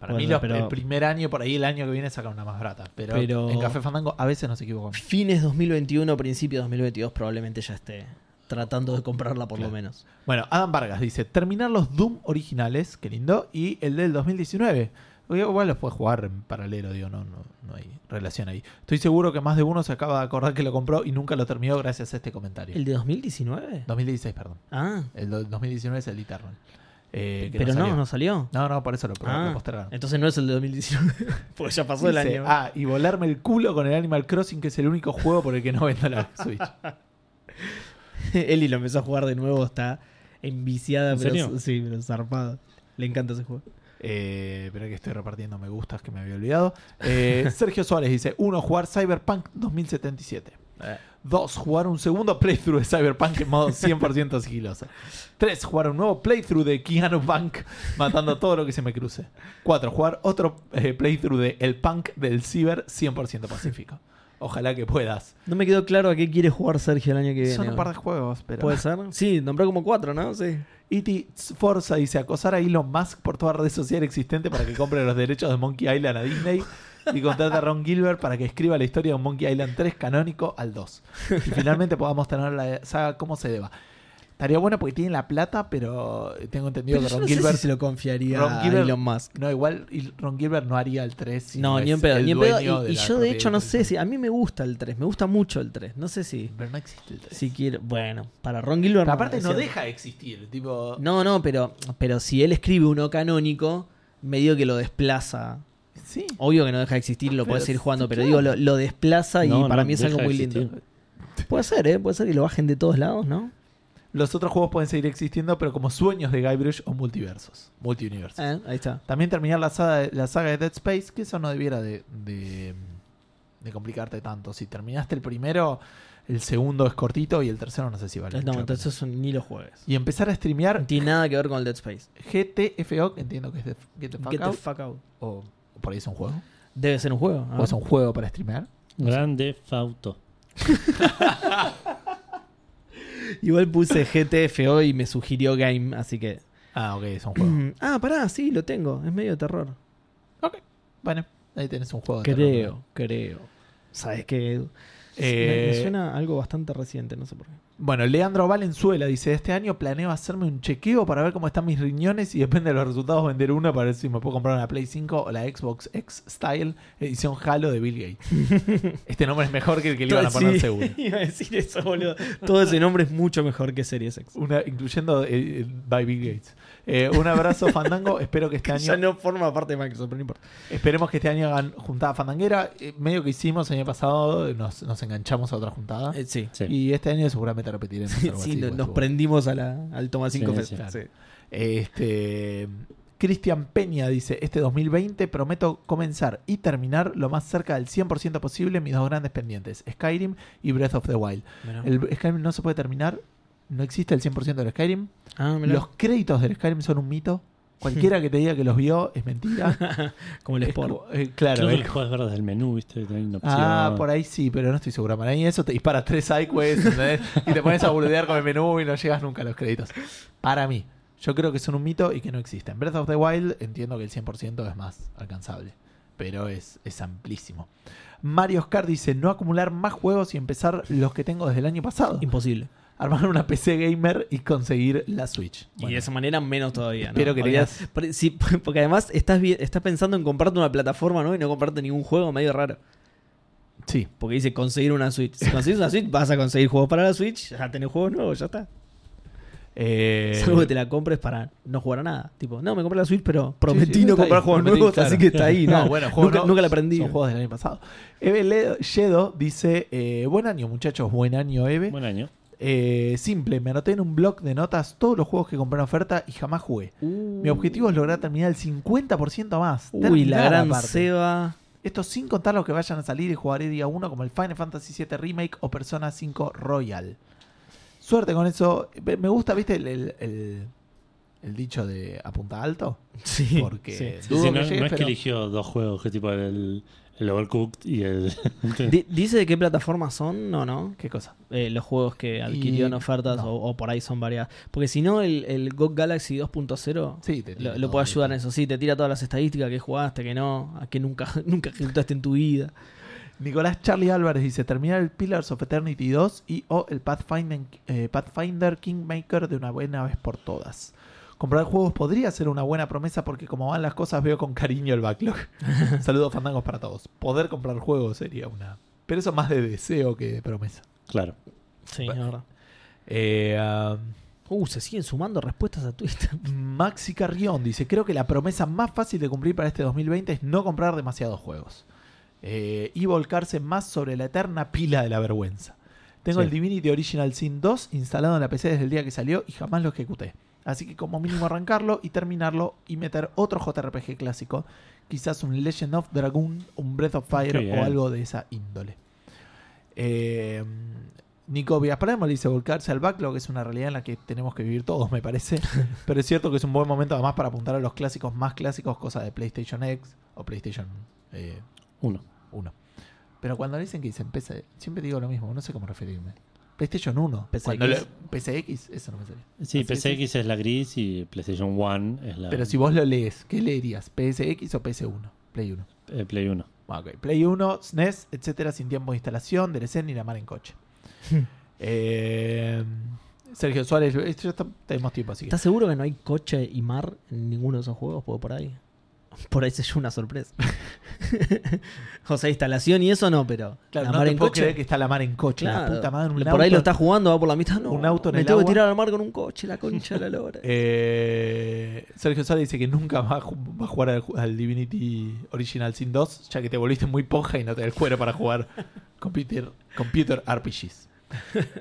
[SPEAKER 1] Para
[SPEAKER 2] Bueno,
[SPEAKER 1] mí los-
[SPEAKER 2] pero-
[SPEAKER 1] el primer año, por ahí el año que viene sacan una más barata. Pero,
[SPEAKER 2] Pero-
[SPEAKER 1] en Café Fandango a veces nos equivocamos.
[SPEAKER 2] Fines 2021, principio 2022 probablemente ya esté tratando de comprarla por
[SPEAKER 1] Claro.
[SPEAKER 2] lo menos.
[SPEAKER 1] Bueno, Adam Vargas dice, terminar los Doom originales, qué lindo, y el del 2019. Oye, Igual los puedes jugar en paralelo, digo, no, no, no hay relación ahí. Estoy seguro que más de uno se acaba de acordar que lo compró y nunca lo terminó gracias a este comentario.
[SPEAKER 2] ¿El de 2019?
[SPEAKER 1] 2016, perdón.
[SPEAKER 2] Ah,
[SPEAKER 1] El do- 2019 es el Eternal. Eh, que
[SPEAKER 2] pero no,
[SPEAKER 1] salió.
[SPEAKER 2] no salió.
[SPEAKER 1] No, no, por eso lo, pro- lo
[SPEAKER 2] Ah,
[SPEAKER 1] postergaron.
[SPEAKER 2] entonces no es el de 2019, <laughs> porque ya pasó el
[SPEAKER 1] Dice,
[SPEAKER 2] año.
[SPEAKER 1] Ah, y volarme el culo con el Animal Crossing, que es el único juego por el que no vendo
[SPEAKER 2] <laughs>
[SPEAKER 1] la Switch.
[SPEAKER 2] <laughs> Eli lo empezó a jugar de nuevo, está enviciada,
[SPEAKER 3] ¿En
[SPEAKER 2] pero,
[SPEAKER 3] serio?
[SPEAKER 2] sí, pero zarpada. Le encanta ese juego.
[SPEAKER 1] Eh, pero que estoy repartiendo me gustas que me había olvidado.
[SPEAKER 2] <laughs>
[SPEAKER 1] Eh, Sergio Suárez dice: uno, jugar Cyberpunk 2077.
[SPEAKER 2] Eh.
[SPEAKER 1] 2. Jugar un segundo playthrough de Cyberpunk en modo 100% sigiloso. 3. Jugar un nuevo playthrough de Keanu Punk matando todo lo que se me cruce. 4. Jugar otro eh, playthrough de El Punk del Cyber 100% pacífico. Ojalá que puedas.
[SPEAKER 2] No me quedó claro a qué quiere jugar Sergio el año que viene.
[SPEAKER 1] Son un par de
[SPEAKER 2] boludo.
[SPEAKER 1] juegos, pero.
[SPEAKER 2] ¿Puede ser? Sí, nombró como cuatro, ¿no? Sí.
[SPEAKER 1] E.T. E Forza dice acosar a Elon Musk por toda red social existente para que compre los derechos de Monkey Island a Disney y contrata a Ron Gilbert para que escriba la historia de Monkey Island 3 canónico al 2. Y finalmente podamos tener la saga como se deba. Estaría bueno porque tiene la plata, pero tengo entendido que
[SPEAKER 2] Pero yo
[SPEAKER 1] Ron
[SPEAKER 2] no sé
[SPEAKER 1] Gilbert...
[SPEAKER 2] si se lo confiaría
[SPEAKER 1] Ron
[SPEAKER 2] a
[SPEAKER 1] Gilbert-
[SPEAKER 2] Elon Musk.
[SPEAKER 1] No, igual y Ron Gilbert no haría el 3. si
[SPEAKER 2] No, ni
[SPEAKER 1] es
[SPEAKER 2] en pedo,
[SPEAKER 1] el
[SPEAKER 2] ni en pedo.
[SPEAKER 1] dueño
[SPEAKER 2] Y, y
[SPEAKER 1] la
[SPEAKER 2] yo de hecho no sé
[SPEAKER 1] propiedad.
[SPEAKER 2] si... A mí me gusta el 3, me gusta mucho el 3. No sé si...
[SPEAKER 1] Pero no existe el 3.
[SPEAKER 2] Si quiero... Bueno, para Ron Gilbert...
[SPEAKER 1] Pero aparte
[SPEAKER 2] es
[SPEAKER 1] no
[SPEAKER 2] cierto.
[SPEAKER 1] deja de existir, tipo...
[SPEAKER 2] No, no, pero, pero si él escribe uno canónico, medio que lo desplaza.
[SPEAKER 1] Sí.
[SPEAKER 2] Obvio que no deja de existir, lo
[SPEAKER 1] Pero
[SPEAKER 2] puedes seguir
[SPEAKER 1] sí,
[SPEAKER 2] jugando, pero
[SPEAKER 1] claro.
[SPEAKER 2] digo, lo, lo desplaza y
[SPEAKER 3] No,
[SPEAKER 2] para
[SPEAKER 3] no,
[SPEAKER 2] mí es
[SPEAKER 3] deja
[SPEAKER 2] algo
[SPEAKER 3] de
[SPEAKER 2] muy
[SPEAKER 3] existir.
[SPEAKER 2] lindo. Puede ser, ¿eh? Puede ser que lo bajen de todos lados, ¿no?
[SPEAKER 1] Los otros juegos pueden seguir existiendo, pero como sueños de Guybrush o multiversos. Multiuniversos.
[SPEAKER 2] Eh, ahí está.
[SPEAKER 1] También terminar la saga, la saga de Dead Space, que eso no debiera de, de- de complicarte tanto. Si terminaste el primero, el segundo es cortito y el tercero no sé si vale.
[SPEAKER 2] No,
[SPEAKER 1] mucho la
[SPEAKER 2] entonces eso ni lo juegues.
[SPEAKER 1] pena. Y empezar a
[SPEAKER 2] No
[SPEAKER 1] streamear
[SPEAKER 2] tiene nada que ver con el Dead Space.
[SPEAKER 1] GTFO, que entiendo que es de Get the Fuck
[SPEAKER 2] Get the
[SPEAKER 1] Out,
[SPEAKER 2] fuck out.
[SPEAKER 1] o, o por ahí es un juego.
[SPEAKER 2] Debe ser un juego. ¿ah?
[SPEAKER 1] ¿O es un juego para streamear?
[SPEAKER 3] Grande Fauto.
[SPEAKER 2] Igual puse GTF hoy y me sugirió Game, así que.
[SPEAKER 4] Ah, ok, es un
[SPEAKER 2] <clears throat>
[SPEAKER 4] juego.
[SPEAKER 2] ah, pará, sí, lo tengo. Es medio de terror.
[SPEAKER 1] Ok. Bueno, ahí tenés un juego. de terror.
[SPEAKER 2] Creo, creo. ¿Sabes qué, Edu?
[SPEAKER 1] Eh,
[SPEAKER 2] Me, me suena algo bastante reciente, no sé por qué.
[SPEAKER 1] Bueno, Leandro Valenzuela dice: Este año planeo hacerme un chequeo para ver cómo están mis riñones y depende de los resultados vender una para ver si me puedo comprar una Play 5 o la Xbox X Style edición Halo de Bill Gates.
[SPEAKER 2] <laughs>
[SPEAKER 1] este nombre es mejor que el que le iban a poner
[SPEAKER 2] Sí, <laughs>
[SPEAKER 1] seguro.
[SPEAKER 2] Iba a decir eso, boludo. Todo ese nombre es mucho mejor que Series X.
[SPEAKER 1] Una, incluyendo eh, eh, by Bill Gates. Eh, un abrazo,
[SPEAKER 2] <laughs>
[SPEAKER 1] Fandango. Espero que este año.
[SPEAKER 2] Ya no forma parte de Microsoft, pero no importa.
[SPEAKER 1] Esperemos que este año hagan juntada fandanguera. Eh, medio que hicimos el año pasado, nos, nos enganchamos a otra juntada.
[SPEAKER 2] Eh, sí.
[SPEAKER 3] Sí.
[SPEAKER 1] Y este año seguramente repetiremos.
[SPEAKER 2] <laughs> Sí,
[SPEAKER 1] algo así,
[SPEAKER 2] sí, no-
[SPEAKER 1] igual
[SPEAKER 2] nos
[SPEAKER 1] estuvo.
[SPEAKER 2] prendimos a la, al Toma 5
[SPEAKER 3] Sí,
[SPEAKER 2] Fest.
[SPEAKER 3] sí.
[SPEAKER 2] Sí.
[SPEAKER 1] Este. Cristian Peña dice: Este 2020 prometo comenzar y terminar lo más cerca del 100% posible mis dos grandes pendientes, Skyrim y Breath of the Wild. El Skyrim no se puede terminar, no existe el 100% del Skyrim.
[SPEAKER 2] Ah, mirá.
[SPEAKER 1] Los créditos del Skyrim son un
[SPEAKER 2] <laughs>
[SPEAKER 1] mito. Cualquiera que te diga que los vio es mentira.
[SPEAKER 2] como el
[SPEAKER 1] Es
[SPEAKER 2] Sport.
[SPEAKER 1] como- eh, claro,
[SPEAKER 3] Creo que
[SPEAKER 1] es
[SPEAKER 3] lo puedes ver desde el menú, ¿viste? Hay una opción.
[SPEAKER 1] Ah, por ahí sí, pero no estoy segura. Para mí eso te dispara tres sidequests ¿entendés? y te pones a boludear con el menú y no llegas nunca a los créditos. Para mí. Yo creo que son un mito y que no existen. Breath of the Wild entiendo que el 100% es más alcanzable, pero es, es amplísimo. Mario Oscar dice no acumular más juegos y empezar los que tengo desde el año pasado.
[SPEAKER 2] Imposible.
[SPEAKER 1] Armar una PC gamer y conseguir la Switch.
[SPEAKER 2] y
[SPEAKER 1] Bueno,
[SPEAKER 2] de esa manera menos todavía. ¿no?
[SPEAKER 1] Espero que
[SPEAKER 2] Había- <laughs>
[SPEAKER 1] tengas-
[SPEAKER 2] Pare- sí, porque además estás, vi- estás pensando en comprarte una plataforma ¿no? y no comprarte ningún juego medio raro.
[SPEAKER 1] Sí.
[SPEAKER 2] Porque dice conseguir una Switch. Si conseguís una Switch, vas a conseguir juegos para la Switch, ya tenés juegos nuevos, ya está. <laughs>
[SPEAKER 1] Eh,
[SPEAKER 2] Salvo que te la compres para no jugar a nada. Tipo, no, me compré la Switch, pero prometí
[SPEAKER 1] sí,
[SPEAKER 2] no
[SPEAKER 1] está
[SPEAKER 2] comprar
[SPEAKER 1] ahí,
[SPEAKER 2] juegos
[SPEAKER 1] prometí,
[SPEAKER 2] nuevos,
[SPEAKER 1] claro.
[SPEAKER 2] así que está
[SPEAKER 1] <laughs>
[SPEAKER 2] ahí.
[SPEAKER 1] No,
[SPEAKER 2] nada.
[SPEAKER 1] bueno, juegos
[SPEAKER 2] nunca,
[SPEAKER 1] no-
[SPEAKER 2] nunca la aprendí.
[SPEAKER 1] Son juegos del año pasado. Eve Ledo- Yedo dice: eh, Buen año, muchachos. Buen año, Eve.
[SPEAKER 3] Buen año.
[SPEAKER 1] Eh, simple, me anoté en un blog de notas todos los juegos que compré en oferta y jamás jugué. Mi objetivo es lograr terminar el 50% más.
[SPEAKER 2] Uh. Uy,
[SPEAKER 1] Terminar,
[SPEAKER 2] la gran
[SPEAKER 1] aparte.
[SPEAKER 2] ceba.
[SPEAKER 1] Esto sin contar los que vayan a salir y jugaré día 1 como el Final Fantasy VII Remake o Persona 5 Royal. Suerte con eso. Me me gusta, viste, el, el- el- el dicho de apunta alto.
[SPEAKER 2] Sí.
[SPEAKER 1] Porque
[SPEAKER 3] Sí,
[SPEAKER 1] dudo
[SPEAKER 3] sí,
[SPEAKER 1] que
[SPEAKER 3] no,
[SPEAKER 1] llegue,
[SPEAKER 3] no es que
[SPEAKER 1] pero-
[SPEAKER 3] eligió dos juegos, que tipo el, el Overcooked y el. <laughs>
[SPEAKER 2] Di- ¿Dice de qué plataforma son o no?
[SPEAKER 1] ¿Qué cosa?
[SPEAKER 2] Eh, los juegos que adquirieron
[SPEAKER 1] Y-
[SPEAKER 2] ofertas
[SPEAKER 1] no.
[SPEAKER 2] o, o por ahí son variadas. Porque si no, el, el GOG Galaxy 2.0
[SPEAKER 1] Sí, te tira
[SPEAKER 2] lo, lo
[SPEAKER 1] todo,
[SPEAKER 2] puede ayudar en
[SPEAKER 1] ¿viste?
[SPEAKER 2] eso. Sí, te tira todas las estadísticas que jugaste, que no, a que nunca, <laughs> nunca ejecutaste en tu vida.
[SPEAKER 1] Nicolás Charlie Álvarez dice: terminar el Pillars of Eternity 2 y o el Pathfinder, eh, Pathfinder Kingmaker de una buena vez por todas. Comprar juegos podría ser una buena promesa porque, como van las cosas, veo con cariño el
[SPEAKER 2] <laughs>
[SPEAKER 1] backlog. Saludos fandangos para todos. Poder comprar juegos sería una. Pero eso más de deseo que de promesa.
[SPEAKER 3] Claro.
[SPEAKER 2] Sí,
[SPEAKER 1] Bueno.
[SPEAKER 2] es verdad.
[SPEAKER 1] Eh, ah,
[SPEAKER 2] Uh, se siguen sumando respuestas a Twitter. <laughs>
[SPEAKER 1] Maxi Carrión dice: Creo que la promesa más fácil de cumplir para este 2020 es no comprar demasiados juegos eh, y volcarse más sobre la eterna pila de la vergüenza. Tengo
[SPEAKER 3] Sí.
[SPEAKER 1] el Divinity Original Sin 2 instalado en la PC desde el día que salió y jamás lo ejecuté. Así que, como mínimo, arrancarlo y terminarlo y meter otro JRPG clásico, quizás un Legend of Dragoon, un Breath of Fire
[SPEAKER 3] Qué bien.
[SPEAKER 1] o algo de esa índole. Eh, Nico Villaspremo le dice volcarse al backlog, es una realidad en la que tenemos que vivir todos, me <laughs> parece. Pero es cierto que es un buen momento además para apuntar a los clásicos más clásicos, cosas de PlayStation X o PlayStation eh,
[SPEAKER 3] Uno.
[SPEAKER 1] 1. Pero cuando dicen que dicen PC, siempre digo lo mismo, no sé cómo referirme. PlayStation 1,
[SPEAKER 2] PCX.
[SPEAKER 1] Cuando le- PCX, eso no me sale.
[SPEAKER 3] Sí,
[SPEAKER 1] Así
[SPEAKER 3] PCX es la gris y PlayStation One es la
[SPEAKER 1] Pero si vos lo lees, ¿qué leerías? ¿PSX o PS1? Play 1.
[SPEAKER 3] eh, Play 1.
[SPEAKER 1] Ah, ok. Play 1, SNES, E etcétera, sin tiempo de instalación, DLC E ni la mar en
[SPEAKER 2] <laughs>
[SPEAKER 1] coche. Eh, Sergio Suárez, esto ya está- tenemos tiempo así. que-
[SPEAKER 2] ¿Estás seguro que no hay coche y mar en ninguno de esos juegos? Porque por ahí. <laughs> Por ahí se lleva una sorpresa. <laughs> o sea, instalación y eso no, pero.
[SPEAKER 1] Claro,
[SPEAKER 2] la
[SPEAKER 1] no
[SPEAKER 2] mar
[SPEAKER 1] te
[SPEAKER 2] en
[SPEAKER 1] puedo
[SPEAKER 2] coche.
[SPEAKER 1] creer que está la mar en coche, la
[SPEAKER 2] Claro.
[SPEAKER 1] puta madre, un
[SPEAKER 2] por
[SPEAKER 1] auto-
[SPEAKER 2] ahí lo está jugando, va por la mitad. No,
[SPEAKER 1] un auto en
[SPEAKER 2] me
[SPEAKER 1] el
[SPEAKER 2] tengo
[SPEAKER 1] agua.
[SPEAKER 2] que tirar al mar con un coche, la concha, de la lora.
[SPEAKER 1] Eh, Sergio Suárez dice que nunca va a, ju- va a jugar al, ju- al Divinity Original Sin 2, ya que te volviste muy poja y no te da el cuero para jugar computer, computer RPGs.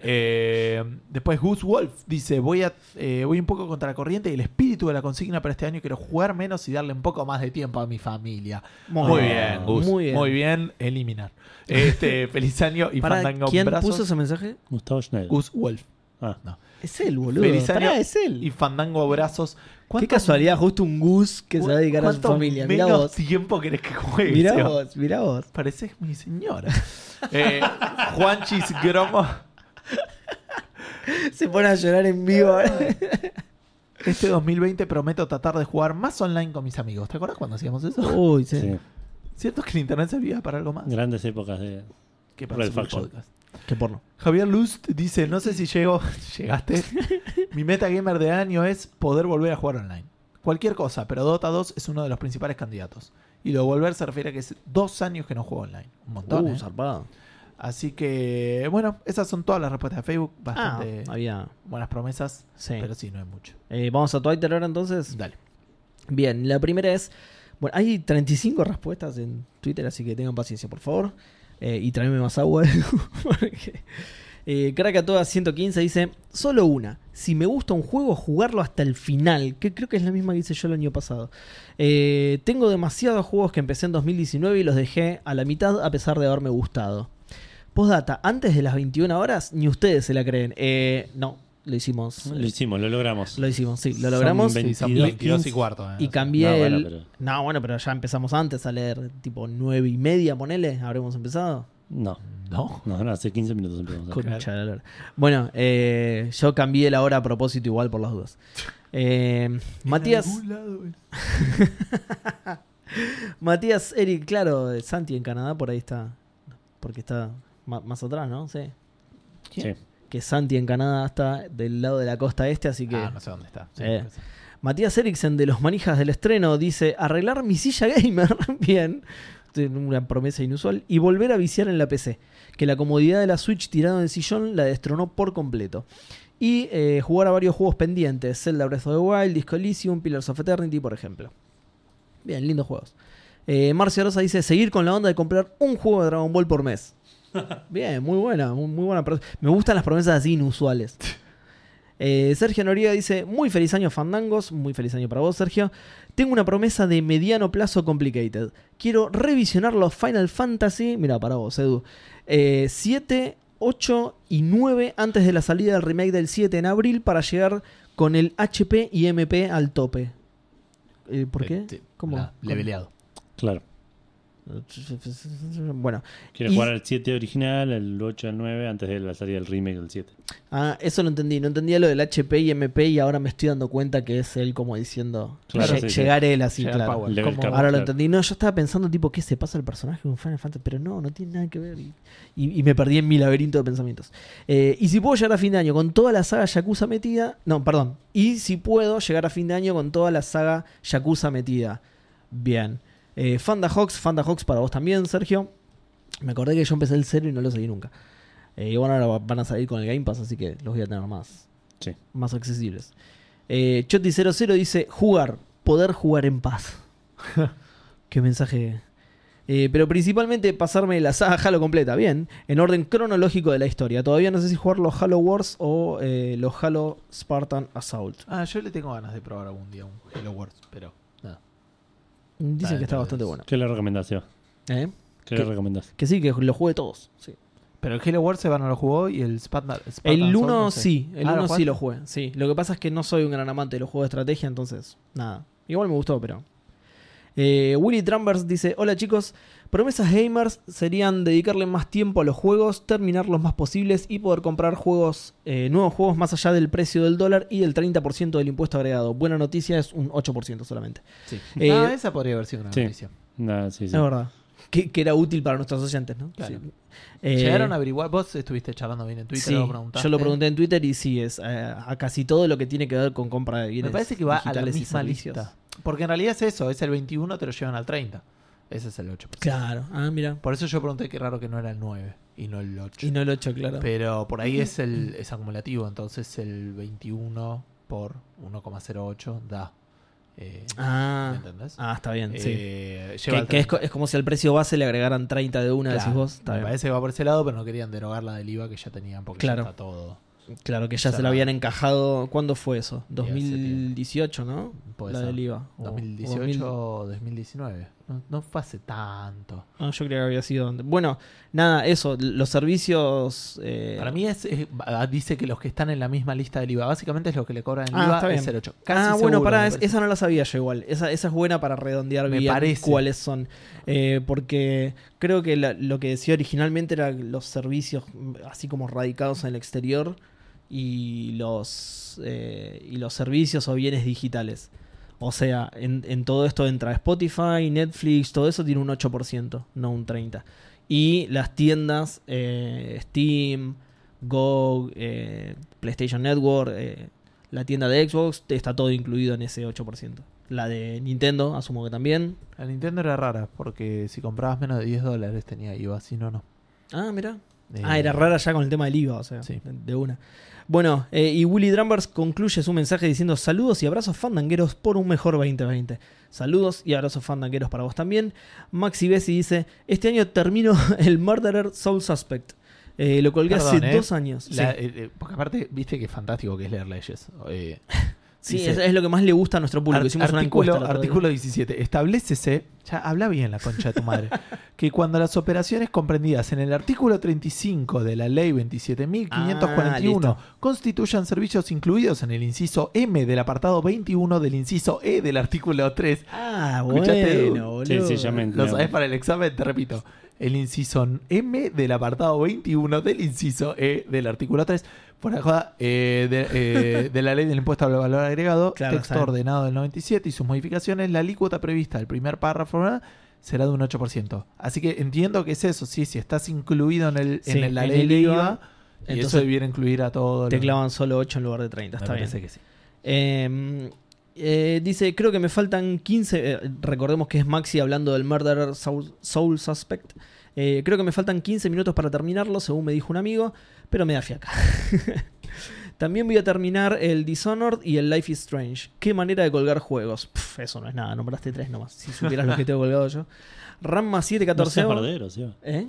[SPEAKER 1] Eh, después Gus Wolf dice voy a eh, voy un poco contra la corriente y el espíritu de la consigna para este año quiero jugar menos y darle un poco más de tiempo a mi familia muy, bien Gus muy bien. eliminar
[SPEAKER 2] <laughs>
[SPEAKER 1] este feliz año <laughs> y
[SPEAKER 2] Pará,
[SPEAKER 1] fandango
[SPEAKER 2] ¿Quién
[SPEAKER 1] brazos
[SPEAKER 2] puso ese mensaje?
[SPEAKER 3] Gustavo Schneider.
[SPEAKER 1] Gus Wolf
[SPEAKER 3] Ah.
[SPEAKER 2] Es él, boludo.
[SPEAKER 1] Feliz
[SPEAKER 2] Pará,
[SPEAKER 1] año
[SPEAKER 2] es él.
[SPEAKER 1] y Fandango Brazos.
[SPEAKER 2] Qué
[SPEAKER 1] ¿Cuánto-
[SPEAKER 2] casualidad, justo un Gus que se va a dedicar a su
[SPEAKER 1] cuánto
[SPEAKER 2] familia. Mirá
[SPEAKER 1] menos
[SPEAKER 2] vos.
[SPEAKER 1] tiempo querés que juegue?
[SPEAKER 2] Mirá
[SPEAKER 1] Seba?
[SPEAKER 2] vos, mirá vos.
[SPEAKER 1] Pareces mi señora. <laughs> eh, Juanchis Gromo.
[SPEAKER 2] <laughs> Se pone a llorar en vivo. ¿eh?
[SPEAKER 1] Este 2020 prometo tratar de jugar más online con mis amigos. ¿Te acuerdas cuando hacíamos eso?
[SPEAKER 2] Uy, sí.
[SPEAKER 3] Sí.
[SPEAKER 1] ¿Cierto que el internet servía para algo más?
[SPEAKER 3] Grandes épocas de.
[SPEAKER 1] Que
[SPEAKER 3] Red
[SPEAKER 1] para subir
[SPEAKER 3] Faction.
[SPEAKER 1] podcast.
[SPEAKER 2] Qué porno.
[SPEAKER 1] Javier Lust dice, no sé si llego, <laughs> llegaste. Mi meta gamer de año es poder volver a jugar online. Cualquier cosa, pero Dota 2 es uno de los principales candidatos. Y lo de volver se refiere a que es dos años que no juego online. Un montón.
[SPEAKER 2] Uh,
[SPEAKER 1] ¿eh?
[SPEAKER 2] zarpado.
[SPEAKER 1] Así que, bueno, esas son todas las respuestas de Facebook.
[SPEAKER 2] Ah,
[SPEAKER 1] Bastante
[SPEAKER 2] había.
[SPEAKER 1] buenas promesas,
[SPEAKER 2] Sí.
[SPEAKER 1] pero sí, no hay mucho.
[SPEAKER 2] Eh, Vamos a Twitter ahora entonces.
[SPEAKER 1] Dale.
[SPEAKER 2] Bien, la primera es. Bueno, hay 35 respuestas en Twitter, así que tengan paciencia, por favor. Eh, y tráeme más agua. <laughs> porque, eh, Krakatoa 115 dice: Solo una. Si me gusta un juego, jugarlo hasta el final. Que creo que es la misma que hice yo el año pasado. Eh, tengo demasiados juegos que empecé en 2019 y los dejé a la mitad a pesar de haberme gustado. Postdata: antes de las 21 horas, ni ustedes se la creen. Eh, no, lo hicimos.
[SPEAKER 3] Lo hicimos, lo logramos.
[SPEAKER 2] Lo hicimos, sí, lo
[SPEAKER 3] Son
[SPEAKER 2] logramos.
[SPEAKER 3] Sí, 22.
[SPEAKER 4] son 22 y cuarto. eh.
[SPEAKER 2] Y cambié
[SPEAKER 3] No, bueno,
[SPEAKER 2] el...
[SPEAKER 3] pero-
[SPEAKER 2] No, bueno, pero ya empezamos antes a leer tipo nueve y media, ponele, habremos empezado.
[SPEAKER 3] No,
[SPEAKER 4] No.
[SPEAKER 3] no, no, hace 15 minutos empezamos.
[SPEAKER 2] Concha de la lora. Bueno, eh, yo cambié la hora a propósito igual por las
[SPEAKER 4] <laughs>
[SPEAKER 2] dudas. Eh, Matías,
[SPEAKER 1] En algún lado, eh.
[SPEAKER 2] Matías, Eric, claro, eh, Santi en Canadá, por ahí está. Porque está ma- más atrás, ¿no? Sí.
[SPEAKER 3] Sí.
[SPEAKER 2] Que Santi en Canadá está del lado de la costa este, así que...
[SPEAKER 4] Ah, no sé dónde está. Sí,
[SPEAKER 2] Eh.
[SPEAKER 4] sí.
[SPEAKER 2] Matías Eriksen de los manijas del estreno dice arreglar mi silla gamer, <laughs> bien, Esto es una promesa inusual, y volver a viciar en la PC, que la comodidad de la Switch tirado en el sillón la destronó por completo. Y eh, jugar a varios juegos pendientes, Zelda Breath of the Wild, Disco Elysium, Pillars of Eternity, por ejemplo. Bien, lindos juegos. Eh, Marcia Rosa dice seguir con la onda de comprar un juego de Dragon Ball por mes. Bien, muy buena, muy, muy buena. pro- Me gustan las promesas así inusuales. Eh, Sergio Noriega dice, muy feliz año Fandangos, muy feliz año para vos Sergio. Tengo una promesa de mediano plazo complicated. Quiero revisionar los Final Fantasy, mira, para vos Edu, 7, 8 y 9 antes de la salida del remake del 7 en abril para llegar con el HP y MP al tope. Eh, ¿Por qué?
[SPEAKER 1] Este,
[SPEAKER 4] Te- te-
[SPEAKER 2] ¿Cómo?
[SPEAKER 4] nada,
[SPEAKER 2] ¿Cómo?
[SPEAKER 4] Leveleado.
[SPEAKER 3] Claro.
[SPEAKER 2] Bueno,
[SPEAKER 3] Quiero
[SPEAKER 2] Y-
[SPEAKER 3] jugar al 7 original, el 8 al 9, antes de la salida del remake del 7.
[SPEAKER 2] ah, eso no entendí. No entendía lo del HP y MP y ahora me estoy dando cuenta que es él como diciendo
[SPEAKER 3] Claro,
[SPEAKER 2] lle-
[SPEAKER 3] sí, sí.
[SPEAKER 2] llegar él así,
[SPEAKER 1] Llegar
[SPEAKER 2] claro.
[SPEAKER 1] Power.
[SPEAKER 3] Level
[SPEAKER 1] ¿Cómo?
[SPEAKER 3] cap.
[SPEAKER 2] Ahora lo
[SPEAKER 3] claro.
[SPEAKER 2] entendí. No, yo estaba pensando tipo qué se pasa el personaje con Final Fantasy, pero no, no tiene nada que ver. Y, y- y me perdí en mi laberinto de pensamientos. Eh, y si puedo llegar a fin de año con toda la saga Yakuza metida. No, perdón. Y si puedo llegar a fin de año con toda la saga Yakuza metida. Bien. Eh, Fanda Hawks, Fanda Hawks para vos también, Sergio. Me acordé que yo empecé el cero y no lo seguí nunca. Eh, y bueno, ahora va- van a salir con el Game Pass, así que los voy a tener más,
[SPEAKER 3] Sí.
[SPEAKER 2] más accesibles. Eh, Choti00 dice: jugar, poder jugar
[SPEAKER 4] <laughs>
[SPEAKER 2] en paz. Qué mensaje. Eh, pero principalmente pasarme la saga Halo completa, bien, en orden cronológico de la historia. Todavía no sé si jugar los Halo Wars o eh, los Halo Spartan Assault.
[SPEAKER 1] Ah, yo le tengo ganas de probar algún día un Hello World, pero nada.
[SPEAKER 2] Dicen
[SPEAKER 4] Dale,
[SPEAKER 2] que está
[SPEAKER 4] dale,
[SPEAKER 2] bastante
[SPEAKER 4] dale.
[SPEAKER 2] bueno.
[SPEAKER 3] ¿Qué le recomendás, Seba?
[SPEAKER 2] ¿Eh?
[SPEAKER 3] ¿Qué,
[SPEAKER 2] ¿Qué?
[SPEAKER 3] le recomendás?
[SPEAKER 2] Que sí, que lo jugué todos. sí.
[SPEAKER 1] Pero el Hello World Seba no lo jugó y el Spartan. Spartan
[SPEAKER 2] El
[SPEAKER 1] Sword
[SPEAKER 2] 1
[SPEAKER 1] no sé.
[SPEAKER 2] sí, el
[SPEAKER 1] Ah,
[SPEAKER 2] 1 sí
[SPEAKER 1] jugaste?
[SPEAKER 2] lo jugué. Sí. Lo que pasa es que no soy un gran amante de los juegos de estrategia, entonces, nada. Igual me gustó, pero. Eh, Willy Trumbers dice: Hola chicos, promesas gamers serían dedicarle más tiempo a los juegos, terminar los más posibles y poder comprar juegos, eh, nuevos juegos más allá del precio del dólar y del 30% del impuesto agregado. Buena noticia es un 8% solamente.
[SPEAKER 1] Sí.
[SPEAKER 2] Eh,
[SPEAKER 1] Ah, esa podría haber sido una
[SPEAKER 3] sí.
[SPEAKER 1] noticia.
[SPEAKER 3] Nah, sí, sí.
[SPEAKER 2] Es verdad. Que, que era útil para nuestros oyentes, ¿no?
[SPEAKER 1] Claro.
[SPEAKER 2] Sí. Eh,
[SPEAKER 1] Llegaron a averiguar, vos estuviste charlando bien en Twitter,
[SPEAKER 2] Sí,
[SPEAKER 1] lo preguntaste.
[SPEAKER 2] yo lo pregunté en Twitter y sí, es eh, a casi todo lo que tiene que ver con compra de bienes.
[SPEAKER 1] Me parece que va a la
[SPEAKER 2] digitales y
[SPEAKER 1] misma
[SPEAKER 2] servicios.
[SPEAKER 1] lista. Porque en realidad es eso, es el 21, te lo llevan al 30. Ese es el 8%.
[SPEAKER 2] Claro, ah, mira.
[SPEAKER 1] Por eso yo pregunté qué raro que no era el 9 y no el 8.
[SPEAKER 2] Y no el 8, claro.
[SPEAKER 1] Pero por ahí es el es acumulativo, entonces el 21 por 1,08 da. eh, ¿Me
[SPEAKER 2] Ah,
[SPEAKER 1] entendés?
[SPEAKER 2] ah, está bien, sí.
[SPEAKER 1] Eh, lleva
[SPEAKER 2] Que,
[SPEAKER 1] al
[SPEAKER 2] que es,
[SPEAKER 1] 30.
[SPEAKER 2] co- es como si al precio base le agregaran 30 de una,
[SPEAKER 1] Claro,
[SPEAKER 2] decís vos. Está
[SPEAKER 1] Me
[SPEAKER 2] bien.
[SPEAKER 1] parece que va por ese lado, pero no querían derogar la del IVA que ya tenían porque ya
[SPEAKER 2] Claro.
[SPEAKER 1] está todo.
[SPEAKER 2] Claro, que ya se la
[SPEAKER 1] Cerrado.
[SPEAKER 2] habían encajado. ¿Cuándo fue eso?
[SPEAKER 1] hace tiempo.
[SPEAKER 2] 2018, ¿no?
[SPEAKER 1] Puede
[SPEAKER 2] la
[SPEAKER 1] ser.
[SPEAKER 2] del IVA. O- o
[SPEAKER 1] 2018 o 2019. No, no fue hace tanto.
[SPEAKER 2] No, yo creo que había sido antes. Bueno, nada, eso, los servicios... eh,
[SPEAKER 1] Para mí es, es- va- ah, dice que los que están en la misma lista del IVA, básicamente es lo que le cobran el
[SPEAKER 2] Ah,
[SPEAKER 1] IVA
[SPEAKER 2] está
[SPEAKER 1] es
[SPEAKER 2] bien.
[SPEAKER 1] 0,8. Casi
[SPEAKER 2] Ah, bueno,
[SPEAKER 1] seguro,
[SPEAKER 2] pará,
[SPEAKER 1] me
[SPEAKER 2] es-
[SPEAKER 1] parece.
[SPEAKER 2] esa no la sabía yo igual. Esa, esa es buena para redondear
[SPEAKER 1] Me
[SPEAKER 2] bien
[SPEAKER 1] parece.
[SPEAKER 2] cuáles son. Eh, porque creo que la- lo que decía originalmente eran los servicios mm, así como radicados en el exterior y los, eh, y los servicios o bienes digitales. O sea, en, en todo esto entra Spotify, Netflix, todo eso tiene un 8%, no un 30%. Y las tiendas, eh, Steam, Go, eh, PlayStation Network, eh, la tienda de Xbox, está todo incluido en ese 8%. La de Nintendo, asumo que también.
[SPEAKER 1] La Nintendo era rara, porque si comprabas menos de 10 dólares tenía IVA, si no, no.
[SPEAKER 2] Ah, mira.
[SPEAKER 1] Eh,
[SPEAKER 2] Ah, era rara ya con el tema del IVA, o sea,
[SPEAKER 1] Sí.
[SPEAKER 2] de una. Bueno, eh, y Willy Drumbers concluye su mensaje diciendo saludos y abrazos fandangueros por un mejor 2020. Saludos y abrazos fandangueros para vos también. Maxi Bessi dice, este año termino <laughs> el Murderer Soul Suspect. Eh, lo colgué
[SPEAKER 1] Perdón,
[SPEAKER 2] hace
[SPEAKER 1] ¿eh?
[SPEAKER 2] dos años.
[SPEAKER 1] La-
[SPEAKER 2] sí,
[SPEAKER 1] eh, eh, porque aparte, viste que es fantástico que es leer leyes. Eh,
[SPEAKER 2] Sí,
[SPEAKER 1] dice-
[SPEAKER 2] es, es lo que más le gusta a nuestro público.
[SPEAKER 1] Art-
[SPEAKER 2] Hicimos
[SPEAKER 1] artículo,
[SPEAKER 2] una encuesta. el otro día.
[SPEAKER 1] artículo 17. Establécese, ya habla bien la concha de tu madre,
[SPEAKER 2] <laughs>
[SPEAKER 1] que cuando las operaciones comprendidas en el artículo 35 de la ley
[SPEAKER 2] Ah,
[SPEAKER 1] 27.541
[SPEAKER 2] listo.
[SPEAKER 1] constituyan servicios incluidos en el inciso M del apartado 21 del inciso E del artículo 3.
[SPEAKER 2] Ah,
[SPEAKER 1] Escuchaste,
[SPEAKER 2] bueno, boludo.
[SPEAKER 3] Sí, sí, ya me
[SPEAKER 1] Lo sabes para el examen, te repito. El inciso M del apartado 21 del inciso E del artículo 3. Por la joda, eh,
[SPEAKER 2] <laughs>
[SPEAKER 1] de, eh, de la ley del impuesto al valor agregado,
[SPEAKER 2] Claro,
[SPEAKER 1] texto
[SPEAKER 2] saben.
[SPEAKER 1] ordenado del 97 y sus modificaciones, la alícuota prevista del primer párrafo ¿verdad? será de un 8%. Así que entiendo que es eso. Sí, si estás incluido en, el,
[SPEAKER 2] Sí,
[SPEAKER 1] en la
[SPEAKER 2] en
[SPEAKER 1] ley
[SPEAKER 2] el
[SPEAKER 1] de
[SPEAKER 2] IVA,
[SPEAKER 1] IVA, y eso
[SPEAKER 2] entonces
[SPEAKER 1] debiera incluir a todo.
[SPEAKER 2] Te
[SPEAKER 1] lo-
[SPEAKER 2] clavan solo 8 en lugar de 30.
[SPEAKER 1] Me
[SPEAKER 2] Está bien.
[SPEAKER 1] parece que sí.
[SPEAKER 2] Eh, eh, dice, creo que me faltan 15. eh, recordemos que es Maxi hablando del Murderer Soul, Soul Suspect. Eh, creo que me faltan 15 minutos para terminarlo, según me dijo un amigo, pero me da fiaca. <laughs> También voy a terminar el Dishonored y el Life is Strange. Qué manera de colgar juegos. Pf, eso no es nada, nombraste tres nomás. Si supieras lo que te he colgado yo. Ramma
[SPEAKER 3] No seas
[SPEAKER 2] 714.
[SPEAKER 3] bardero, sí.
[SPEAKER 2] ¿Eh?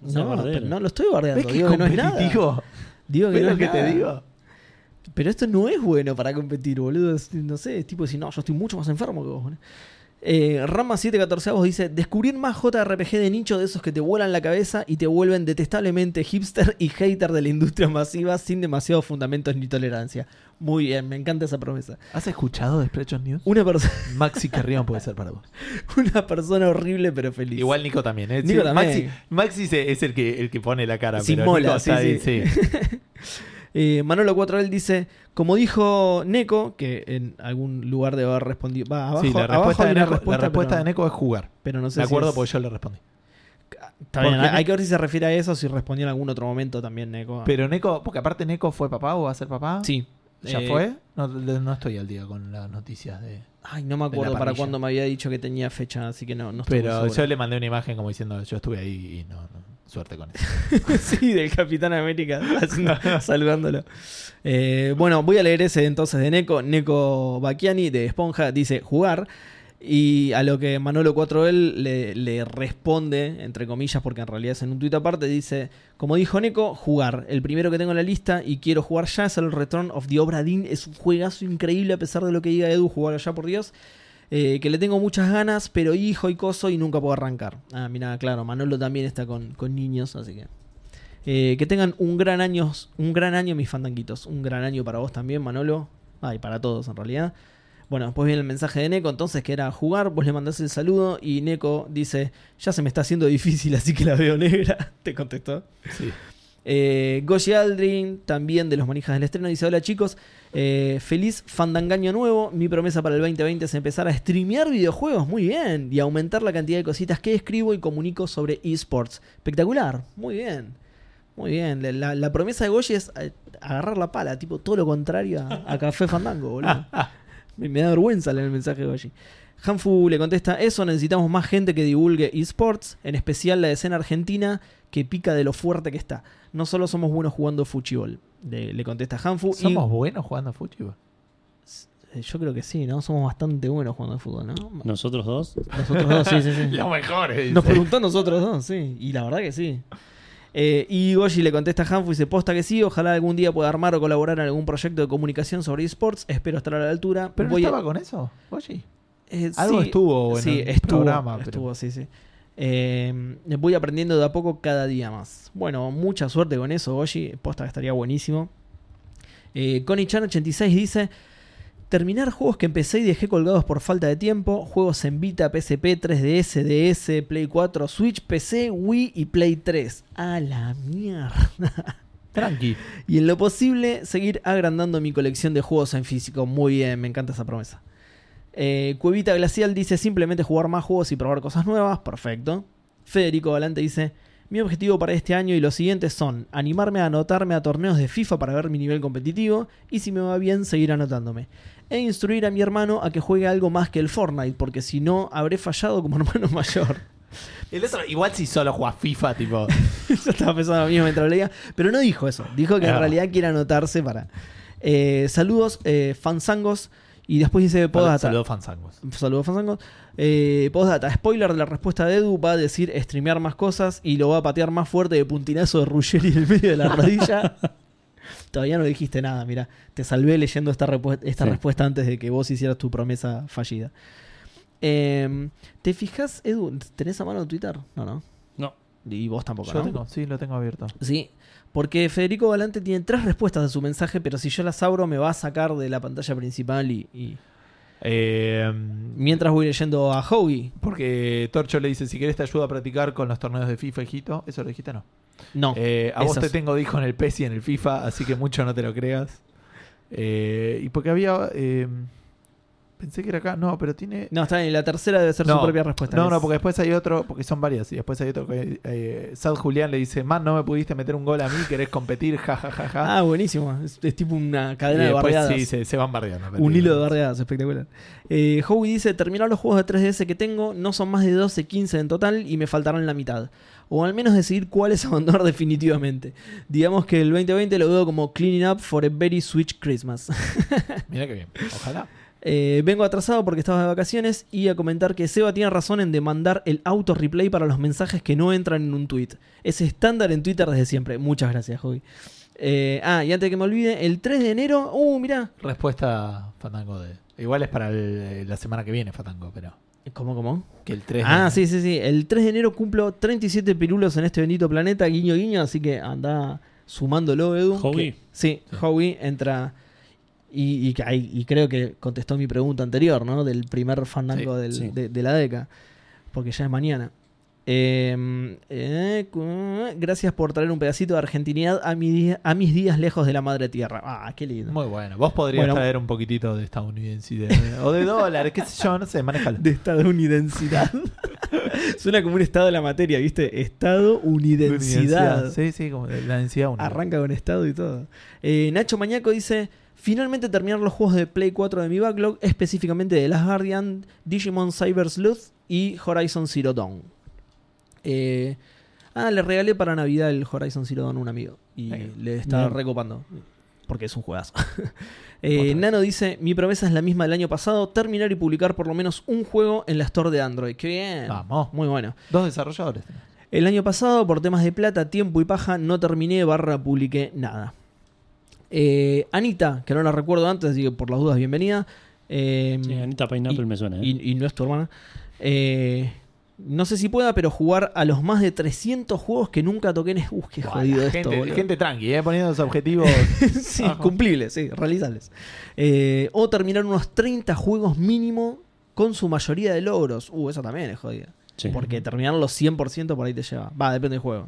[SPEAKER 3] No seas
[SPEAKER 2] No,
[SPEAKER 3] bardero.
[SPEAKER 2] pero no, lo estoy bardeando.
[SPEAKER 1] ¿Ves que
[SPEAKER 2] Digo que no es nada.
[SPEAKER 1] competitivo?
[SPEAKER 2] Digo que
[SPEAKER 1] ¿Ves
[SPEAKER 2] no
[SPEAKER 1] lo
[SPEAKER 2] es
[SPEAKER 1] que
[SPEAKER 2] nada.
[SPEAKER 1] te digo?
[SPEAKER 2] Pero esto no es bueno para competir, boludo. Es- No sé, es tipo decir, no, yo estoy mucho más enfermo que vos, boludo. Eh, Rama 714 vos dice: Descubrir más JRPG de nicho de esos que te vuelan la cabeza y te vuelven detestablemente hipster y hater de la industria masiva sin demasiados fundamentos ni tolerancia. Muy bien, me encanta esa promesa.
[SPEAKER 1] ¿Has escuchado de Spreadshot
[SPEAKER 2] <laughs>
[SPEAKER 1] News?
[SPEAKER 2] Una, persona
[SPEAKER 1] Maxi Carrión puede ser para vos.
[SPEAKER 2] una persona horrible pero feliz.
[SPEAKER 1] Igual Nico también, ¿eh?
[SPEAKER 2] Nico
[SPEAKER 1] Sí,
[SPEAKER 2] también.
[SPEAKER 1] Maxi, Maxi se- es el que, el que pone la cara.
[SPEAKER 2] Se
[SPEAKER 1] pero
[SPEAKER 2] inmola,
[SPEAKER 1] Nico
[SPEAKER 2] sí,
[SPEAKER 1] está ahí,
[SPEAKER 2] sí.
[SPEAKER 1] sí.
[SPEAKER 2] Eh, Manolo 4L dice: Como dijo Neko, que en algún lugar debe haber respondido. Va, abajo,
[SPEAKER 1] Sí, la
[SPEAKER 2] abajo
[SPEAKER 1] respuesta,
[SPEAKER 2] hay
[SPEAKER 1] de
[SPEAKER 2] una
[SPEAKER 1] Neko, la respuesta
[SPEAKER 2] pero-
[SPEAKER 1] de Neko es jugar.
[SPEAKER 2] Pero no sé
[SPEAKER 1] Me
[SPEAKER 2] si
[SPEAKER 1] acuerdo
[SPEAKER 2] es-
[SPEAKER 1] porque yo le respondí.
[SPEAKER 2] Está bien,
[SPEAKER 1] Porque
[SPEAKER 2] hay hay que ver si se refiere a eso, si respondió en algún otro momento también, Neko.
[SPEAKER 1] Pero Neko, porque aparte Neko fue papá o va a ser papá.
[SPEAKER 2] Ah. sí.
[SPEAKER 1] ¿Ya
[SPEAKER 2] Eh,
[SPEAKER 1] fue? No, de- no estoy al día con las noticias de.
[SPEAKER 2] Ay, no me
[SPEAKER 1] la
[SPEAKER 2] acuerdo para
[SPEAKER 1] parrilla.
[SPEAKER 2] cuándo me había dicho que tenía fecha, así que no, no estoy
[SPEAKER 1] Pero
[SPEAKER 2] muy
[SPEAKER 1] yo
[SPEAKER 2] seguro.
[SPEAKER 1] le mandé una imagen como diciendo, yo estuve ahí y no, no, suerte con
[SPEAKER 2] <laughs>
[SPEAKER 1] eso.
[SPEAKER 2] sí, del Capitán América, <laughs> haciendo- saludándolo. Eh, bueno, voy a leer ese entonces de Neko. Neko Bacchiani de Esponja dice jugar. Y a lo que Manolo 4L le, le responde, entre comillas, porque en realidad es en un tuit aparte, dice, como dijo Neko, jugar. El primero que tengo en la lista y quiero jugar ya es el Return of the Obra Dinn. Es un juegazo increíble a pesar de lo que diga Edu, jugar allá por Dios. Eh, que le tengo muchas ganas, pero hijo y coso y nunca puedo arrancar. Ah, mira, claro, Manolo también está con, con niños, así que... Eh, que tengan un gran año, un gran año mis fandanguitos. Un gran año para vos también, Manolo. Ay, para todos en realidad. Bueno, después viene el mensaje de Neko, entonces que era jugar, vos le mandás el saludo y Neko dice, ya se me está haciendo difícil, <laughs> así que la veo negra, <laughs> te contestó.
[SPEAKER 1] Sí.
[SPEAKER 2] Eh, Goshi Aldrin, también de los manijas del estreno, dice: Hola chicos, eh, feliz fandangaño nuevo. Mi promesa para el 2020 es empezar a streamear videojuegos, muy bien, y aumentar la cantidad de cositas que escribo y comunico sobre esports. Espectacular, muy bien, muy bien. La- La, la promesa de Goshi es eh, agarrar la pala, tipo todo lo contrario a, a Café Fandango, boludo. Me, me da vergüenza leer el mensaje de Goshi. Hanfu le contesta, eso necesitamos más gente que divulgue esports, en especial la escena argentina que pica de lo fuerte que está. No solo somos buenos jugando fuchibol, le, le contesta Hanfu. y-
[SPEAKER 1] Somos Uh, <laughs> buenos jugando a fútbol.
[SPEAKER 2] eh, yo creo que sí, ¿no? Somos bastante buenos jugando al fútbol, ¿no?
[SPEAKER 3] Nosotros dos.
[SPEAKER 2] Nosotros dos,
[SPEAKER 1] <laughs>
[SPEAKER 2] sí, sí, sí.
[SPEAKER 4] Lo mejor
[SPEAKER 1] eh,
[SPEAKER 4] es.
[SPEAKER 2] Nos preguntó a nosotros dos, sí. Y la verdad que sí. Eh, y Goji le contesta a Hanfu y se posta que sí. Ojalá algún día pueda armar o colaborar en algún proyecto de comunicación sobre esports. Espero estar a la altura.
[SPEAKER 1] ¿Pero no
[SPEAKER 2] Voy a-
[SPEAKER 1] estaba con eso, Goshi?
[SPEAKER 2] Eh,
[SPEAKER 1] Algo
[SPEAKER 2] sí,
[SPEAKER 1] estuvo bueno
[SPEAKER 2] sí,
[SPEAKER 1] en el
[SPEAKER 2] estuvo,
[SPEAKER 1] programa, pero-
[SPEAKER 2] estuvo, sí, sí. Eh, voy aprendiendo de a poco cada día más. Bueno, mucha suerte con eso, Goshi. Posta que estaría buenísimo. Eh, Connie Chan 86 dice: Terminar juegos que empecé y dejé colgados por falta de tiempo. Juegos en Vita, PSP, 3DS, DS, Play 4, Switch, PC, Wii y Play 3. A la mierda.
[SPEAKER 4] Tranqui.
[SPEAKER 2] Y en lo posible, seguir agrandando mi colección de juegos en físico. Muy bien, me encanta esa promesa. Eh, Cuevita Glacial dice simplemente jugar más juegos y probar cosas nuevas. Perfecto. Federico Valante dice: Mi objetivo para este año y los siguientes son animarme a anotarme a torneos de FIFA para ver mi nivel competitivo y si me va bien, seguir anotándome. E instruir a mi hermano a que juegue algo más que el Fortnite, porque si no, habré fallado como <laughs> hermano mayor.
[SPEAKER 4] El otro, igual si solo juega FIFA,
[SPEAKER 1] <laughs>
[SPEAKER 4] tipo.
[SPEAKER 2] <laughs> Yo estaba pensando lo mismo mientras lo leía. Pero no dijo eso. Dijo que en
[SPEAKER 4] Ah.
[SPEAKER 2] realidad quiere anotarse para. Eh, saludos, eh, fanzangos. Y después dice Podata.
[SPEAKER 4] Saludos fansangos.
[SPEAKER 2] Saludos, fanzangos. Eh, postdata. Spoiler de la respuesta de Edu. Va a decir streamear más cosas y lo va a patear más fuerte de puntinazo de Ruggeri en el medio de la rodilla. Todavía no dijiste nada, mira. Te salvé leyendo esta, repu- esta
[SPEAKER 3] Sí.
[SPEAKER 2] respuesta antes de que vos hicieras tu promesa fallida. Eh, ¿Te fijas, Edu? ¿Tenés a mano Twitter? No, no.
[SPEAKER 3] No.
[SPEAKER 2] Y vos tampoco,
[SPEAKER 1] Yo
[SPEAKER 2] ¿no?
[SPEAKER 1] tengo, sí, lo tengo abierto.
[SPEAKER 2] Sí, porque Federico Valante tiene tres respuestas a su mensaje, pero si yo las abro me va a sacar de la pantalla principal y, y-
[SPEAKER 4] Eh,
[SPEAKER 2] mientras voy leyendo a Hoagie.
[SPEAKER 1] Em, Porque Torcho le dice, si querés te ayudo a practicar con los torneos de FIFA, hijito. Eso lo dijiste, no.
[SPEAKER 2] No,
[SPEAKER 1] Eh, a vos
[SPEAKER 2] esas.
[SPEAKER 1] te tengo dijo en el PES y en el FIFA, así que mucho no te lo creas. Eh, y porque había... eh, pensé que era acá. No, pero tiene...
[SPEAKER 2] no, está bien, y la tercera debe ser su propia respuesta.
[SPEAKER 1] No,
[SPEAKER 2] es-
[SPEAKER 1] no, porque después hay otro, porque son varias, y después hay otro que eh, Sad Julián le dice, man, no me pudiste meter un gol a mí, querés competir, ja, ja, ja, ja.
[SPEAKER 2] Ah, buenísimo, es, es tipo una
[SPEAKER 4] y
[SPEAKER 2] cadena de
[SPEAKER 4] después
[SPEAKER 2] barriadas.
[SPEAKER 4] sí, se, se van bardeando.
[SPEAKER 2] Un hilo
[SPEAKER 4] bardeadas.
[SPEAKER 2] de bardeadas, espectacular. Eh, Howie dice, terminar los juegos de 3DS que tengo, no son más de 12, 15 en total y me faltarán la mitad. O al menos decidir cuáles abandonar <laughs> definitivamente. Digamos que el 2020 lo veo como cleaning up for a very Switch Christmas.
[SPEAKER 4] Mira que bien. Ojalá.
[SPEAKER 2] Eh, vengo atrasado porque estaba de vacaciones y a comentar que Seba tiene razón en demandar el auto replay para los mensajes que no entran en un tweet. Es estándar en Twitter desde siempre. Muchas gracias, Joey. Eh, ah, y antes de que me olvide, el 3 de enero. Uh, mirá.
[SPEAKER 4] Respuesta Fatango de. Igual es para el- eh, la semana que viene, Fatango, pero.
[SPEAKER 2] ¿Cómo, cómo?
[SPEAKER 4] Que el 3.
[SPEAKER 2] Ah, sí, sí, sí. El 3 de enero cumplo 37 pirulos en este bendito planeta, guiño, guiño. Así que anda sumándolo, Edu.
[SPEAKER 3] Howie.
[SPEAKER 2] Que- sí, Howie entra. Y, y que ahí- y creo que contestó mi pregunta anterior, ¿no? Del primer fandango del-
[SPEAKER 3] sí.
[SPEAKER 2] De, de la década. Porque ya es mañana. Eh, eh, cu- gracias por traer un pedacito de argentinidad a, mi día- a mis días lejos de la madre tierra. Ah, qué lindo.
[SPEAKER 4] Muy bueno. Vos podrías
[SPEAKER 2] Bueno.
[SPEAKER 4] traer un poquitito de estadounidense y de- o de dólares, qué sé yo, no sé,
[SPEAKER 2] <laughs>
[SPEAKER 4] manejalo.
[SPEAKER 2] <laughs> de estadounidensidad. <laughs> Suena como un estado de la materia, ¿viste? Estadounidensidad.
[SPEAKER 1] Sí, sí, como de la densidad única.
[SPEAKER 2] Arranca con estado y todo. Eh, Nacho Mañaco dice: Finalmente terminar los juegos de Play 4 de mi backlog, específicamente de Last Guardian, Digimon Cyber Sleuth y Horizon Zero Dawn. Eh, ah, le regalé para Navidad el Horizon Zero Dawn a un amigo. Y
[SPEAKER 1] Ahí.
[SPEAKER 2] le está
[SPEAKER 3] Bien.
[SPEAKER 2] recopando. Porque es un juegazo. <laughs> Eh,
[SPEAKER 1] Otra vez.
[SPEAKER 2] Nano dice: Mi promesa es la misma del año pasado, terminar y publicar por lo menos un juego en la store de Android. ¡Qué bien!
[SPEAKER 1] Vamos.
[SPEAKER 2] Muy bueno.
[SPEAKER 1] Dos desarrolladores.
[SPEAKER 2] El año pasado, por temas de plata, tiempo y paja, no terminé barra publiqué nada. Eh, Anita, que no la recuerdo antes, así que por las dudas, bienvenida. Eh,
[SPEAKER 3] Sí, Anita Pineapple me suena. ¿eh?
[SPEAKER 2] y, y no es tu hermana. Eh, no sé si pueda, pero jugar a los más de 300 juegos que nunca toqué en es. Uf, qué
[SPEAKER 4] Buah,
[SPEAKER 2] jodido
[SPEAKER 4] la
[SPEAKER 2] esto,
[SPEAKER 4] gente,
[SPEAKER 2] boludo. <laughs>
[SPEAKER 4] gente tranqui, ¿eh? poniendo los objetivos.
[SPEAKER 2] sí,
[SPEAKER 1] Ajá.
[SPEAKER 2] cumplibles, sí, realizables. Eh, o terminar unos 30 juegos mínimo con su mayoría de logros. Uh, eso también es jodida.
[SPEAKER 3] Sí.
[SPEAKER 2] Porque terminarlo 100% por ahí te lleva. Va, depende del juego.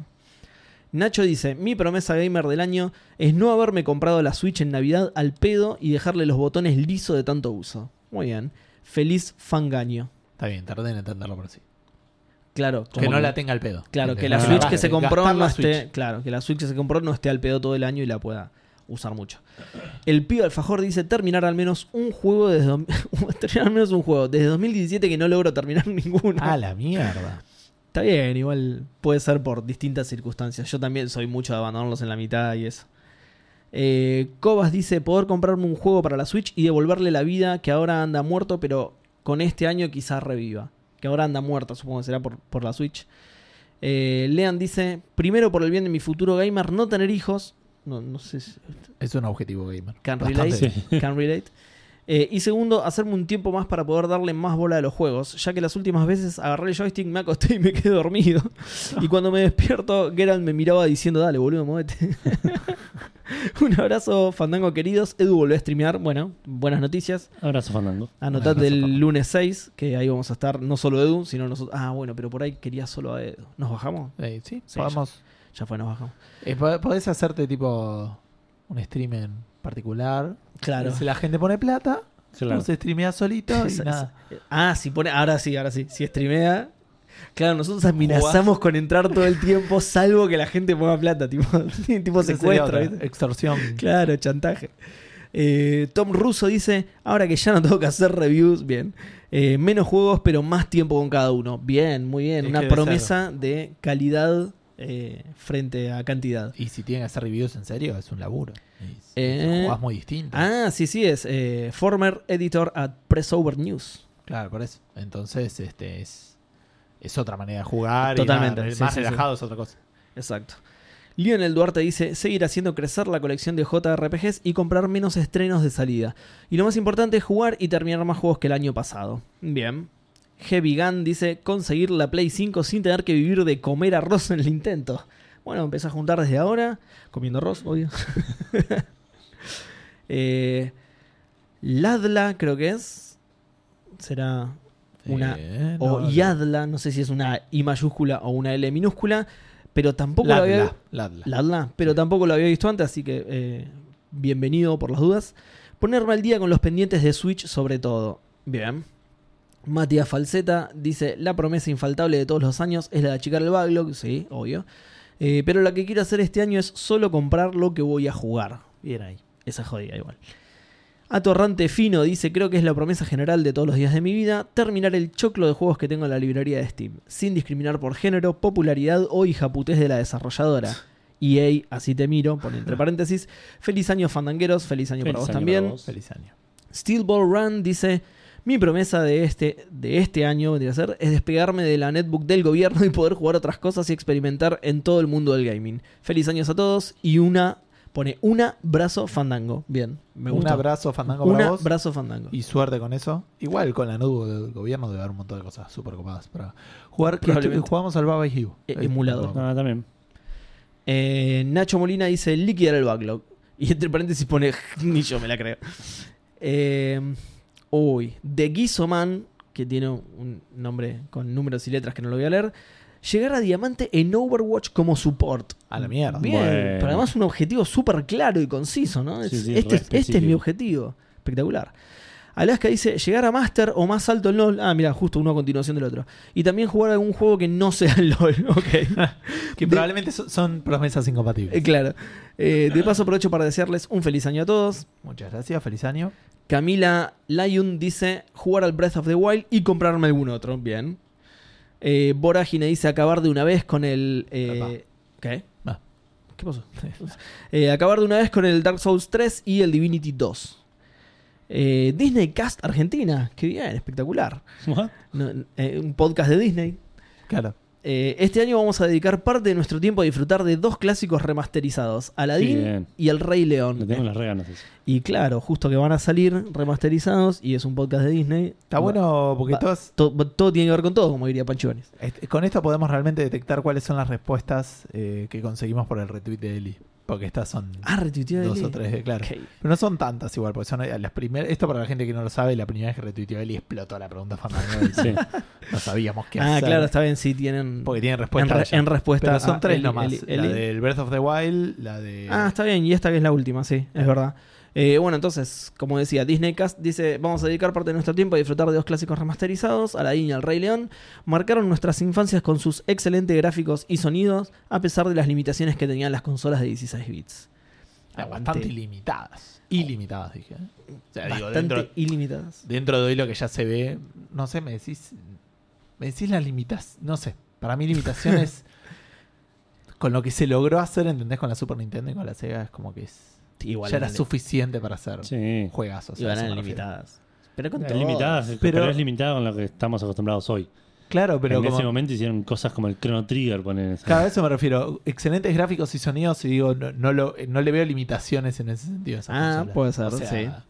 [SPEAKER 2] Nacho dice, mi promesa gamer del año es no haberme comprado la Switch en Navidad al pedo y dejarle los botones liso de tanto uso. Muy bien. Feliz fangaño.
[SPEAKER 4] Está bien, tardé en entenderlo, pero sí.
[SPEAKER 2] Claro,
[SPEAKER 4] Que
[SPEAKER 2] como
[SPEAKER 4] no la tenga al pedo.
[SPEAKER 2] Claro, que
[SPEAKER 4] Entendés,
[SPEAKER 2] la Switch que
[SPEAKER 4] gaste,
[SPEAKER 2] se compró
[SPEAKER 4] gastar
[SPEAKER 2] no
[SPEAKER 4] la
[SPEAKER 2] esté.
[SPEAKER 4] Switch.
[SPEAKER 2] Claro, que la Switch que se compró no esté al pedo todo el año y la pueda usar mucho. El pío alfajor dice terminar al menos un juego desde do- <laughs> terminar al menos un juego desde 2017 que no logro terminar <laughs> ninguno.
[SPEAKER 4] A Ah, la mierda.
[SPEAKER 2] Está bien, igual puede ser por distintas circunstancias. Yo también soy mucho de abandonarlos en la mitad y eso. Eh, Cobas dice poder comprarme un juego para la Switch y devolverle la vida que ahora anda muerto, pero con este año quizás reviva. Que ahora anda muerto, supongo que será por, por la Switch. Eh, Lean dice, primero por el bien de mi futuro gamer, no tener hijos. No, no sé si...
[SPEAKER 4] Es un objetivo gamer.
[SPEAKER 2] Can
[SPEAKER 4] Bastante.
[SPEAKER 2] relate. <laughs> Can relate. Eh, y segundo, hacerme un tiempo más para poder darle más bola a los juegos, ya que las últimas veces agarré el joystick, me acosté y me quedé dormido. Y cuando me despierto, Geralt me miraba diciendo, dale, boludo, movete. <laughs> un abrazo, Fandango queridos. Edu volvió a streamear. Bueno, buenas noticias.
[SPEAKER 3] Abrazo, Fernando.
[SPEAKER 2] Anotate el lunes 6, que ahí vamos a estar, no solo Edu, sino nosotros. Ah, bueno, pero por ahí quería solo a Edu. ¿Nos bajamos?
[SPEAKER 4] Eh, sí.
[SPEAKER 2] Sí,
[SPEAKER 1] Podemos-
[SPEAKER 2] Ya fue, nos bajamos.
[SPEAKER 1] eh, po- podés hacerte tipo un stream en particular.
[SPEAKER 2] Claro.
[SPEAKER 1] Si la gente pone plata,
[SPEAKER 3] Claro.
[SPEAKER 1] vos streameás
[SPEAKER 2] <laughs>
[SPEAKER 1] solito y
[SPEAKER 2] Esa-
[SPEAKER 1] nada.
[SPEAKER 2] esa- Ah, si pone. Ahora sí, ahora sí. Si streamea. Claro, nosotros amenazamos con entrar todo el tiempo, salvo que la gente ponga plata, tipo, <laughs> tipo
[SPEAKER 1] Esa sería
[SPEAKER 2] secuestro.
[SPEAKER 1] otra,
[SPEAKER 2] ¿viste?
[SPEAKER 1] Extorsión.
[SPEAKER 2] <laughs> Claro, chantaje. Eh, Tom Russo dice: Ahora que ya no tengo que hacer reviews, bien. Eh, menos juegos, pero más tiempo con cada uno. Bien, muy bien.
[SPEAKER 1] Es que
[SPEAKER 2] Una
[SPEAKER 1] debe
[SPEAKER 2] promesa de calidad eh, frente a cantidad.
[SPEAKER 4] Y si tienen que hacer reviews en serio, es un laburo. Y si-
[SPEAKER 2] Eh.
[SPEAKER 4] Jugás muy distinto.
[SPEAKER 2] Ah, sí, sí, es eh, former editor at Pressover News.
[SPEAKER 4] Claro, por eso. Entonces, este es, es otra manera de jugar. y
[SPEAKER 2] Totalmente,
[SPEAKER 4] nada,
[SPEAKER 2] sí,
[SPEAKER 4] más
[SPEAKER 2] sí,
[SPEAKER 4] relajado es otra cosa.
[SPEAKER 2] Exacto. Lionel Duarte dice, seguir haciendo crecer la colección de JRPGs y comprar menos estrenos de salida. Y lo más importante es jugar y terminar más juegos que el año pasado. Bien. Heavy Gun dice, conseguir la Play 5 sin tener que vivir de comer arroz en el intento. Bueno, empecé a juntar desde ahora, comiendo arroz, obvio. <laughs> Eh, Ladla, creo que es. Será una
[SPEAKER 4] Eh,
[SPEAKER 2] o
[SPEAKER 4] no,
[SPEAKER 2] Yadla, no sé si es una I mayúscula o una L minúscula, pero tampoco lo
[SPEAKER 4] Ladla,
[SPEAKER 2] había
[SPEAKER 4] Ladla.
[SPEAKER 2] Ladla, pero tampoco lo había visto antes, así que eh, bienvenido por las dudas. Ponerme al día con los pendientes de Switch sobre todo. Bien. Matías Falseta dice, la promesa infaltable de todos los años es la de achicar el backlog, sí, obvio. Eh, pero la que quiero hacer este año es solo comprar lo que voy a jugar. Bien ahí, esa jodida igual. Atorrante Fino dice, creo que es la promesa general de todos los días de mi vida, terminar el choclo de juegos que tengo en la librería de Steam, sin discriminar por género, popularidad o hijaputez de la
[SPEAKER 3] <laughs>
[SPEAKER 2] desarrolladora. EA, así te miro, pone entre paréntesis. Feliz año, fandangueros, feliz año para
[SPEAKER 3] Feliz
[SPEAKER 2] vos
[SPEAKER 3] año
[SPEAKER 2] también.
[SPEAKER 3] para vos.
[SPEAKER 4] Feliz año.
[SPEAKER 2] Steel Ball Run dice: Mi promesa de este, de este año vendría a ser, es despegarme de la netbook del gobierno y poder jugar otras cosas y experimentar en todo el mundo del gaming. Feliz años a todos y una, pone una brazo fandango. Bien, me
[SPEAKER 1] un
[SPEAKER 2] gusta.
[SPEAKER 1] abrazo, Fandango,
[SPEAKER 2] una
[SPEAKER 1] para vos.
[SPEAKER 2] brazo fandango.
[SPEAKER 1] Y suerte con eso. Igual con la nube del gobierno debe haber un montón de cosas súper copadas para jugar. Que
[SPEAKER 2] Probablemente.
[SPEAKER 1] estu- jugamos al Baba Hugh. Este,
[SPEAKER 2] E- emulador.
[SPEAKER 3] Ah, también.
[SPEAKER 2] Eh, Nacho Molina dice liquidar el backlog. <laughs> Y entre paréntesis pone, <laughs> ni yo me la creo. Eh, uy, The Guisoman, que tiene un nombre con números y letras que no lo voy a leer. Llegar a diamante en Overwatch como support.
[SPEAKER 1] A la mierda.
[SPEAKER 2] Bien,
[SPEAKER 3] Bueno.
[SPEAKER 2] pero además un objetivo súper claro y conciso, ¿no?
[SPEAKER 3] Sí,
[SPEAKER 2] Es-
[SPEAKER 3] sí,
[SPEAKER 2] este,
[SPEAKER 3] re
[SPEAKER 2] es- este es mi
[SPEAKER 3] específico.
[SPEAKER 2] objetivo. Espectacular. Alaska dice llegar a Master o más alto en LOL. Ah, mira, justo uno a continuación del otro. Y también jugar algún juego que no sea <laughs> el LOL.
[SPEAKER 3] <laughs>
[SPEAKER 2] Ok.
[SPEAKER 1] Que
[SPEAKER 2] De-
[SPEAKER 1] probablemente so- son promesas incompatibles.
[SPEAKER 2] Eh, claro. Eh, de paso aprovecho para desearles un feliz año a todos.
[SPEAKER 1] Muchas gracias, feliz año.
[SPEAKER 2] Camila Lyun dice jugar al Breath of the Wild y comprarme algún otro. Bien. Eh, Boragine dice acabar de una vez con el... eh, ¿Qué?
[SPEAKER 1] Ah.
[SPEAKER 2] ¿Qué pasó? <laughs> Eh, acabar de una vez con el Dark Souls 3 y el Divinity 2. Eh, Disney Cast Argentina. Qué bien, espectacular.
[SPEAKER 3] What?
[SPEAKER 2] No, eh, un podcast de Disney.
[SPEAKER 1] Claro.
[SPEAKER 2] Eh, este año vamos a dedicar parte de nuestro tiempo a disfrutar de dos clásicos remasterizados, Aladdin
[SPEAKER 3] Bien.
[SPEAKER 2] y El Rey
[SPEAKER 3] Le
[SPEAKER 2] León.
[SPEAKER 3] tengo
[SPEAKER 2] Eh,
[SPEAKER 3] las
[SPEAKER 2] <laughs>
[SPEAKER 3] reganas. eso.
[SPEAKER 2] Y claro, justo que van a salir remasterizados y es un podcast de Disney.
[SPEAKER 1] Está bueno porque
[SPEAKER 2] Va-
[SPEAKER 1] todas,
[SPEAKER 2] To- todo tiene que ver con todo, como diría Panchivanes.
[SPEAKER 1] este, con esto podemos realmente detectar cuáles son las respuestas eh, que conseguimos por el retweet de Eli. Porque estas son
[SPEAKER 2] Ah, retuiteó
[SPEAKER 1] dos
[SPEAKER 2] Eli.
[SPEAKER 1] o tres, eh, claro.
[SPEAKER 2] Ok.
[SPEAKER 1] Pero no son tantas igual, porque son eh, las primeras. Esto para la gente que no lo sabe, la primera vez que retuiteó Eli explotó la pregunta
[SPEAKER 2] <laughs>
[SPEAKER 1] Fernando.
[SPEAKER 3] Sí.
[SPEAKER 1] No sabíamos qué
[SPEAKER 2] Ah,
[SPEAKER 1] hacer.
[SPEAKER 2] claro, está bien, sí tienen.
[SPEAKER 1] Porque tienen respuesta.
[SPEAKER 2] en, re-
[SPEAKER 1] ya.
[SPEAKER 2] en respuesta.
[SPEAKER 1] Pero son
[SPEAKER 2] a
[SPEAKER 1] tres
[SPEAKER 2] Eli-
[SPEAKER 1] nomás.
[SPEAKER 2] Eli-
[SPEAKER 1] La
[SPEAKER 2] Eli.
[SPEAKER 1] del Breath of the Wild, la de.
[SPEAKER 2] Ah, está bien, y esta que es la última, sí, es verdad. Eh, bueno, entonces, como decía, Disney Cast dice: Vamos a dedicar parte de nuestro tiempo a disfrutar de dos clásicos remasterizados, Aladdin y El Rey León. Marcaron nuestras infancias con sus excelentes gráficos y sonidos, a pesar de las limitaciones que tenían las consolas de 16 bits.
[SPEAKER 4] Ah, bastante
[SPEAKER 2] ilimitadas.
[SPEAKER 4] ilimitadas. Ilimitadas, dije. ¿eh? O sea, digo,
[SPEAKER 2] Bastante
[SPEAKER 4] dentro,
[SPEAKER 2] ilimitadas.
[SPEAKER 4] dentro de hoy lo que ya se ve.
[SPEAKER 1] No sé, me decís. Me decís las limitaciones. No sé. Para mí, limitaciones. con lo que se logró hacer, ¿entendés? Con la Super Nintendo y con la Sega, es como que es.
[SPEAKER 2] Igual
[SPEAKER 1] ya era suficiente para hacer
[SPEAKER 3] Sí.
[SPEAKER 1] juegazos. a
[SPEAKER 2] Igual
[SPEAKER 1] eso me
[SPEAKER 2] eran
[SPEAKER 1] refiero.
[SPEAKER 2] limitadas. Pero con
[SPEAKER 3] Es
[SPEAKER 2] todo.
[SPEAKER 3] limitada, pero,
[SPEAKER 1] Pero-
[SPEAKER 3] es limitada con lo que estamos acostumbrados hoy.
[SPEAKER 1] Claro, pero
[SPEAKER 3] en
[SPEAKER 1] como.
[SPEAKER 3] ese momento hicieron cosas como el Chrono Trigger, ponen eso.
[SPEAKER 1] Cada eso me refiero. Excelentes gráficos y sonidos, y digo, no, no lo- no le veo limitaciones en ese sentido. a esa
[SPEAKER 2] Ah,
[SPEAKER 1] consola.
[SPEAKER 2] puede ser,
[SPEAKER 1] O sea,
[SPEAKER 2] sí.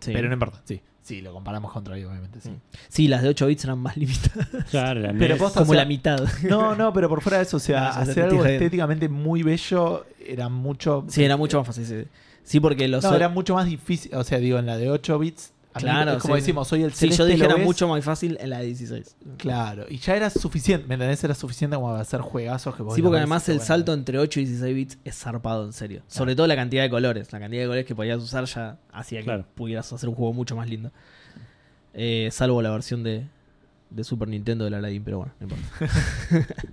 [SPEAKER 2] Sí.
[SPEAKER 4] Pero no importa, sí. Sí, lo comparamos contra ahí, obviamente. Sí.
[SPEAKER 2] Mm. Sí, las de 8 bits eran más <laughs> limitadas.
[SPEAKER 3] Claro, la E
[SPEAKER 1] Pero
[SPEAKER 3] NES.
[SPEAKER 1] posta,
[SPEAKER 2] como
[SPEAKER 1] o sea,
[SPEAKER 2] la mitad. <laughs>
[SPEAKER 1] No, no, pero por fuera de eso, o sea,
[SPEAKER 4] <laughs>
[SPEAKER 2] No, se
[SPEAKER 1] hacer
[SPEAKER 2] repetía
[SPEAKER 1] algo
[SPEAKER 2] bien.
[SPEAKER 1] estéticamente muy bello era mucho.
[SPEAKER 2] Sí, era mucho más fácil. Sí, Sí, porque los.
[SPEAKER 1] No, era mucho más difícil. O sea, digo, en la de 8 bits. a mí
[SPEAKER 2] Claro,
[SPEAKER 1] es como
[SPEAKER 2] sí.
[SPEAKER 1] decimos, soy el
[SPEAKER 2] Sí, yo
[SPEAKER 1] celeste,
[SPEAKER 2] dije
[SPEAKER 1] ¿lo
[SPEAKER 2] era
[SPEAKER 1] ves?
[SPEAKER 2] mucho más fácil en la de 16.
[SPEAKER 1] Claro, y ya era suficiente, ¿me entendés? Era suficiente como para hacer juegazos que vos
[SPEAKER 2] Sí,
[SPEAKER 1] lo
[SPEAKER 2] porque
[SPEAKER 1] ves
[SPEAKER 2] además
[SPEAKER 1] y
[SPEAKER 2] el
[SPEAKER 1] bueno,
[SPEAKER 2] salto entre 8 y 16 bits es zarpado, en serio. Sobre todo la cantidad de colores. La cantidad de colores que podías usar ya hacía que
[SPEAKER 3] Claro.
[SPEAKER 2] pudieras hacer un juego mucho más lindo. Eh, salvo la versión de, de Super Nintendo de la Aladdin, pero bueno, no importa.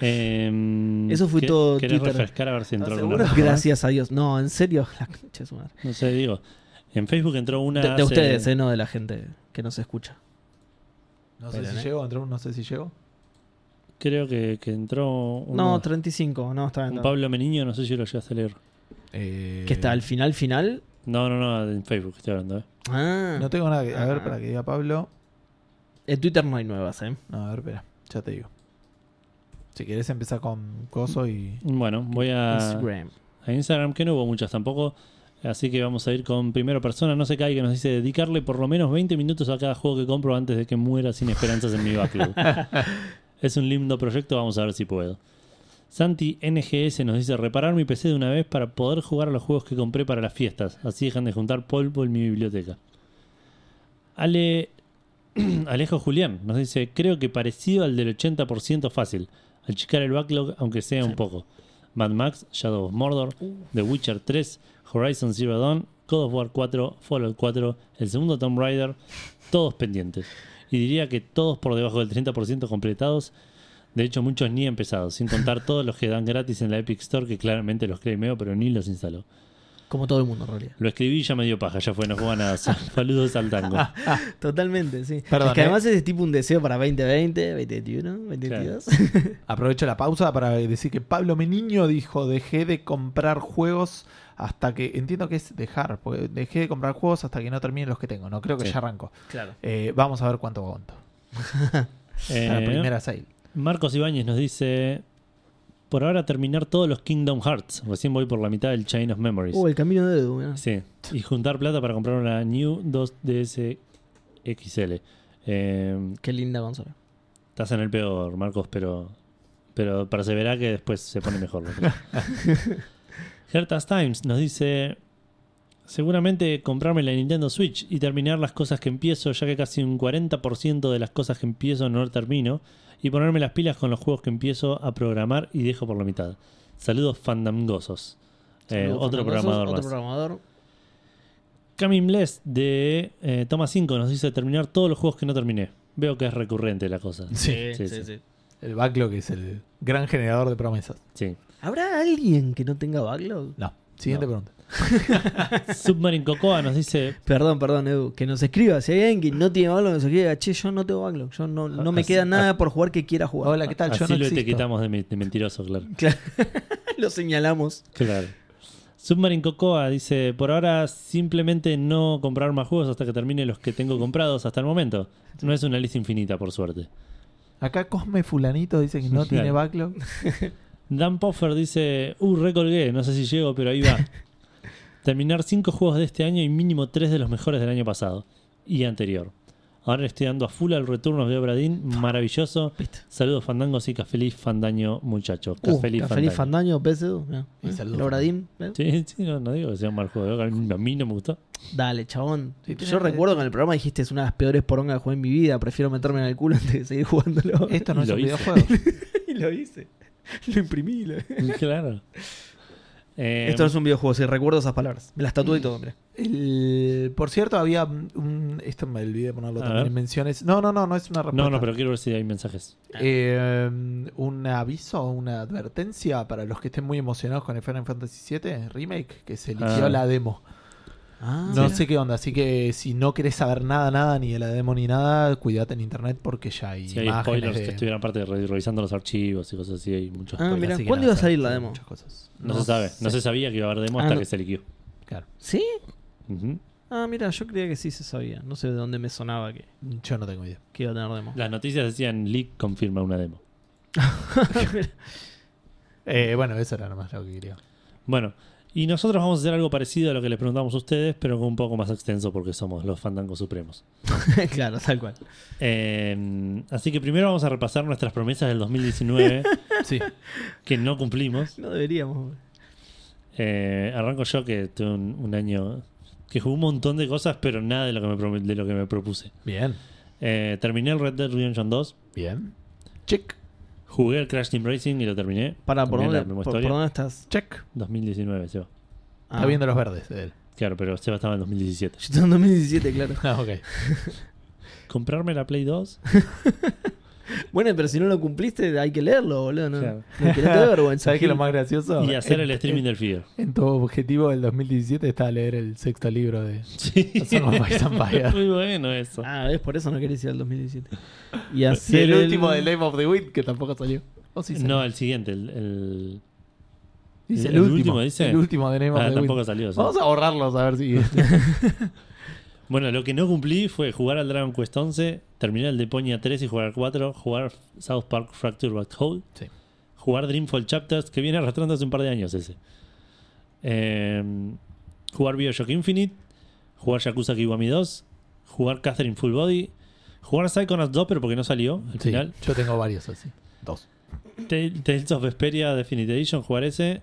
[SPEAKER 3] Em,
[SPEAKER 2] Eso fue
[SPEAKER 3] ¿qué-
[SPEAKER 2] todo
[SPEAKER 3] ¿Querés
[SPEAKER 2] Twitter. Ah,
[SPEAKER 3] refrescar a ver si entró
[SPEAKER 1] ¿Estás
[SPEAKER 3] alguna?
[SPEAKER 1] seguro?
[SPEAKER 2] Gracias a Dios. No, en serio, <laughs> la concha de su madre.
[SPEAKER 3] No sé, digo. En Facebook entró una.
[SPEAKER 2] De, de
[SPEAKER 3] hace-
[SPEAKER 2] ustedes, eh, no de la gente que nos escucha.
[SPEAKER 1] No sé
[SPEAKER 2] Pero,
[SPEAKER 1] si
[SPEAKER 2] ¿eh?
[SPEAKER 1] llego, entró, no sé si llego.
[SPEAKER 3] Creo que, que entró uno-
[SPEAKER 2] No, 35, no, está bien.
[SPEAKER 3] un
[SPEAKER 2] está bien.
[SPEAKER 3] Pablo Meniño, no sé si lo llegaste a leer.
[SPEAKER 1] Eh,
[SPEAKER 2] Que está al final, final.
[SPEAKER 3] No, no, no, en Facebook estoy hablando, ¿eh?
[SPEAKER 2] Ah,
[SPEAKER 1] No tengo nada que. A ver,
[SPEAKER 2] Ah.
[SPEAKER 1] para que diga Pablo.
[SPEAKER 2] en Twitter no hay nuevas, ¿eh?
[SPEAKER 1] No, a ver, espera, ya te digo. Si querés empezar con Coso y.
[SPEAKER 3] Bueno, voy a,
[SPEAKER 2] Instagram.
[SPEAKER 3] a Instagram, que no hubo muchas tampoco. Así que vamos a ir con primera persona. No se cae que nos dice dedicarle por lo menos 20 minutos a cada juego que compro antes de que muera sin esperanzas en mi backlog. es un lindo proyecto, vamos a ver si puedo. Santi NGS nos dice reparar mi PC de una vez para poder jugar a los juegos que compré para las fiestas. Así dejan de juntar polvo en mi biblioteca. Ale <clears throat> Alejo Julián nos dice creo que parecido al del 80% fácil. Achicar el backlog aunque sea un poco. Mad Max, Shadow of Mordor, The Witcher 3, Horizon Zero Dawn, God of War 4, Fallout 4, el segundo Tomb Raider, todos pendientes. Y diría que todos por debajo del 30% completados. De hecho, muchos ni empezados, sin contar todos los que dan gratis en la Epic Store, que claramente los claimeo, pero ni los instaló.
[SPEAKER 2] Como todo el mundo, en realidad.
[SPEAKER 3] Lo escribí y ya me dio paja, ya fue, no juega
[SPEAKER 1] <laughs>
[SPEAKER 3] nada. Saludos al tango.
[SPEAKER 2] Totalmente, sí.
[SPEAKER 1] Perdón,
[SPEAKER 2] es que
[SPEAKER 1] ¿eh?
[SPEAKER 2] además es tipo un deseo para 2020, 2021, 2022.
[SPEAKER 1] Aprovecho la pausa para decir que Pablo Meniño dijo: Dejé de comprar juegos hasta que. Entiendo que es dejar, porque dejé de comprar juegos hasta que no terminen los que tengo. No creo que
[SPEAKER 3] Sí.
[SPEAKER 1] ya arranco.
[SPEAKER 2] <laughs> Claro.
[SPEAKER 1] Eh, vamos a ver cuánto aguanto. Para la
[SPEAKER 3] Eh,
[SPEAKER 1] primera sale.
[SPEAKER 3] Marcos Ibáñez nos dice: Por ahora terminar todos los Kingdom Hearts. Recién voy por la mitad del Chain of Memories.
[SPEAKER 2] Oh, el camino de Edu. mirá.
[SPEAKER 3] Sí. Y juntar plata para comprar una New 2DS XL. Eh,
[SPEAKER 2] Qué linda consola.
[SPEAKER 3] estás en el peor, Marcos, pero, pero perseverá que después se pone mejor. lo creo.
[SPEAKER 2] <laughs>
[SPEAKER 3] Gertas Times nos dice: Seguramente comprarme la Nintendo Switch y terminar las cosas que empiezo, ya que casi un 40% de las cosas que empiezo no termino, y ponerme las pilas con los juegos que empiezo a programar y dejo por la mitad. Saludos fandangosos. Eh,
[SPEAKER 2] Saludos, Fernando.
[SPEAKER 3] otro programador
[SPEAKER 2] Otro
[SPEAKER 3] más.
[SPEAKER 2] programador.
[SPEAKER 3] Camin Bless de eh, Toma 5 nos dice terminar todos los juegos que no terminé. Veo que es recurrente la cosa.
[SPEAKER 2] Sí,
[SPEAKER 3] sí,
[SPEAKER 2] sí,
[SPEAKER 3] sí.
[SPEAKER 2] sí.
[SPEAKER 1] El backlog es el gran generador de promesas.
[SPEAKER 3] Sí. <laughs>
[SPEAKER 2] ¿Habrá alguien que no tenga backlog?
[SPEAKER 1] No. Siguiente pregunta.
[SPEAKER 3] Submarine Cocoa nos dice
[SPEAKER 2] Perdón, perdón, Edu. Que nos escriba. Si hay alguien que no tiene backlog, que nos escriba. Che, yo no tengo backlog. Yo no, no me
[SPEAKER 3] Así-
[SPEAKER 2] queda nada por jugar que quiera jugar.
[SPEAKER 1] Hola, ¿qué tal? Yo
[SPEAKER 3] así
[SPEAKER 1] no
[SPEAKER 3] lo
[SPEAKER 1] existo.
[SPEAKER 3] etiquetamos de, me- de mentiroso, claro.
[SPEAKER 2] <laughs> Lo señalamos.
[SPEAKER 3] Claro. Submarine Cocoa dice, por ahora simplemente no comprar más juegos hasta que termine los que tengo comprados hasta el momento. No es una lista infinita, por suerte.
[SPEAKER 1] Acá Cosme Fulanito dice que no
[SPEAKER 3] Claro.
[SPEAKER 1] tiene
[SPEAKER 3] <laughs>
[SPEAKER 1] backlog.
[SPEAKER 3] Dan Poffer dice, uh, recolgué, no sé si llego, pero
[SPEAKER 2] <laughs>
[SPEAKER 3] ahí va. Terminar cinco juegos de este año y mínimo tres de los mejores del año pasado y anterior. Ahora le estoy dando a full al retorno de Obradín, maravilloso.
[SPEAKER 2] ¿Viste?
[SPEAKER 3] Saludos fandangos y cafeliz fandaño muchachos.
[SPEAKER 2] Uh,
[SPEAKER 3] Cafeliz
[SPEAKER 2] Feliz
[SPEAKER 3] fandaño.
[SPEAKER 2] Fandaño, PS Edu. Mirá.
[SPEAKER 1] Y
[SPEAKER 2] ¿Eh?
[SPEAKER 1] saludos.
[SPEAKER 2] El Obradim, ¿eh?
[SPEAKER 3] Sí, sí, no, no digo que sea un mal juego. A mí a mí no
[SPEAKER 2] <laughs>
[SPEAKER 3] me gustó.
[SPEAKER 2] Dale, chabón.
[SPEAKER 1] Sí, tenés-
[SPEAKER 2] Yo recuerdo que en el programa dijiste es una de las peores porongas que jugué en mi vida. Prefiero meterme en el culo antes de seguir jugándolo.
[SPEAKER 1] Esto no es
[SPEAKER 3] Lo
[SPEAKER 1] un
[SPEAKER 3] hice.
[SPEAKER 1] videojuego.
[SPEAKER 2] <laughs> y lo hice. Lo imprimí. lo-
[SPEAKER 3] claro. Eh,
[SPEAKER 2] Esto no es un videojuego, si recuerdo esas palabras. Me las tatué y todo, mira.
[SPEAKER 1] El- por cierto, había un. Esto me olvidé de ponerlo
[SPEAKER 3] A
[SPEAKER 1] también
[SPEAKER 3] ver.
[SPEAKER 1] en menciones. No, no, no, no es una respuesta.
[SPEAKER 3] no, no, pero quiero ver si hay mensajes.
[SPEAKER 1] Eh, un aviso, una advertencia para los que estén muy emocionados con el Final Fantasy VII Remake, que se liquidó
[SPEAKER 3] Ah.
[SPEAKER 1] la demo.
[SPEAKER 2] Ah,
[SPEAKER 1] No sé qué onda, así que si no querés saber nada, nada, ni de la demo ni nada, cuidate en internet porque ya hay
[SPEAKER 3] Si hay
[SPEAKER 1] imágenes
[SPEAKER 3] spoilers
[SPEAKER 1] de-
[SPEAKER 3] que estuvieran aparte de re- revisando los archivos y cosas así, hay muchos
[SPEAKER 2] Ah,
[SPEAKER 3] spoilers.
[SPEAKER 2] mira.
[SPEAKER 1] Así que
[SPEAKER 2] ¿Cuándo
[SPEAKER 1] nada,
[SPEAKER 2] iba a salir la
[SPEAKER 1] sí,
[SPEAKER 2] demo?
[SPEAKER 1] muchas cosas.
[SPEAKER 3] No, se sabe, no se sabía que iba a haber demo hasta
[SPEAKER 2] Ah, no.
[SPEAKER 3] que se liquidó.
[SPEAKER 1] Claro,
[SPEAKER 2] ¿Sí?
[SPEAKER 3] Ujú.
[SPEAKER 2] Ah, mira, yo creía que sí se sabía. No sé de dónde me sonaba que,
[SPEAKER 1] yo no tengo idea.
[SPEAKER 2] que iba a tener demo.
[SPEAKER 3] Las noticias decían leak confirma una demo.
[SPEAKER 1] Eh, bueno, eso era nomás lo que quería.
[SPEAKER 3] Bueno, Y nosotros vamos a hacer algo parecido a lo que les preguntamos a ustedes, pero un poco más extenso porque somos los fandangos supremos.
[SPEAKER 2] <laughs> claro, tal cual.
[SPEAKER 3] Eh, así que primero vamos a repasar nuestras promesas
[SPEAKER 2] <laughs>
[SPEAKER 3] del 2019
[SPEAKER 4] Sí.
[SPEAKER 3] que no cumplimos.
[SPEAKER 2] No deberíamos.
[SPEAKER 3] Eh, arranco yo que tuve un, un año que jugué un montón de cosas, pero nada de lo que me, prom- de lo que me propuse.
[SPEAKER 4] Bien.
[SPEAKER 3] Eh, terminé el Red Dead Redemption 2,
[SPEAKER 4] Bien.
[SPEAKER 1] Check,
[SPEAKER 3] jugué el Crash Team Racing y lo terminé.
[SPEAKER 2] Para, ¿por
[SPEAKER 3] También
[SPEAKER 2] dónde,
[SPEAKER 3] la misma
[SPEAKER 2] por-
[SPEAKER 3] historia.
[SPEAKER 2] por dónde estás?
[SPEAKER 1] check.
[SPEAKER 3] 2019, Seba.
[SPEAKER 2] Ah.
[SPEAKER 4] Está viendo los verdes
[SPEAKER 1] <laughs>
[SPEAKER 4] de él.
[SPEAKER 3] Claro, pero Seba estaba en 2017.
[SPEAKER 2] <laughs> Yo estoy en 2017, claro.
[SPEAKER 4] Ah, ok.
[SPEAKER 3] Comprarme la Play 2.
[SPEAKER 2] Bueno, pero si no lo cumpliste, hay que leerlo, boludo. No,
[SPEAKER 3] Claro.
[SPEAKER 2] no que
[SPEAKER 1] <laughs>
[SPEAKER 2] no te dé vergüenza.
[SPEAKER 1] ¿Sabes qué es lo
[SPEAKER 2] Gil.
[SPEAKER 1] más gracioso?
[SPEAKER 3] Y hacer el
[SPEAKER 1] En-
[SPEAKER 3] streaming del FIDE.
[SPEAKER 1] En tu objetivo del 2017 está leer el sexto libro de
[SPEAKER 3] Sí.
[SPEAKER 1] Son los Vice and Fire. <laughs>
[SPEAKER 3] <laughs> Muy bueno eso.
[SPEAKER 2] Ah, es por eso no querés ir al 2017. Y
[SPEAKER 1] Y
[SPEAKER 2] hacer
[SPEAKER 1] el último de Lame of the Wind que tampoco salió. O sí salió.
[SPEAKER 3] no, el siguiente, el. el-
[SPEAKER 1] Dice el,
[SPEAKER 3] el- el
[SPEAKER 1] último.
[SPEAKER 3] último, dice.
[SPEAKER 1] El último de Lame of
[SPEAKER 3] Ah,
[SPEAKER 1] the
[SPEAKER 3] tampoco
[SPEAKER 1] Wind.
[SPEAKER 3] salió. sí.
[SPEAKER 1] Vamos a borrarlos a ver si.
[SPEAKER 3] Bueno, lo que no cumplí fue jugar al Dragon Quest 11, terminar el Deponia 3 y jugar al 4, jugar South Park Fracture Back Hole,
[SPEAKER 4] Sí.
[SPEAKER 3] jugar Dreamfall Chapters, que viene arrastrando hace un par de años ese. Eh, jugar Bioshock Infinite, jugar Yakuza Kiwami 2, jugar Catherine Full Body, jugar Psychonauts 2, pero porque no salió al
[SPEAKER 4] Sí,
[SPEAKER 3] final.
[SPEAKER 4] Yo tengo varios así. Dos.
[SPEAKER 3] Tale- Tales of Vesperia Definite Edition, jugar ese.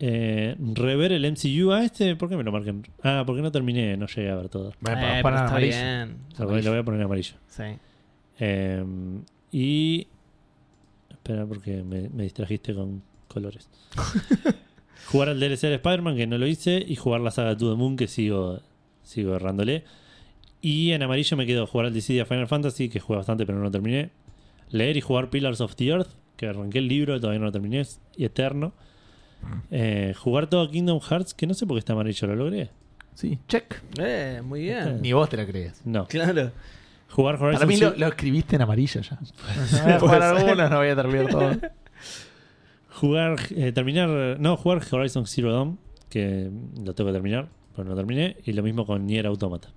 [SPEAKER 3] Eh, rever el MCU a este, ¿por qué me lo marquen? Ah, porque no terminé, no llegué a ver todo.
[SPEAKER 2] Eh, pero está bien.
[SPEAKER 3] Lo voy- lo voy a poner en amarillo.
[SPEAKER 2] Sí.
[SPEAKER 3] Eh, y. Espera, porque me, me distrajiste con
[SPEAKER 1] <laughs>
[SPEAKER 3] colores. jugar al DLC de Spider-Man, que no lo hice, y jugar la saga To the Moon, que sigo, sigo errándole. Y en amarillo me quedo jugar al Dissidia Final Fantasy, que jugué bastante, pero no lo terminé. Leer y jugar Pillars of the Earth, que arranqué el libro, todavía no lo terminé, es eterno.
[SPEAKER 1] Mm.
[SPEAKER 3] Eh, jugar todo Kingdom Hearts, que no sé por qué está amarillo, ¿lo logré?
[SPEAKER 1] Sí, check.
[SPEAKER 2] Eh, muy
[SPEAKER 3] Está
[SPEAKER 2] bien.
[SPEAKER 4] Ni vos te la creías.
[SPEAKER 3] No.
[SPEAKER 2] Claro.
[SPEAKER 3] Jugar Horizon
[SPEAKER 1] Para mí lo,
[SPEAKER 3] Zero-
[SPEAKER 1] lo escribiste en amarillo ya. No voy a jugar algunos, no voy a terminar todo.
[SPEAKER 3] Jugar, eh, terminar, no, jugar Horizon Zero Dawn, que lo tengo que terminar, pero no lo terminé, y lo mismo con Nier Automata.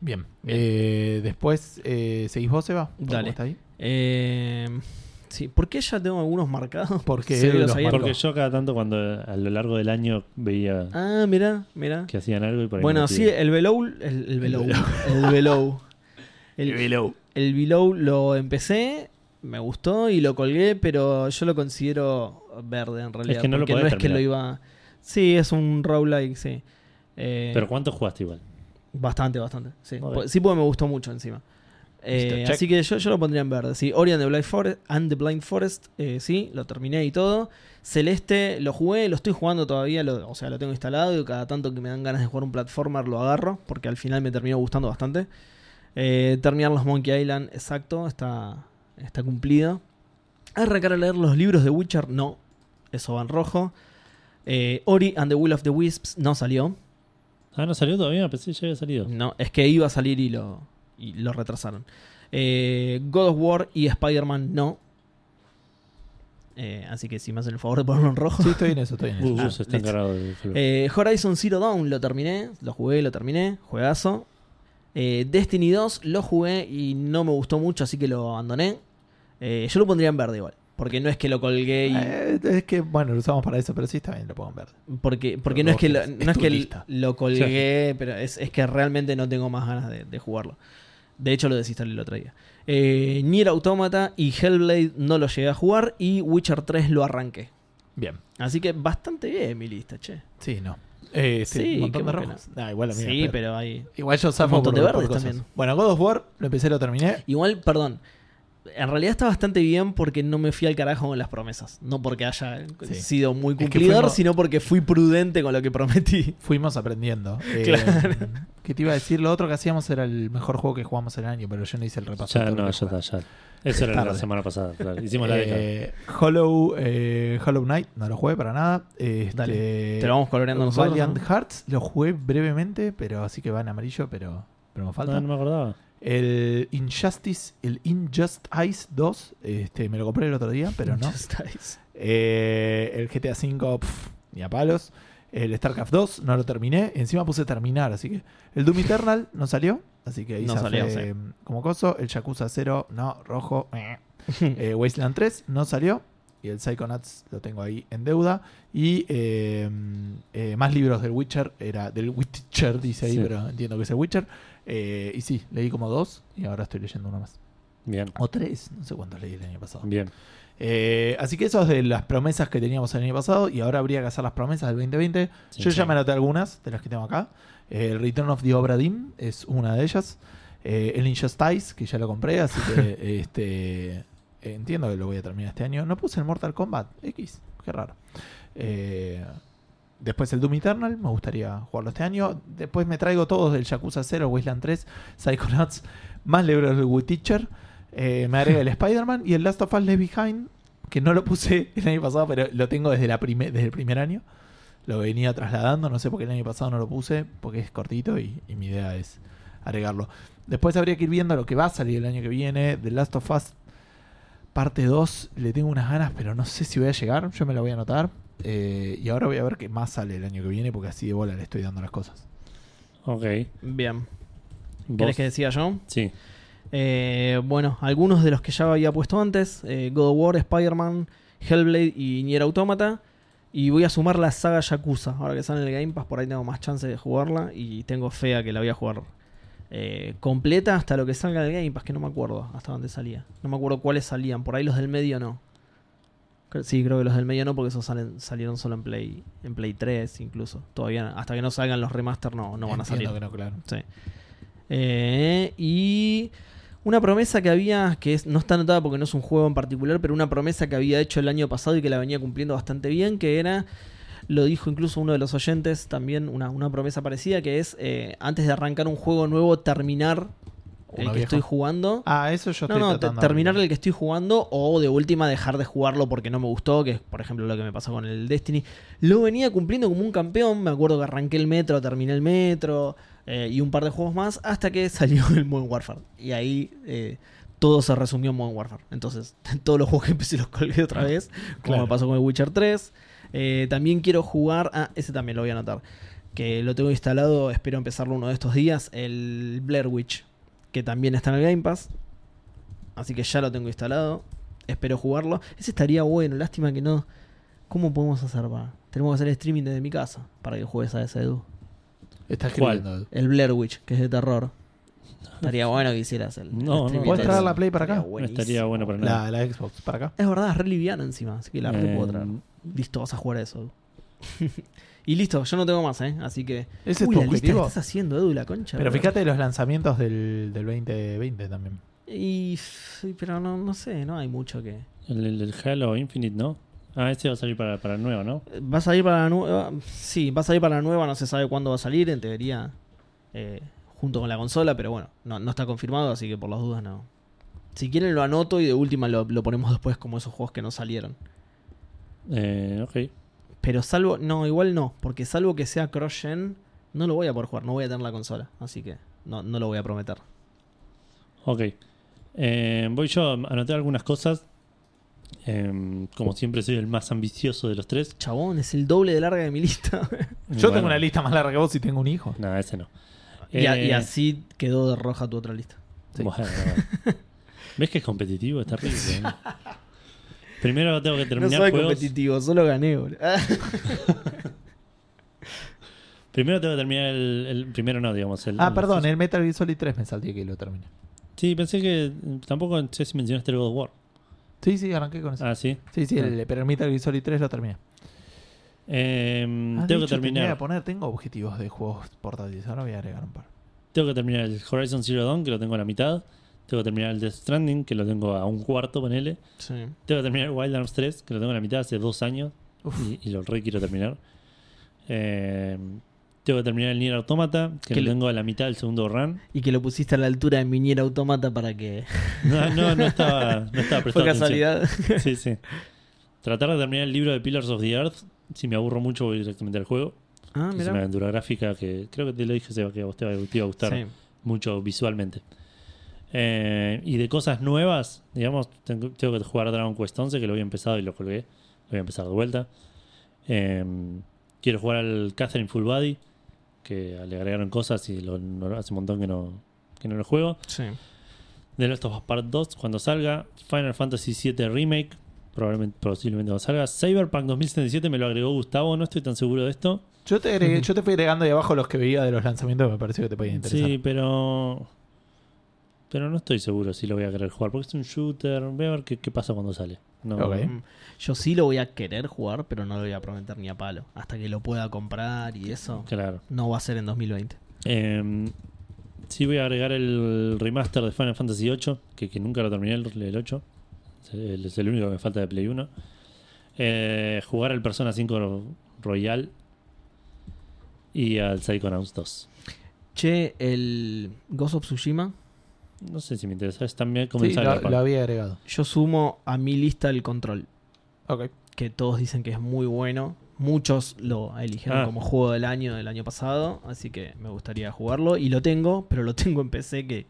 [SPEAKER 4] Bien.
[SPEAKER 1] Eh, después, eh, ¿seguís vos, Seba? ¿Cómo
[SPEAKER 2] Dale.
[SPEAKER 1] está ahí?
[SPEAKER 2] Eh, sí, ¿por qué ya tengo algunos marcados?
[SPEAKER 1] Porque
[SPEAKER 2] Sí,
[SPEAKER 1] él
[SPEAKER 2] los
[SPEAKER 1] los
[SPEAKER 2] había-
[SPEAKER 1] marcó.
[SPEAKER 3] Porque yo cada tanto cuando eh, a lo largo del año veía
[SPEAKER 2] Ah, mirá, mirá.
[SPEAKER 3] que hacían algo y por ahí
[SPEAKER 2] Bueno,
[SPEAKER 3] me
[SPEAKER 2] sí, eh,
[SPEAKER 3] metía.
[SPEAKER 2] el Below. El, el Below. <laughs> El Below. El,
[SPEAKER 1] below.
[SPEAKER 2] el Below lo empecé, me gustó y lo colgué, pero yo lo considero verde en realidad.
[SPEAKER 3] Es que no lo
[SPEAKER 2] porque
[SPEAKER 3] podés
[SPEAKER 2] es que lo iba. Sí, es un roguelike, sí. Eh,
[SPEAKER 3] Pero ¿cuánto jugaste igual?
[SPEAKER 2] Bastante, bastante. Sí,
[SPEAKER 3] Muy
[SPEAKER 2] Po-
[SPEAKER 3] bien.
[SPEAKER 2] sí porque me gustó mucho encima. Eh,
[SPEAKER 1] Listo, check.
[SPEAKER 2] así que yo, yo lo pondría en verde. Sí, Ori and the Blind Forest, and the Blind Forest eh, sí, lo terminé y todo. Celeste, lo jugué, lo estoy jugando todavía, lo- o sea, lo tengo instalado y cada tanto que me dan ganas de jugar un platformer lo agarro, porque al final me terminó gustando bastante. Eh, terminar los Monkey Island, exacto, está, está cumplido. Arrancar a leer los libros de Witcher, no, eso va en rojo. Eh, Ori and the Will of the Wisps no salió,
[SPEAKER 3] Ah, no salió todavía, pensé que ya había salido.
[SPEAKER 2] no, es que iba a salir y lo, y lo retrasaron. Eh, God of War y Spider-Man no. Eh, así que si me hacen el favor de ponerlo en rojo.
[SPEAKER 1] Sí, estoy en eso,
[SPEAKER 3] <laughs>
[SPEAKER 1] estoy en eso.
[SPEAKER 3] Uh, Gus,
[SPEAKER 2] Ah,
[SPEAKER 3] Gus está
[SPEAKER 2] listo.
[SPEAKER 3] encargado de
[SPEAKER 2] Eh, Horizon Zero Dawn lo terminé, lo jugué, lo terminé, juegazo. Eh, Destiny 2 lo jugué y no me gustó mucho, así que lo abandoné. Eh, yo lo pondría en verde igual, porque no es que lo colgué y...
[SPEAKER 1] Eh, es que, bueno, lo usamos para eso, pero sí está bien, lo pongo en verde.
[SPEAKER 2] Porque, porque
[SPEAKER 4] Pero
[SPEAKER 2] no es
[SPEAKER 4] vos
[SPEAKER 2] que, lo,
[SPEAKER 4] es-
[SPEAKER 2] no
[SPEAKER 4] es
[SPEAKER 2] es
[SPEAKER 4] tu
[SPEAKER 2] que
[SPEAKER 4] lista.
[SPEAKER 2] lo colgué, pero es, es que realmente no tengo más ganas de, de jugarlo. De hecho, lo desinstalé el otro día. Eh, Nier Automata y Hellblade no lo llegué a jugar y Witcher 3 lo arranqué.
[SPEAKER 1] Bien.
[SPEAKER 2] Así que bastante bien mi lista, che.
[SPEAKER 1] Sí, no. Eh, sí,
[SPEAKER 2] Sí,
[SPEAKER 1] un montón
[SPEAKER 2] qué
[SPEAKER 1] de
[SPEAKER 2] buena.
[SPEAKER 1] rojos. Ah, igual a mí me
[SPEAKER 2] Sí,
[SPEAKER 1] pega.
[SPEAKER 2] pero hay...
[SPEAKER 1] Igual yo zafo
[SPEAKER 2] montón
[SPEAKER 1] por-
[SPEAKER 2] de
[SPEAKER 1] por
[SPEAKER 2] verdes
[SPEAKER 1] cosas.
[SPEAKER 2] también.
[SPEAKER 1] Bueno, God of War, lo empecé, lo
[SPEAKER 2] <laughs>
[SPEAKER 1] terminé.
[SPEAKER 2] Igual, perdón. En realidad está bastante bien porque no me fui al carajo con las promesas. No porque haya eh,
[SPEAKER 1] Sí.
[SPEAKER 2] sido muy
[SPEAKER 1] que
[SPEAKER 2] cumplidor,
[SPEAKER 1] fuimos-
[SPEAKER 2] sino porque fui prudente con lo que prometí.
[SPEAKER 1] Fuimos
[SPEAKER 2] <laughs>
[SPEAKER 1] aprendiendo. Eh, ¿Qué te iba a decir? Lo otro que hacíamos era el mejor juego que jugamos en el año, pero yo no hice el repaso. de
[SPEAKER 3] Ya,
[SPEAKER 1] todo lo
[SPEAKER 3] no,
[SPEAKER 1] que
[SPEAKER 3] ya
[SPEAKER 1] jugué.
[SPEAKER 3] está, ya. Eso era la
[SPEAKER 1] Tarde.
[SPEAKER 3] semana pasada, claro. Hicimos la década.
[SPEAKER 1] Eh, Hollow, eh, Hollow Knight, no lo jugué para nada. Este,
[SPEAKER 2] Dale, Te lo vamos coloreando nosotros.
[SPEAKER 1] Valiant
[SPEAKER 2] ¿no?
[SPEAKER 1] Hearts, lo jugué brevemente, pero así que va en amarillo, pero, pero me falta.
[SPEAKER 3] Ah, no me acordaba.
[SPEAKER 1] El Injustice, el Injustice 2, este, me lo compré el otro día, pero
[SPEAKER 2] <laughs>
[SPEAKER 1] no.
[SPEAKER 2] Just Eyes.
[SPEAKER 1] <laughs> Eh, el GTA V, pf, ni a palos. El StarCraft 2, no lo terminé. Encima puse terminar, así que. El Doom Eternal no salió, así que ahí
[SPEAKER 2] No
[SPEAKER 1] zafé,
[SPEAKER 2] salió, sí.
[SPEAKER 1] como coso. El Yakuza 0, no, rojo. eh. Eh, Wasteland 3, no salió. y el Psychonauts lo tengo ahí en deuda. Y eh, eh, más libros del Witcher, era del Witcher, dice ahí,
[SPEAKER 3] Sí.
[SPEAKER 1] pero entiendo que es el Witcher. Eh, y sí, leí como dos y ahora estoy leyendo uno más.
[SPEAKER 3] Bien,
[SPEAKER 1] O tres, no sé cuántos leí el año pasado.
[SPEAKER 3] bien.
[SPEAKER 1] Eh, así que eso es de las promesas que teníamos el año pasado y ahora habría que hacer las promesas del 2020.
[SPEAKER 3] Sí,
[SPEAKER 1] Yo
[SPEAKER 3] sí.
[SPEAKER 1] ya me anoté algunas de las que tengo acá. Eh, el Return of the Obra Dinn es una de ellas. Eh, el Ninja Ties, que ya lo compré, así
[SPEAKER 3] <laughs>
[SPEAKER 1] que este entiendo que lo voy a terminar este año. No puse el Mortal Kombat X, qué raro. Eh, después el Doom Eternal, me gustaría jugarlo este año. Después me traigo todos del Yakuza 0, Wasteland 3, Psychonauts, más libros del Witcher. Eh, me agrega el Spider-Man y el Last of Us Left Behind, que no lo puse <laughs> el año pasado, pero lo tengo desde, la prime- desde el primer año. Lo venía trasladando, no sé por qué el año pasado no lo puse, porque es cortito y, y mi idea es agregarlo. Después habría que ir viendo lo que va a salir el año que viene. The Last of Us parte 2, le tengo unas ganas, pero no sé si voy a llegar. Yo me la voy a anotar. Eh, y ahora voy a ver qué más sale el año que viene, porque así de bola le estoy dando las cosas.
[SPEAKER 3] Ok.
[SPEAKER 2] Bien.
[SPEAKER 3] ¿Vos?
[SPEAKER 2] ¿Querés que decía yo?
[SPEAKER 3] Sí.
[SPEAKER 2] Eh, bueno, algunos de los que ya había puesto antes: eh, God of War, Spider-Man, Hellblade y Nier Automata. Y voy a sumar la saga Yakuza. Ahora que sale en el Game Pass, por ahí tengo más chance de jugarla. Y tengo fe a que la voy a jugar eh, completa hasta lo que salga en el Game Pass, que no me acuerdo hasta dónde salía. No me acuerdo cuáles salían. Por ahí los del medio no. Cre- Sí, creo que los del medio no, porque esos salen, salieron solo en Play, en Play 3 incluso. Todavía, hasta que no salgan los remaster, no, no van a salir.
[SPEAKER 4] Entiendo que no, claro.
[SPEAKER 2] Sí. Eh, y una promesa que había, que es- no está anotada porque no es un juego en particular, pero una promesa que había hecho el año pasado y que la venía cumpliendo bastante bien, que era, lo dijo incluso uno de los oyentes también, una, una promesa parecida, que es eh, antes de arrancar un juego nuevo, terminar el
[SPEAKER 1] Uno viejo.
[SPEAKER 2] que estoy jugando.
[SPEAKER 1] Ah, eso yo
[SPEAKER 2] No,
[SPEAKER 1] estoy
[SPEAKER 2] no, te-
[SPEAKER 1] tratando de
[SPEAKER 2] terminar el que estoy jugando o de última dejar de jugarlo porque no me gustó, que es por ejemplo lo que me pasó con el Destiny. Lo venía cumpliendo como un campeón, me acuerdo que arranqué el metro, terminé el metro eh, y un par de juegos más hasta que <laughs> salió el Modern Warfare. Y ahí eh, todo se resumió en Modern Warfare. Entonces, <laughs> todos los juegos que empecé los colgué otra vez, como
[SPEAKER 1] Claro.
[SPEAKER 2] me pasó con el Witcher 3. Eh, también quiero jugar, ah, ese también lo voy a anotar, que lo tengo instalado, espero empezarlo uno de estos días, el Blair Witch, que también está en el Game Pass. Así que ya lo tengo instalado. Espero jugarlo. Ese estaría bueno. Lástima que no. ¿Cómo podemos hacer para? Tenemos que hacer streaming desde mi casa para que juegues a ese Edu.
[SPEAKER 4] Está
[SPEAKER 3] ¿Cuál?
[SPEAKER 4] escribiendo.
[SPEAKER 2] El Blair Witch, que es de terror. Estaría bueno que hicieras el. el
[SPEAKER 3] No, no.
[SPEAKER 2] streaming
[SPEAKER 1] ¿Puedes
[SPEAKER 2] desde-
[SPEAKER 1] traer la Play para acá?
[SPEAKER 2] Estaría
[SPEAKER 3] No estaría
[SPEAKER 2] buenísimo.
[SPEAKER 3] bueno para nada.
[SPEAKER 1] La, la Xbox, para acá.
[SPEAKER 2] Es verdad, es re liviana encima. Así que la re
[SPEAKER 3] Eh,
[SPEAKER 2] puedo traer. Listo, vas a jugar a eso, <laughs> Edu. y listo, yo no tengo más, ¿eh? Así que.
[SPEAKER 1] ¿Ese es
[SPEAKER 2] Uy,
[SPEAKER 1] tu
[SPEAKER 2] la lista que
[SPEAKER 1] objetivo?
[SPEAKER 2] estás haciendo, Edu, la concha.
[SPEAKER 1] Pero
[SPEAKER 2] bro.
[SPEAKER 1] fíjate los lanzamientos del, del 2020 también.
[SPEAKER 2] Y. sí, Pero no, no sé, no hay mucho que.
[SPEAKER 3] El, el- el Halo Infinite, ¿no? Ah, ese va a salir para, para el nuevo, ¿no?
[SPEAKER 2] Va a salir para la nueva. Sí, va a salir para la nueva, no se sabe cuándo va a salir, en teoría. eh, junto con la consola, pero bueno, no, no está confirmado, así que por las dudas no. Si quieren lo anoto y de última lo, lo ponemos después como esos juegos que no salieron.
[SPEAKER 3] Eh, ok.
[SPEAKER 2] Pero salvo. No, igual no, porque salvo que sea cross-gen, no lo voy a poder jugar, no voy a tener la consola, así que no, no lo voy a prometer.
[SPEAKER 3] Ok. Eh, voy yo a anotar algunas cosas. Em, como siempre, soy el más ambicioso de los tres.
[SPEAKER 2] Chabón, es el doble de larga de mi lista.
[SPEAKER 1] Yo
[SPEAKER 2] <laughs>
[SPEAKER 3] Bueno,
[SPEAKER 1] tengo una lista más larga que vos y tengo un hijo.
[SPEAKER 3] No, ese no.
[SPEAKER 2] y, a- y
[SPEAKER 3] Eh,
[SPEAKER 2] así quedó de roja tu otra lista.
[SPEAKER 3] bueno, bueno. ¿Ves que es competitivo? Está rico. ¿eh? Primero tengo que
[SPEAKER 2] No
[SPEAKER 3] terminar
[SPEAKER 2] soy
[SPEAKER 3] juegos.
[SPEAKER 2] competitivo, solo gané, <laughs> boludo.
[SPEAKER 3] Primero tengo que terminar el, el- primero no, digamos. El,
[SPEAKER 1] Ah,
[SPEAKER 3] el-
[SPEAKER 1] perdón, el Metal Gear Solid 3 me salté que lo terminé.
[SPEAKER 3] Sí, pensé que tampoco sé si mencionaste el God of War.
[SPEAKER 1] Sí, sí, arranqué con eso.
[SPEAKER 3] Ah, sí.
[SPEAKER 1] sí, sí, el, pero el Metal Gear Solid 3 lo terminé.
[SPEAKER 3] Em,
[SPEAKER 1] Ah, de
[SPEAKER 3] Mm, tengo que
[SPEAKER 1] hecho, tenía
[SPEAKER 3] terminar.
[SPEAKER 1] poner, tengo objetivos de juegos portátiles. Ahora voy a agregar un par.
[SPEAKER 3] Tengo que terminar el Horizon Zero Dawn, que lo tengo a la mitad. Tengo que terminar el Death Stranding, que lo tengo a un cuarto, ponele.
[SPEAKER 2] Sí.
[SPEAKER 3] Tengo que terminar Wild Arms 3, que lo tengo en la mitad hace dos años. Y, y lo re quiero terminar. Eh, tengo que terminar el Nier Automata, que
[SPEAKER 2] Que
[SPEAKER 3] lo
[SPEAKER 2] lo-
[SPEAKER 3] tengo a la mitad del segundo run.
[SPEAKER 2] Y que lo pusiste a la altura de Minier Automata para que.
[SPEAKER 3] No, no,
[SPEAKER 2] <laughs>
[SPEAKER 3] no estaba, no estaba prestando
[SPEAKER 2] Fue
[SPEAKER 3] atención.
[SPEAKER 2] casualidad.
[SPEAKER 3] Sí, sí. Tratar de terminar el libro de Pillars of the Earth. Si me aburro mucho, voy directamente al juego.
[SPEAKER 2] Ah,
[SPEAKER 3] es una aventura gráfica que creo que te lo dije, Seba, que a vos te, va- te iba a gustar mucho visualmente. Eh, y de cosas nuevas, digamos, tengo, tengo que jugar Dragon Quest 11, que lo había empezado y lo colgué. Lo voy a empezar de vuelta. Eh, quiero jugar al Catherine Full Body, que le agregaron cosas y lo- no- hace un montón que no, que no lo juego.
[SPEAKER 2] Sí.
[SPEAKER 3] The Last of Us Part 2 cuando salga. Final Fantasy VII Remake. Probablemente, posiblemente no salga. Cyberpunk 2077 me lo agregó Gustavo, no estoy tan seguro de esto.
[SPEAKER 1] Yo te, agregué- yo te fui agregando ahí abajo los que veía de los lanzamientos que me pareció que te podían interesar.
[SPEAKER 3] Sí, pero. Pero no estoy seguro si lo voy a querer jugar, porque es un shooter. Voy a ver qué, qué pasa cuando sale. No,
[SPEAKER 1] Ok.
[SPEAKER 2] Mm. Yo sí lo voy a querer jugar, pero no lo voy a prometer ni a palo. Hasta que lo pueda comprar y eso.
[SPEAKER 3] Claro.
[SPEAKER 2] No va a ser en 2020.
[SPEAKER 3] Eh, sí, voy a agregar el remaster de Final Fantasy VIII, que, que nunca lo terminé, el, el 8. Es el, es el único que me falta de Play 1. Eh, jugar al Persona 5 Royal y al Psychonauts 2.
[SPEAKER 2] Che, el Ghost of Tsushima,
[SPEAKER 3] No sé si me interesa, es también como
[SPEAKER 1] Sí,
[SPEAKER 3] el
[SPEAKER 1] lo,
[SPEAKER 3] Cyberpunk.
[SPEAKER 1] lo había agregado.
[SPEAKER 2] yo sumo a mi lista el control,
[SPEAKER 1] Ok.
[SPEAKER 2] que todos dicen que es muy bueno. Muchos lo eligieron
[SPEAKER 3] Ah.
[SPEAKER 2] como juego del año del año pasado, así que me gustaría jugarlo. Y lo tengo, pero lo tengo en PC que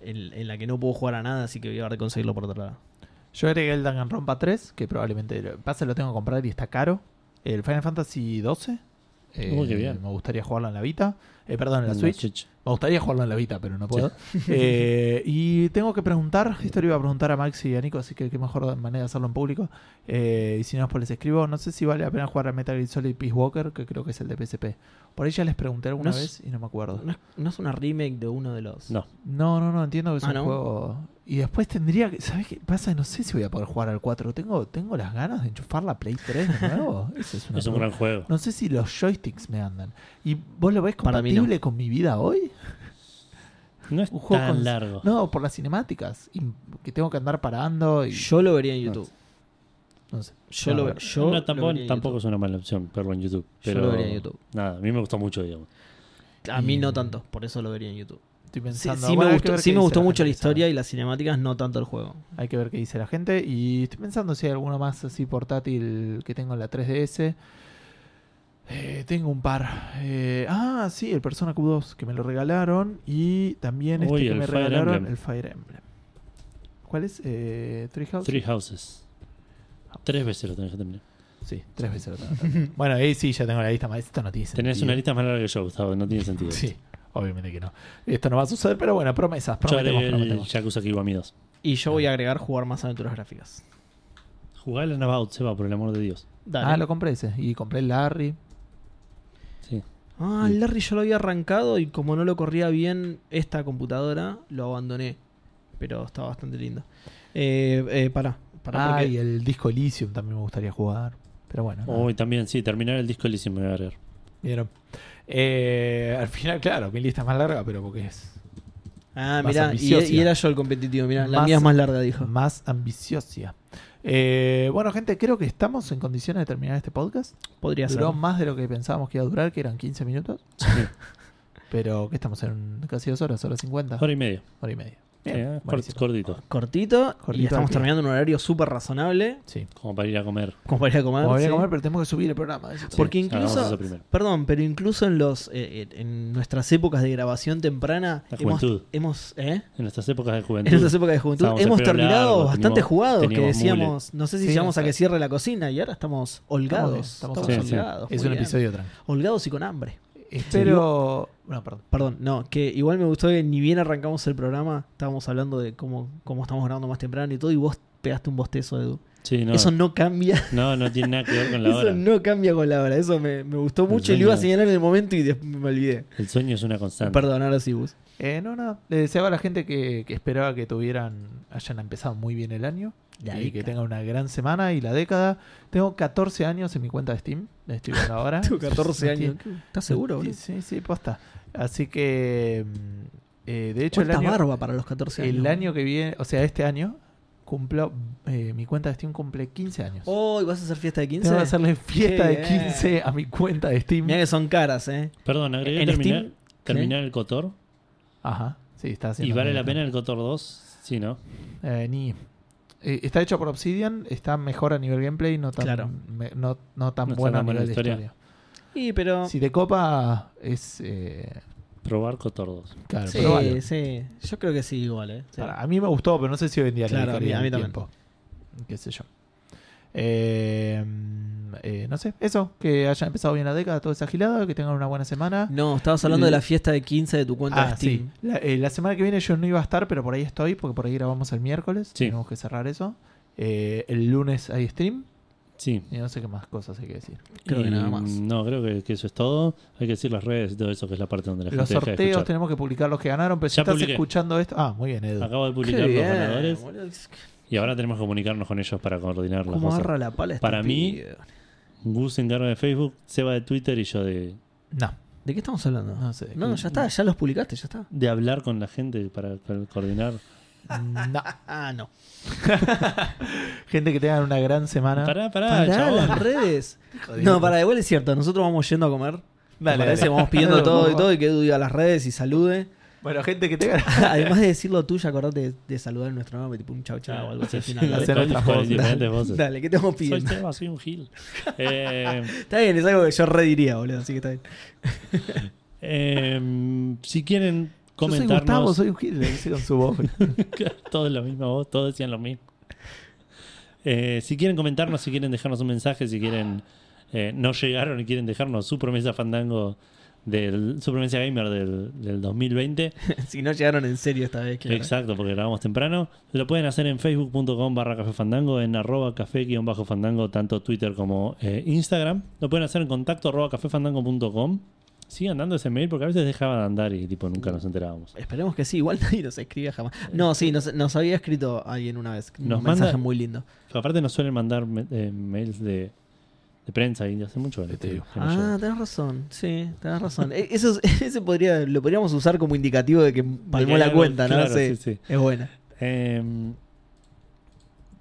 [SPEAKER 2] en, en la que no puedo jugar a nada, así que voy a ver de conseguirlo por otro lado.
[SPEAKER 1] Yo agregué el Danganronpa 3, que probablemente lo- pasa lo tengo que comprar y está caro. El Final Fantasy 12. eh,
[SPEAKER 3] Uy, qué bien.
[SPEAKER 1] Me gustaría jugarlo en la Vita. Eh, perdón, en la
[SPEAKER 3] En la
[SPEAKER 1] Switch. Me gustaría jugarlo en la Vita, pero no puedo. Eh, y tengo que preguntar, esto le iba a preguntar a Maxi y a Nico, así que qué mejor manera de hacerlo en público. Eh, y si no, después les escribo. No sé si vale la pena jugar a Metal Gear Solid Peace Walker, que creo que es el de PSP. Por ahí ya les pregunté alguna
[SPEAKER 2] No es-
[SPEAKER 1] vez y no me acuerdo.
[SPEAKER 2] ¿No es, no es una remake de uno de los.
[SPEAKER 3] No,
[SPEAKER 1] No, no, no, entiendo que es
[SPEAKER 2] Ah,
[SPEAKER 1] un
[SPEAKER 2] ¿no?
[SPEAKER 1] juego. Y después tendría que. ¿Sabes qué pasa? No sé si voy a poder jugar al 4. Tengo, tengo las ganas de enchufar la Play 3 de
[SPEAKER 2] <laughs>
[SPEAKER 1] nuevo. Esa es una
[SPEAKER 3] es un
[SPEAKER 1] pregunta.
[SPEAKER 3] gran juego.
[SPEAKER 1] No sé si los joysticks me andan. ¿Y vos lo ves
[SPEAKER 2] Para mí no.
[SPEAKER 1] compatible con mi vida hoy?
[SPEAKER 3] No es
[SPEAKER 1] Un juego
[SPEAKER 3] tan
[SPEAKER 1] con-
[SPEAKER 3] largo.
[SPEAKER 1] No, por las cinemáticas. Y que tengo que andar parando y.
[SPEAKER 2] Yo lo vería en YouTube.
[SPEAKER 1] No sé.
[SPEAKER 2] Yo
[SPEAKER 1] No,
[SPEAKER 2] lo,
[SPEAKER 1] bueno.
[SPEAKER 2] yo
[SPEAKER 3] No,
[SPEAKER 2] lo
[SPEAKER 3] tampoco,
[SPEAKER 2] vería en
[SPEAKER 3] tampoco
[SPEAKER 2] YouTube.
[SPEAKER 3] es una mala opción verlo en YouTube.
[SPEAKER 2] Yo
[SPEAKER 3] Pero
[SPEAKER 2] lo vería en YouTube.
[SPEAKER 3] Nada, a mí me gustó mucho, digamos.
[SPEAKER 2] A mí
[SPEAKER 1] Y-
[SPEAKER 2] no tanto, por eso lo vería en YouTube.
[SPEAKER 1] Estoy
[SPEAKER 2] Sí,
[SPEAKER 1] Mm. pensando.
[SPEAKER 2] sí
[SPEAKER 1] bueno,
[SPEAKER 2] me
[SPEAKER 1] hay que
[SPEAKER 2] gustó,
[SPEAKER 1] ver qué
[SPEAKER 2] sí me
[SPEAKER 1] dice
[SPEAKER 2] gustó
[SPEAKER 1] la
[SPEAKER 2] mucho la
[SPEAKER 1] gente que sabe.
[SPEAKER 2] historia y las cinemáticas, no tanto el juego.
[SPEAKER 1] Hay que ver qué dice la gente. Y estoy pensando si hay alguno más así portátil que tengo en la 3DS. Eh, tengo un par. Eh, ah, sí, el Persona Q2 que me lo regalaron. Y también este
[SPEAKER 3] Uy,
[SPEAKER 1] que
[SPEAKER 3] el
[SPEAKER 1] me
[SPEAKER 3] Fire
[SPEAKER 1] regalaron,
[SPEAKER 3] Emblem.
[SPEAKER 1] el Fire Emblem. ¿Cuál es? Eh, ¿Three House?
[SPEAKER 3] Three Houses. Tres veces lo tenés que terminar.
[SPEAKER 1] Sí, tres veces lo tengo. también. bueno, ahí sí, ya tengo la lista más. Esto no tiene sentido.
[SPEAKER 3] Tenés una lista más larga que yo, Gustavo. No tiene sentido.
[SPEAKER 1] Sí, obviamente que no. Esto no va a suceder, pero bueno, promesas,
[SPEAKER 3] Yo
[SPEAKER 1] prometemos,
[SPEAKER 3] agregué el
[SPEAKER 1] prometemos.
[SPEAKER 3] Yakuza Kiwami 2.
[SPEAKER 2] Y yo voy a agregar jugar más aventuras gráficas.
[SPEAKER 3] Jugar en About, Seba, por el amor de Dios.
[SPEAKER 2] Dale.
[SPEAKER 1] Ah, lo compré ese. Y compré el Larry.
[SPEAKER 3] Sí.
[SPEAKER 2] Ah, el Larry yo lo había arrancado y como no lo corría bien esta computadora, lo abandoné. Pero está bastante lindo. Eh, eh, pará, pará
[SPEAKER 1] Ah,
[SPEAKER 2] porque
[SPEAKER 1] y el disco Elysium también me gustaría jugar. Pero bueno. nada.
[SPEAKER 3] Oh, y también, sí, terminar el disco Elysium me voy
[SPEAKER 2] <laughs>
[SPEAKER 3] a agregar.
[SPEAKER 1] Vieron. Eh, al final, claro, mi lista es más larga, pero porque es
[SPEAKER 2] Ah,
[SPEAKER 1] más
[SPEAKER 2] mirá, y,
[SPEAKER 1] ambiciosa.
[SPEAKER 2] y era yo el competitivo, mirá, la
[SPEAKER 1] Más-
[SPEAKER 2] mía es más larga, dijo.
[SPEAKER 1] más ambiciosa. Eh, bueno, gente, creo que estamos en condiciones de terminar este podcast.
[SPEAKER 2] Podría ser.
[SPEAKER 1] Duró más de lo que pensábamos que iba a durar, que eran 15 minutos. Pero que estamos en casi dos horas, hora 50,
[SPEAKER 3] Hora y media.
[SPEAKER 1] hora y media. Bien,
[SPEAKER 3] Eh, cort-
[SPEAKER 1] buenísimo.
[SPEAKER 3] cortito.
[SPEAKER 2] Cortito,
[SPEAKER 1] Cortito
[SPEAKER 2] y estamos
[SPEAKER 1] al pie.
[SPEAKER 2] terminando en un horario súper razonable.
[SPEAKER 1] Sí.
[SPEAKER 3] Como para ir a comer.
[SPEAKER 2] Como para ir a comer.
[SPEAKER 1] Vamos a ir a
[SPEAKER 2] sí.
[SPEAKER 1] comer, pero tenemos que subir el programa. eso sí.
[SPEAKER 2] Porque
[SPEAKER 3] Sí, hagamos
[SPEAKER 2] incluso-
[SPEAKER 3] eso primero.
[SPEAKER 2] Perdón, pero incluso en los eh, eh, en nuestras épocas de grabación temprana
[SPEAKER 3] La
[SPEAKER 2] hemos,
[SPEAKER 3] juventud.
[SPEAKER 2] hemos ¿eh?
[SPEAKER 3] En nuestras épocas de juventud.
[SPEAKER 2] en nuestras épocas de juventud
[SPEAKER 3] Estábamos
[SPEAKER 2] hemos
[SPEAKER 3] en pelo
[SPEAKER 2] terminado
[SPEAKER 3] largo,
[SPEAKER 2] bastante
[SPEAKER 3] teníamos-
[SPEAKER 2] jugados que
[SPEAKER 3] teníamos
[SPEAKER 2] decíamos, no sé si
[SPEAKER 1] Sí,
[SPEAKER 2] llegamos a
[SPEAKER 1] exacto.
[SPEAKER 2] que cierre la cocina y ahora estamos holgados,
[SPEAKER 1] bien,
[SPEAKER 2] estamos,
[SPEAKER 1] estamos
[SPEAKER 3] bien. Sí, sí.
[SPEAKER 2] holgados,
[SPEAKER 1] es
[SPEAKER 2] muy
[SPEAKER 1] un
[SPEAKER 2] bien.
[SPEAKER 1] episodio tranquilo.
[SPEAKER 2] holgados y con hambre.
[SPEAKER 1] Espero. Bueno, perdón.
[SPEAKER 2] Perdón, no, que igual me gustó que ni bien arrancamos el programa, estábamos hablando de cómo, cómo estamos grabando más temprano y todo y vos pegaste un bostezo, Edu.
[SPEAKER 3] Sí, no,
[SPEAKER 2] Eso no cambia.
[SPEAKER 3] no, no tiene nada que ver con la
[SPEAKER 2] <laughs> Eso
[SPEAKER 3] hora.
[SPEAKER 2] no cambia con la hora, eso me, me gustó mucho y lo
[SPEAKER 3] sueño.
[SPEAKER 2] iba a señalar en el momento y después me olvidé.
[SPEAKER 3] El sueño es una constante.
[SPEAKER 2] Perdón, ahora sí, Gus.
[SPEAKER 1] Eh, no, nada. Le deseaba a la gente que, que esperaba que tuvieran, hayan empezado muy bien el año.
[SPEAKER 2] La
[SPEAKER 1] y que
[SPEAKER 2] década.
[SPEAKER 1] tengan una gran semana y la década. Tengo 14 años en mi cuenta de Steam. la Estoy viendo ahora.
[SPEAKER 2] <laughs> Tengo 14
[SPEAKER 1] No
[SPEAKER 2] años.
[SPEAKER 1] tiene-
[SPEAKER 2] ¿Estás seguro, boludo?
[SPEAKER 1] Sí, sí, posta. Así que. mm, eh, de hecho, el
[SPEAKER 2] ¿Cuánta
[SPEAKER 1] año,
[SPEAKER 2] barba para los 14 años?
[SPEAKER 1] el año que viene, o sea, este año, cumplo. eh, mi cuenta de Steam cumple 15 años.
[SPEAKER 2] Hoy vas a hacer fiesta de 15.
[SPEAKER 1] Tengo que hacerle fiesta
[SPEAKER 2] Oh, Qué
[SPEAKER 1] de
[SPEAKER 2] bien.
[SPEAKER 1] 15 a mi cuenta de Steam.
[SPEAKER 2] Mirá que son caras, ¿eh?
[SPEAKER 3] Perdón, agregué
[SPEAKER 2] En
[SPEAKER 3] terminar,
[SPEAKER 2] Steam,
[SPEAKER 3] terminar el Cotor.
[SPEAKER 1] Ajá. Sí, está haciendo.
[SPEAKER 3] ¿Y vale la
[SPEAKER 1] bien.
[SPEAKER 3] pena el Cotor 2? Sí, ¿no?
[SPEAKER 1] Eh, ni. eh, está hecho por Obsidian, está mejor a nivel gameplay, no tan,
[SPEAKER 2] Claro.
[SPEAKER 1] me- no, no tan
[SPEAKER 3] No está
[SPEAKER 1] bueno a
[SPEAKER 3] tan buena
[SPEAKER 1] nivel
[SPEAKER 3] la
[SPEAKER 1] de
[SPEAKER 3] historia.
[SPEAKER 1] historia.
[SPEAKER 2] Y pero...
[SPEAKER 1] Si te copa, es. eh,
[SPEAKER 3] Probar Cotor 2.
[SPEAKER 1] claro,
[SPEAKER 2] sí,
[SPEAKER 1] probalo.
[SPEAKER 2] sí. Yo creo que sí, igual, ¿eh? Sí.
[SPEAKER 1] Para- a mí me gustó, pero no sé si hoy en día le
[SPEAKER 2] Claro, a mí-
[SPEAKER 1] dedicaría
[SPEAKER 2] a mí
[SPEAKER 1] el
[SPEAKER 2] también.
[SPEAKER 1] Qué sé yo. Eh, eh, no sé, eso, que hayan empezado bien la década, todo esa gilada, que tengan una buena semana.
[SPEAKER 2] No, estabas hablando de la fiesta de 15 de tu cuenta de
[SPEAKER 1] Ah, sí.
[SPEAKER 2] Steam.
[SPEAKER 1] La, eh, la semana que viene yo no iba a estar, pero por ahí estoy, porque por ahí grabamos el miércoles.
[SPEAKER 3] Sí.
[SPEAKER 1] Tenemos que cerrar eso. Eh, el lunes hay stream.
[SPEAKER 3] Sí.
[SPEAKER 1] Y no sé qué más cosas hay que decir.
[SPEAKER 2] Creo que
[SPEAKER 3] Y,
[SPEAKER 2] nada más.
[SPEAKER 3] No, creo que, que eso es todo. Hay que decir las redes y todo eso, que es la parte donde la
[SPEAKER 1] Los
[SPEAKER 3] gente deja de
[SPEAKER 1] sorteos
[SPEAKER 3] escuchar.
[SPEAKER 1] tenemos que publicar los que ganaron, pero si
[SPEAKER 3] Ya
[SPEAKER 1] estás
[SPEAKER 3] publiqué.
[SPEAKER 1] escuchando esto. Ah, muy bien, Edu.
[SPEAKER 3] Acabo de publicar los ganadores y ahora tenemos que comunicarnos con ellos para coordinar las
[SPEAKER 2] Como
[SPEAKER 3] cosas.
[SPEAKER 2] agarra la pala este
[SPEAKER 3] Para mí-
[SPEAKER 2] pibe.
[SPEAKER 3] Gus se encarga de Facebook, Seba de Twitter y yo de,
[SPEAKER 1] No.
[SPEAKER 2] ¿De qué estamos hablando?
[SPEAKER 1] No sé.
[SPEAKER 2] No, ya está, ya los publicaste, ya está.
[SPEAKER 3] de hablar con la gente para, para coordinar.
[SPEAKER 1] No.
[SPEAKER 2] Ah, no.
[SPEAKER 1] Gente que tengan una gran semana.
[SPEAKER 3] Pará, pará,
[SPEAKER 2] Pará,
[SPEAKER 3] Ah, chabón.
[SPEAKER 2] las redes. no, para, igual es cierto, nosotros vamos yendo a comer.
[SPEAKER 1] Dale,
[SPEAKER 2] Dale, parece,
[SPEAKER 1] dale.
[SPEAKER 2] vamos pidiendo
[SPEAKER 1] Dale,
[SPEAKER 2] todo y
[SPEAKER 1] vamos.
[SPEAKER 2] todo y que Edu diga las redes y salude. <laughs>
[SPEAKER 1] Bueno, gente que tenga. <laughs>
[SPEAKER 2] Además de decir lo tuyo, acordate de, de saludar nuestro nombre, tipo un chau chau o algo
[SPEAKER 3] <laughs>
[SPEAKER 2] así al final.
[SPEAKER 3] Con-
[SPEAKER 1] Hacer
[SPEAKER 2] Dale,
[SPEAKER 3] con
[SPEAKER 1] otras voces.
[SPEAKER 3] diferentes
[SPEAKER 2] <laughs>
[SPEAKER 3] voces.
[SPEAKER 2] dale, ¿qué estamos
[SPEAKER 3] Soy
[SPEAKER 2] pidiendo?
[SPEAKER 3] Seba, soy un gil. Eh,
[SPEAKER 2] Está bien, es algo que yo rediría, boludo, así que está bien. <laughs>
[SPEAKER 3] eh, si quieren
[SPEAKER 1] Yo soy Gustavo,
[SPEAKER 3] comentarnos,
[SPEAKER 1] soy un gil, le dice con su voz.
[SPEAKER 3] <laughs> todos la misma voz, todos decían lo mismo. Eh, si quieren comentarnos, si quieren dejarnos un mensaje, si quieren eh, no llegaron y quieren dejarnos su promesa fandango del su promesa gamer del, del 2020.
[SPEAKER 2] si no llegaron en serio esta vez, claro.
[SPEAKER 3] Exacto, porque grabamos temprano. Lo pueden hacer en facebook.com barra café fandango, en arroba café-fandango, tanto Twitter como eh, Instagram. Lo pueden hacer en contacto arroba cafefandango.com. Sigan dando ese mail porque a veces dejaba de andar y tipo nunca nos enterábamos.
[SPEAKER 2] Esperemos que sí, igual <laughs> nadie nos escribe jamás. No, sí, nos, nos había escrito alguien una vez.
[SPEAKER 3] Nos
[SPEAKER 2] un
[SPEAKER 3] manda-
[SPEAKER 2] mensaje muy lindo.
[SPEAKER 3] Aparte nos suelen mandar me- eh, mails de, de prensa y hace mucho. que-
[SPEAKER 1] Te digo.
[SPEAKER 3] que no
[SPEAKER 2] Ah,
[SPEAKER 3] llega.
[SPEAKER 2] tenés razón, sí, tenés razón. E- Eso, <laughs> es- ese podría, lo podríamos usar como indicativo de que palmó
[SPEAKER 3] hay
[SPEAKER 2] la
[SPEAKER 3] algo-
[SPEAKER 2] cuenta, ¿no?
[SPEAKER 3] claro,
[SPEAKER 2] sí,
[SPEAKER 3] sí, sí.
[SPEAKER 2] Es buena.
[SPEAKER 3] Em,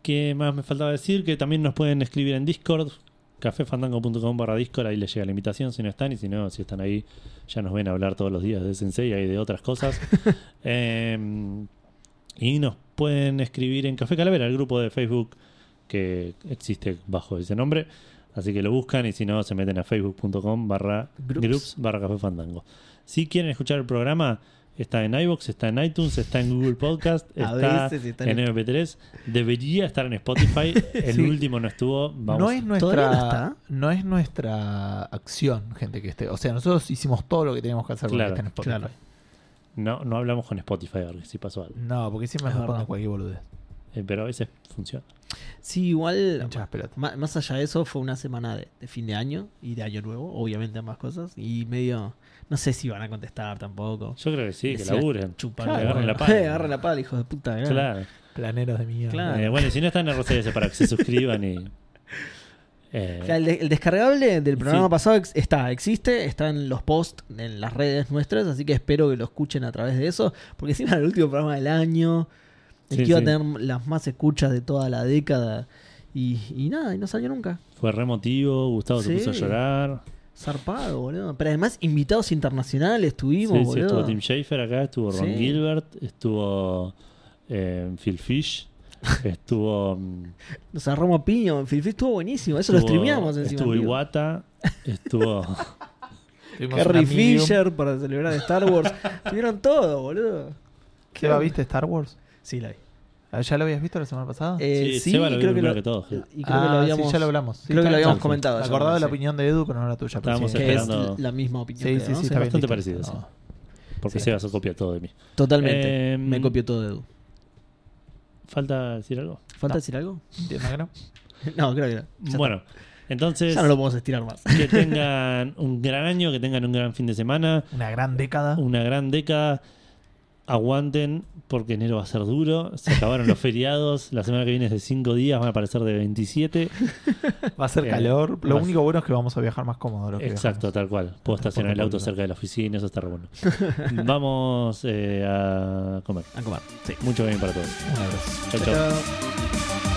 [SPEAKER 3] ¿Qué más me faltaba decir? Que también nos pueden escribir en Discord, cafefandango.com barra Discord, ahí les llega la invitación si no están, y si no, si están ahí, ya nos ven hablar todos los días de Sensei y de otras cosas. Em, y nos pueden escribir en Café Calavera, el grupo de Facebook que existe bajo ese nombre. Así que lo buscan y si no, se meten a facebook.com barra
[SPEAKER 2] Groups.
[SPEAKER 3] groups barra café fandango. Si quieren escuchar el programa, está en iBox, está en iTunes, está en Google Podcast,
[SPEAKER 2] A
[SPEAKER 3] está,
[SPEAKER 2] veces está en
[SPEAKER 3] en MP3. Debería estar en
[SPEAKER 2] <laughs>
[SPEAKER 3] Spotify. El
[SPEAKER 1] Sí.
[SPEAKER 3] último no estuvo. <laughs> Vamos.
[SPEAKER 1] No es nuestra,
[SPEAKER 2] ¿Todavía no está?
[SPEAKER 1] no es nuestra acción, gente que esté. O sea, nosotros hicimos todo lo que teníamos que hacer
[SPEAKER 3] Claro,
[SPEAKER 1] para que esté en Spotify.
[SPEAKER 3] no, no hablamos con Spotify, a ver si pasó algo.
[SPEAKER 1] No, porque siempre
[SPEAKER 2] Es
[SPEAKER 1] nos
[SPEAKER 2] verdad.
[SPEAKER 1] ponen cualquier boludez.
[SPEAKER 3] Eh, pero a veces funciona.
[SPEAKER 2] Sí, igual.
[SPEAKER 1] Hinchas pelotas.
[SPEAKER 2] ma- Más allá de eso, fue una semana de, de fin de año y de año nuevo, obviamente ambas cosas. Y medio. No sé si van a contestar tampoco.
[SPEAKER 3] Yo creo que sí, que
[SPEAKER 2] Decía,
[SPEAKER 3] laburen.
[SPEAKER 2] Chupan,
[SPEAKER 3] que agarren la
[SPEAKER 2] pala.
[SPEAKER 3] pala.
[SPEAKER 2] <laughs> agarren la pala, hijos de puta. claro.
[SPEAKER 3] Claro.
[SPEAKER 1] Planeros de mierda.
[SPEAKER 2] Claro.
[SPEAKER 3] Eh, bueno, y si no están en RCS para que se
[SPEAKER 2] <laughs>
[SPEAKER 3] suscriban y. eh,
[SPEAKER 2] O sea, el, de- el descargable del programa
[SPEAKER 3] Sí.
[SPEAKER 2] pasado ex- está, existe, está en los posts, en las redes nuestras, así que espero que lo escuchen a través de eso, porque si era el último programa del año, el
[SPEAKER 3] Sí,
[SPEAKER 2] que iba
[SPEAKER 3] sí.
[SPEAKER 2] a tener las más escuchas de toda la década, y, y nada, y no salió nunca.
[SPEAKER 3] Fue re emotivo, Gustavo se
[SPEAKER 2] Sí.
[SPEAKER 3] puso a llorar.
[SPEAKER 2] Zarpado, boludo. Pero además, invitados internacionales
[SPEAKER 3] Sí,
[SPEAKER 2] tuvimos,
[SPEAKER 3] sí,
[SPEAKER 2] boludo.
[SPEAKER 3] estuvo Tim Schafer acá, estuvo Ron
[SPEAKER 2] Sí.
[SPEAKER 3] Gilbert, estuvo eh,
[SPEAKER 2] <laughs>
[SPEAKER 3] Phil Fish, estuvo. mm,
[SPEAKER 2] Nos agarramos a piño, Filfi estuvo buenísimo, eso lo
[SPEAKER 3] estuvo-
[SPEAKER 2] streameamos encima.
[SPEAKER 3] Estuvo
[SPEAKER 2] en vivo.
[SPEAKER 3] Iwata,
[SPEAKER 2] <laughs>
[SPEAKER 3] estuvo.
[SPEAKER 1] Tuvimos
[SPEAKER 2] Carrie
[SPEAKER 1] una medium.
[SPEAKER 2] Fisher para celebrar Star
[SPEAKER 3] <laughs>
[SPEAKER 2] Wars. Tuvieron todo, boludo.
[SPEAKER 1] Seba, ¿viste Star Wars?
[SPEAKER 2] Sí, la vi.
[SPEAKER 1] Ah, ¿Ya lo habías visto la semana pasada?
[SPEAKER 2] Eh, sí,
[SPEAKER 3] Seba lo vio
[SPEAKER 2] creo que
[SPEAKER 3] primero
[SPEAKER 2] lo,
[SPEAKER 3] que todos.
[SPEAKER 2] y creo
[SPEAKER 1] Ah,
[SPEAKER 2] que lo
[SPEAKER 1] sí,
[SPEAKER 2] habíamos,
[SPEAKER 1] ya lo hablamos. Sí,
[SPEAKER 2] creo que
[SPEAKER 1] está-
[SPEAKER 2] lo habíamos
[SPEAKER 1] sí.
[SPEAKER 2] comentado. ya,
[SPEAKER 1] Acordado de la
[SPEAKER 2] sí.
[SPEAKER 1] opinión de Edu, pero no la tuya. pero
[SPEAKER 3] Estábamos
[SPEAKER 1] sí.
[SPEAKER 2] Que es
[SPEAKER 3] esperando-
[SPEAKER 2] la misma opinión.
[SPEAKER 1] Sí,
[SPEAKER 2] creo,
[SPEAKER 1] sí,
[SPEAKER 2] ¿no?
[SPEAKER 1] sí,
[SPEAKER 2] Sí.
[SPEAKER 1] está bien
[SPEAKER 3] Bastante
[SPEAKER 1] distinto.
[SPEAKER 3] parecido, sí.
[SPEAKER 1] No.
[SPEAKER 3] Porque
[SPEAKER 2] Sí.
[SPEAKER 3] Seba se copia todo de mí.
[SPEAKER 2] Totalmente.
[SPEAKER 3] Eh,
[SPEAKER 2] Me copió todo de Edu.
[SPEAKER 3] ¿Falta decir algo?
[SPEAKER 1] no.
[SPEAKER 2] ¿Falta decir algo? <laughs>
[SPEAKER 1] Entiendo que no.
[SPEAKER 2] No, creo que no. Ya,
[SPEAKER 3] bueno, entonces.
[SPEAKER 2] ya no lo podemos estirar más.
[SPEAKER 3] Que tengan un gran año, que tengan un gran fin de semana,
[SPEAKER 1] Una gran década.
[SPEAKER 3] una gran década. Aguanten, porque enero va a ser duro. Se
[SPEAKER 2] <laughs>
[SPEAKER 3] acabaron los feriados. La semana que viene es de 5 días, van a aparecer de 27.
[SPEAKER 1] Va a ser
[SPEAKER 3] Eh,
[SPEAKER 1] calor. Lo
[SPEAKER 3] vas-
[SPEAKER 1] único bueno es que vamos a viajar más cómodo. de lo que
[SPEAKER 3] Exacto,
[SPEAKER 1] viajamos.
[SPEAKER 3] tal cual. Puedo estacionar el
[SPEAKER 1] Transporte
[SPEAKER 3] auto
[SPEAKER 1] público.
[SPEAKER 3] cerca de la oficina, eso está re bueno. Vamos eh, a comer.
[SPEAKER 2] A comer. Sí.
[SPEAKER 3] Mucho bien para todos.
[SPEAKER 1] Un abrazo.
[SPEAKER 3] chau. chau.
[SPEAKER 2] Chao.